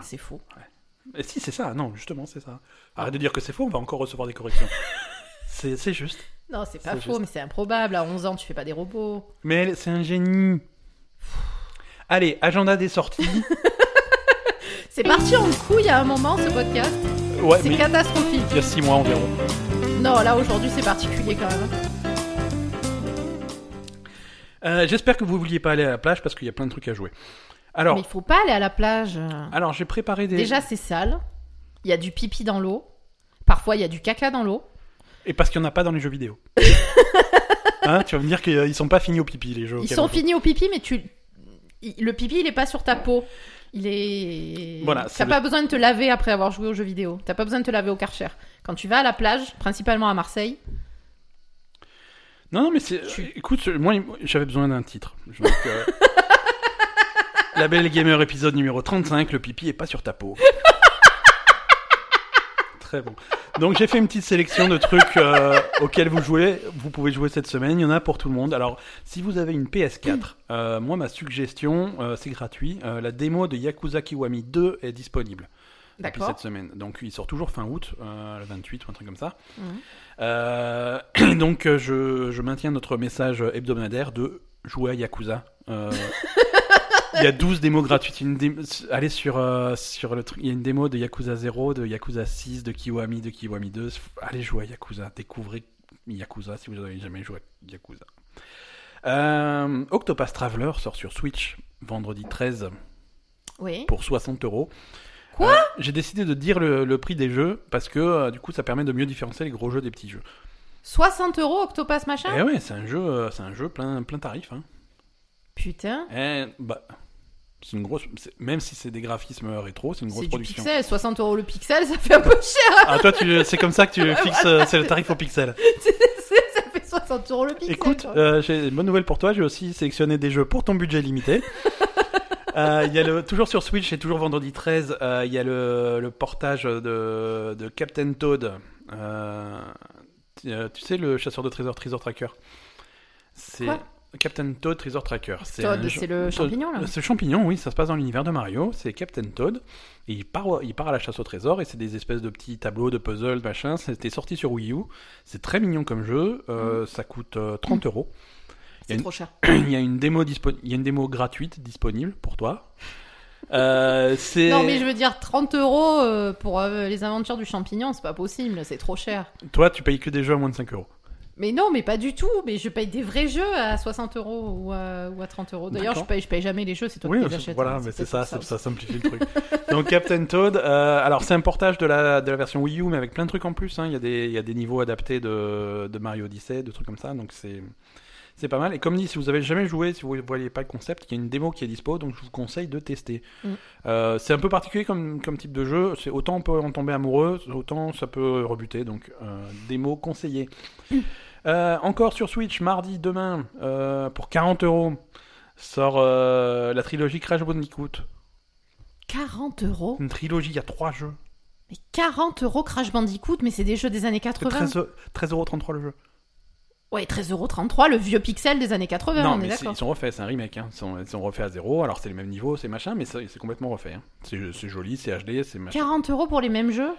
[SPEAKER 2] C'est faux.
[SPEAKER 1] Et Eh, si, c'est ça. Non, justement, c'est ça.
[SPEAKER 2] Ah.
[SPEAKER 1] Arrête de dire que c'est faux. On va encore recevoir des
[SPEAKER 2] [LAUGHS]
[SPEAKER 1] corrections. c'est c'est juste.
[SPEAKER 2] Non, c'est pas
[SPEAKER 1] C'est
[SPEAKER 2] faux,
[SPEAKER 1] juste.
[SPEAKER 2] mais c'est improbable. À 11 ans, tu fais pas des robots.
[SPEAKER 1] Mais elle, c'est un génie. Allez, agenda des
[SPEAKER 2] [LAUGHS]
[SPEAKER 1] sorties.
[SPEAKER 2] C'est parti en couille à un moment, ce podcast.
[SPEAKER 1] Ouais,
[SPEAKER 2] c'est
[SPEAKER 1] mais
[SPEAKER 2] catastrophique.
[SPEAKER 1] il y a six mois environ.
[SPEAKER 2] Non, là, aujourd'hui, c'est particulier quand même.
[SPEAKER 1] Euh, J'espère que vous vouliez pas aller à la plage parce qu'il y a plein de trucs à jouer. Alors,
[SPEAKER 2] Mais il faut pas aller à la plage.
[SPEAKER 1] alors j'ai préparé des.
[SPEAKER 2] Déjà, c'est sale. Il y a du pipi dans l'eau. Parfois, il y a du caca dans l'eau.
[SPEAKER 1] Et parce qu'il n'y en a pas dans les jeux
[SPEAKER 2] [LAUGHS]
[SPEAKER 1] vidéo. Hein, tu vas me dire qu'ils sont pas finis au pipi les jeux.
[SPEAKER 2] Ils
[SPEAKER 1] auxquels on
[SPEAKER 2] sont
[SPEAKER 1] joue.
[SPEAKER 2] finis au pipi, mais tu. il- Le pipi, il est pas sur ta peau. Il est.
[SPEAKER 1] Voilà, c'est
[SPEAKER 2] T'as pas besoin de te laver après avoir joué aux jeux vidéo. T'as pas besoin de te laver au Karcher. Quand tu vas à la plage, principalement à Marseille,
[SPEAKER 1] Non, non, mais c'est. euh,
[SPEAKER 2] Tu-
[SPEAKER 1] Écoute, je- moi, j'avais besoin d'un titre. Je- donc, euh, La Belle Gamer épisode numéro 35, le pipi est pas sur ta peau. Très bon. Donc j'ai fait une petite sélection de trucs euh, auxquels vous jouez, vous pouvez jouer cette semaine, il y en a pour tout le monde. Alors si vous avez une PS4, euh, moi ma suggestion, euh, c'est gratuit, euh, la démo de Yakuza Kiwami 2 est disponible depuis
[SPEAKER 2] d'accord
[SPEAKER 1] cette semaine. Donc il sort toujours fin août, euh, le 28 ou un truc comme ça.
[SPEAKER 2] Mhm.
[SPEAKER 1] Euh, [CLEARS THROAT] donc euh, je, je maintiens notre message hebdomadaire de jouer à Yakuza.
[SPEAKER 2] [LAUGHS]
[SPEAKER 1] Euh, il y a 12 démos gratuites. Une dé- Allez sur, euh, sur le truc. Il y a une démo de Yakuza 0, de Yakuza 6, de Kiwami, de Kiwami 2. Allez jouer à Yakuza. Découvrez Yakuza si vous n'avez jamais joué à Yakuza. Euh, Octopath Traveler sort sur Switch vendredi 13
[SPEAKER 2] Oui.
[SPEAKER 1] pour 60 euros.
[SPEAKER 2] Quoi
[SPEAKER 1] Euh, J'ai décidé de dire le, le prix des jeux parce que euh, du coup ça permet de mieux différencier les gros jeux des petits jeux.
[SPEAKER 2] 60 euros, Octopus machin
[SPEAKER 1] Eh ouais, c'est un jeu, euh, c'est un jeu plein, plein tarif. Hein.
[SPEAKER 2] Putain.
[SPEAKER 1] Eh, bah, c'est une grosse, c'est- même si c'est des graphismes rétro, c'est une grosse
[SPEAKER 2] C'est du
[SPEAKER 1] production.
[SPEAKER 2] pixel. 60 euros le pixel, ça fait un peu cher. [LAUGHS]
[SPEAKER 1] Ah toi, tu- c'est comme ça que tu fixes, euh, c'est le tarif au pixel.
[SPEAKER 2] ça fait 60 euros le pixel.
[SPEAKER 1] Écoute,
[SPEAKER 2] quoi.
[SPEAKER 1] euh, j'ai une bonne nouvelle pour toi. J'ai aussi sélectionné des jeux pour ton budget
[SPEAKER 2] [LAUGHS]
[SPEAKER 1] limité. Euh, Il y a le, toujours sur Switch et toujours vendredi 13, euh, il y a le, le portage de, de Captain Toad. Euh, tu euh, tu sais, le chasseur de trésors, Treasure Tracker. C'est
[SPEAKER 2] Quoi
[SPEAKER 1] Captain Toad, Treasure Tracker.
[SPEAKER 2] Todd,
[SPEAKER 1] un
[SPEAKER 2] c'est
[SPEAKER 1] jeu-
[SPEAKER 2] le
[SPEAKER 1] Toad-
[SPEAKER 2] champignon, là.
[SPEAKER 1] C'est le champignon, oui, ça se passe dans l'univers de Mario. C'est Captain Toad. Et il part, au- il part à la chasse au trésor et c'est des espèces de petits tableaux, de puzzles, machin. C'était sorti sur Wii U. C'est très mignon comme jeu.
[SPEAKER 2] Mm.
[SPEAKER 1] Euh, Ça coûte euh, 30 euros.
[SPEAKER 2] C'est
[SPEAKER 1] une-
[SPEAKER 2] trop cher.
[SPEAKER 1] Il y a une démo, dispo- il y a une démo gratuite disponible pour toi. Euh, c'est-
[SPEAKER 2] Non, mais je veux dire 30 euros euh, pour euh, les aventures du champignon, c'est pas possible, c'est trop cher.
[SPEAKER 1] Toi, tu payes que des jeux à moins de 5 euros.
[SPEAKER 2] Mais non, mais pas du tout. Mais je paye des vrais jeux à 60 euros ou à, ou à 30 euros. D'ailleurs, je
[SPEAKER 1] D'accord.
[SPEAKER 2] paye, je paye jamais les jeux, c'est toi
[SPEAKER 1] Oui,
[SPEAKER 2] qui les
[SPEAKER 1] c'est-
[SPEAKER 2] achètes.
[SPEAKER 1] voilà,
[SPEAKER 2] hein,
[SPEAKER 1] mais c'est
[SPEAKER 2] peut-être
[SPEAKER 1] ça,
[SPEAKER 2] pour
[SPEAKER 1] ça, ça simplifie le truc. Donc Captain Toad, euh, alors c'est un portage de la, de la version Wii U, mais avec plein de trucs en plus. hein. Il, y a des, il y a des niveaux adaptés de, de Mario Odyssey, de trucs comme ça, donc c'est c'est pas mal. Et comme dit, si vous avez jamais joué, si vous ne voyez pas le concept, il y a une démo qui est dispo, donc je vous conseille de tester.
[SPEAKER 2] Mm.
[SPEAKER 1] Euh, c'est un peu particulier comme, comme type de jeu, c'est autant on peut en tomber amoureux, autant ça peut rebuter, donc euh, démo conseillée.
[SPEAKER 2] Mm.
[SPEAKER 1] Euh, encore sur Switch, mardi, demain, euh, pour 40 euros, sort euh, la trilogie Crash Bandicoot.
[SPEAKER 2] 40 euros
[SPEAKER 1] Une trilogie, il y a trois jeux.
[SPEAKER 2] Mais 40 euros Crash Bandicoot, mais c'est des jeux des années 80.
[SPEAKER 1] 13,33 13,33 le jeu.
[SPEAKER 2] Ouais, 13 euros 33, le vieux pixel des années 80,
[SPEAKER 1] non,
[SPEAKER 2] on est
[SPEAKER 1] mais c'est-
[SPEAKER 2] d'accord.
[SPEAKER 1] ils sont refaits, c'est un remake. Hein. Ils, sont, ils sont refaits à zéro, alors c'est les mêmes niveaux, c'est machin, mais c'est c'est complètement refait. hein. C'est c'est joli, c'est HD, c'est machin.
[SPEAKER 2] 40 euros pour les mêmes jeux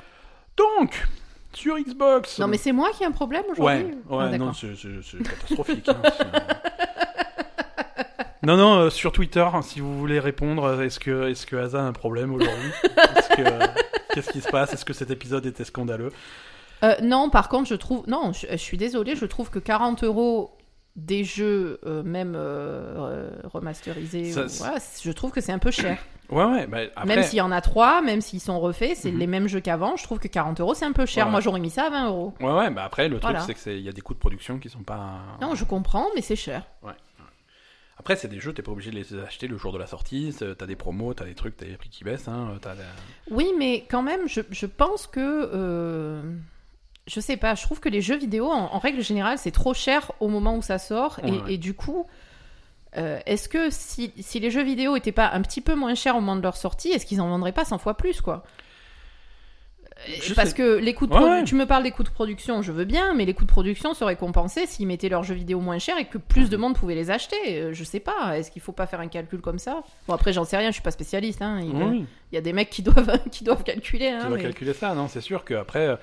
[SPEAKER 1] Donc, sur Xbox.
[SPEAKER 2] Non, mais c'est moi qui ai un problème aujourd'hui
[SPEAKER 1] Ouais, ouais,
[SPEAKER 2] Ah, d'accord.
[SPEAKER 1] non, c'est c'est- c'est catastrophique. hein. C'est- [LAUGHS] non, non, euh, sur Twitter, hein, si vous voulez répondre, euh, est-ce que, est que Asa a un problème aujourd'hui Est-ce que- euh, Qu'est-ce qui se passe Est-ce que cet épisode était scandaleux
[SPEAKER 2] Euh, non, par contre, je trouve. Non, je, je suis désolée, je trouve que 40 euros des jeux, euh, même euh, re- remasterisés,
[SPEAKER 1] Ça,
[SPEAKER 2] ou-
[SPEAKER 1] c'est-
[SPEAKER 2] voilà, c- je trouve que c'est un peu cher.
[SPEAKER 1] Ouais, ouais, bah, après,
[SPEAKER 2] Même s'il y en a trois, même s'ils sont refaits, c'est
[SPEAKER 1] Mhm.
[SPEAKER 2] les mêmes jeux qu'avant, je trouve que 40 euros c'est un peu cher.
[SPEAKER 1] Ouais.
[SPEAKER 2] Moi j'aurais mis ça à 20 euros.
[SPEAKER 1] ouais, ouais, bah, après le truc,
[SPEAKER 2] Voilà.
[SPEAKER 1] c'est que c'est- il y a des coûts de production qui sont pas.
[SPEAKER 2] Non, je comprends, mais c'est cher.
[SPEAKER 1] Après, c'est des jeux, t'es pas obligé de les acheter le jour de la sortie. c'est- T'as des promos, t'as des trucs, t'as des prix qui baissent. Hein, t'as la-
[SPEAKER 2] Oui, mais quand même, je, je pense que. euh, je sais pas, je trouve que les jeux vidéo, en, en règle générale, c'est trop cher au moment où ça sort. et-
[SPEAKER 1] Ouais, ouais.
[SPEAKER 2] Et, du coup, euh, est-ce que si, si les jeux vidéo étaient pas un petit peu moins chers au moment de leur sortie, est-ce qu'ils en vendraient pas 100 fois plus, quoi Euh,
[SPEAKER 1] Je
[SPEAKER 2] Parce
[SPEAKER 1] sais-
[SPEAKER 2] que les coûts de
[SPEAKER 1] Ouais,
[SPEAKER 2] produ-
[SPEAKER 1] ouais.
[SPEAKER 2] tu me parles des coûts de production, je veux bien, mais les coûts de production seraient compensés s'ils mettaient leurs jeux vidéo moins chers et que plus de monde pouvait les acheter. Euh, Je sais pas, est-ce qu'il faut pas faire un calcul comme ça Bon après j'en sais rien, je suis pas spécialiste. Hein, il-
[SPEAKER 1] Oui,
[SPEAKER 2] il y a des mecs qui doivent, [LAUGHS] qui doivent calculer.
[SPEAKER 1] tu
[SPEAKER 2] Hein,
[SPEAKER 1] dois
[SPEAKER 2] mais-
[SPEAKER 1] calculer ça, non C'est sûr que après. euh,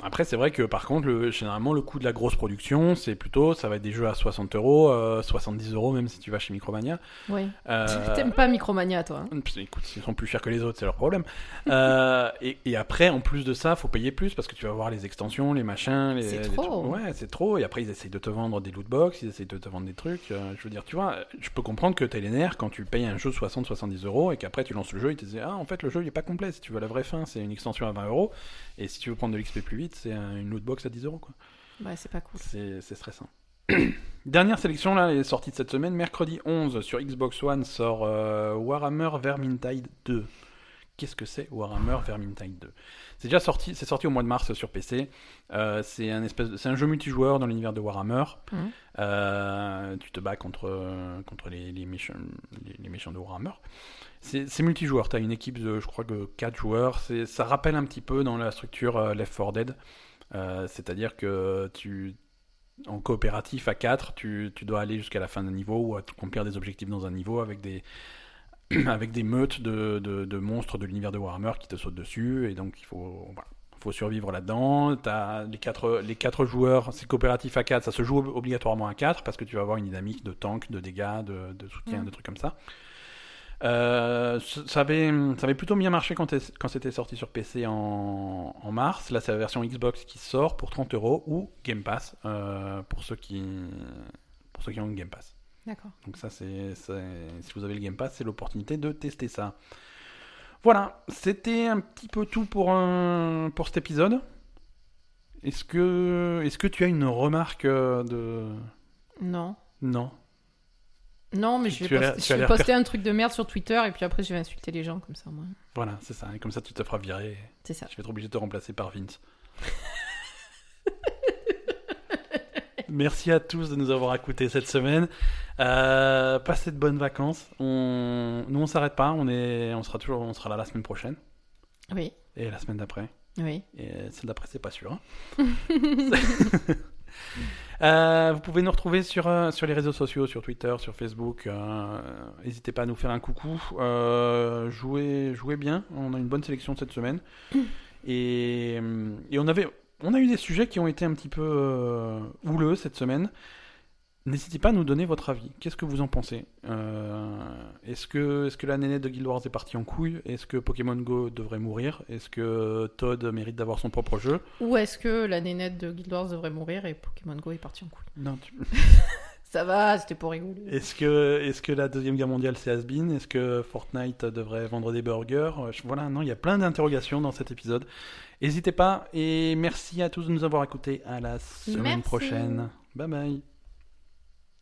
[SPEAKER 1] Après, c'est vrai que par contre, le- généralement, le coût de la grosse production, c'est plutôt, ça va être des jeux à 60 euros, euh, 70 euros, même si tu vas chez Micromania.
[SPEAKER 2] Ouais.
[SPEAKER 1] Euh,
[SPEAKER 2] [LAUGHS] T'aimes pas Micromania, toi. hein.
[SPEAKER 1] Pff, Écoute, s'ils sont plus chers que les autres, c'est leur problème. [LAUGHS] Euh, et, et après, en plus de ça, faut payer plus parce que tu vas voir les extensions, les machins. Les,
[SPEAKER 2] C'est
[SPEAKER 1] les
[SPEAKER 2] trop.
[SPEAKER 1] trucs. Ouais, c'est trop. Et après, ils essayent de te vendre des loot box, ils essayent de te vendre des trucs. Euh, je veux dire, tu vois, je peux comprendre que t'es les nerfs quand tu payes un jeu 60-70 euros et qu'après tu lances le jeu, ils te disent Ah, en fait, le jeu il est pas complet. Si tu veux la vraie fin, c'est une extension à 20 euros. Et si tu veux prendre de l'XP plus vite, c'est un- une loot box à 10 euros. quoi.
[SPEAKER 2] Ouais, c'est pas cool.
[SPEAKER 1] C'est c'est stressant. [CLEARS THROAT] Dernière sélection, là, elle est sortie de cette semaine. Mercredi 11, sur Xbox One, sort euh, Warhammer Vermintide 2. Qu'est-ce que c'est Warhammer Vermintide 2 C'est déjà sorti, c'est sorti au mois de mars sur PC. Euh, c'est un espèce, de- c'est un jeu multijoueur dans l'univers de Warhammer.
[SPEAKER 2] Mhm.
[SPEAKER 1] Euh, tu te bats contre euh, contre les, les méchants, les, les méchants de Warhammer. C'est c'est multijoueur. T'as une équipe de, je crois que 4 joueurs. C'est, ça rappelle un petit peu dans la structure euh, Left 4 Dead. Euh, c'est-à-dire que tu en coopératif à 4, tu, tu dois aller jusqu'à la fin d'un niveau ou accomplir des objectifs dans un niveau avec des [CLEARS THROAT] avec des meutes de, de- de monstres de l'univers de Warhammer qui te sautent dessus et donc il faut voilà, faut survivre là-dedans. T'as les quatre les quatre joueurs, c'est coopératif à 4, ça se joue ob- obligatoirement à 4 parce que tu vas avoir une dynamique de tank, de dégâts, de, de soutien,
[SPEAKER 2] Mm.
[SPEAKER 1] de trucs comme ça. Euh, c- ça, avait, ça avait plutôt bien marché quand, t'es- quand c'était sorti sur PC en, en mars. Là, c'est la version Xbox qui sort pour 30 euros ou Game Pass euh, pour, ceux qui, pour ceux qui ont le Game Pass.
[SPEAKER 2] D'accord.
[SPEAKER 1] Donc ça, c'est, c'est- si vous avez le Game Pass, c'est l'opportunité de tester ça. Voilà, c'était un petit peu tout pour, un- pour cet épisode. Est-ce que, est-ce que tu as une remarque euh, de...
[SPEAKER 2] Non.
[SPEAKER 1] Non.
[SPEAKER 2] Non, mais je vais,
[SPEAKER 1] Tu as l'air-
[SPEAKER 2] poster,
[SPEAKER 1] tu as
[SPEAKER 2] je vais
[SPEAKER 1] l'air
[SPEAKER 2] poster un truc de merde sur Twitter et puis après je vais insulter les gens comme ça, moi.
[SPEAKER 1] Voilà, c'est ça. Et comme ça, tu te feras virer.
[SPEAKER 2] C'est ça.
[SPEAKER 1] Je vais être obligé de te remplacer par Vince. Merci à tous de nous avoir écoutés cette semaine. Euh, passez de bonnes vacances. On... Nous, on s'arrête pas. On, est... on, sera toujours... on sera là la semaine prochaine
[SPEAKER 2] Oui,
[SPEAKER 1] et la semaine d'après.
[SPEAKER 2] oui.
[SPEAKER 1] Et celle d'après, c'est pas sûr. hein. [LAUGHS] Euh, vous pouvez nous retrouver sur, euh, sur les réseaux sociaux, sur Twitter, sur Facebook. euh, N'hésitez pas à nous faire un coucou. Euh, jouez, jouez bien. On a une bonne sélection cette semaine. Et, euh, et on, avait, on a eu des sujets qui ont été un petit peu euh, houleux cette semaine. N'hésitez pas à nous donner votre avis. Qu'est-ce que vous en pensez Euh, Est-ce que, est que la nénette de Guild Wars est partie en couille Est-ce que Pokémon Go devrait mourir Est-ce que Todd mérite d'avoir son propre jeu
[SPEAKER 2] Ou est-ce que la nénette de Guild Wars devrait mourir et Pokémon Go est parti en couille
[SPEAKER 1] Non, tu-
[SPEAKER 2] Ça va, c'était pour rigoler.
[SPEAKER 1] Est-ce que, est que la Deuxième Guerre mondiale c'est has-been Est-ce que Fortnite devrait vendre des burgers Euh, je- Voilà, non, il y a plein d'interrogations dans cet épisode. N'hésitez pas et merci à tous de nous avoir écoutés. À la semaine
[SPEAKER 2] Merci.
[SPEAKER 1] prochaine. Bye bye.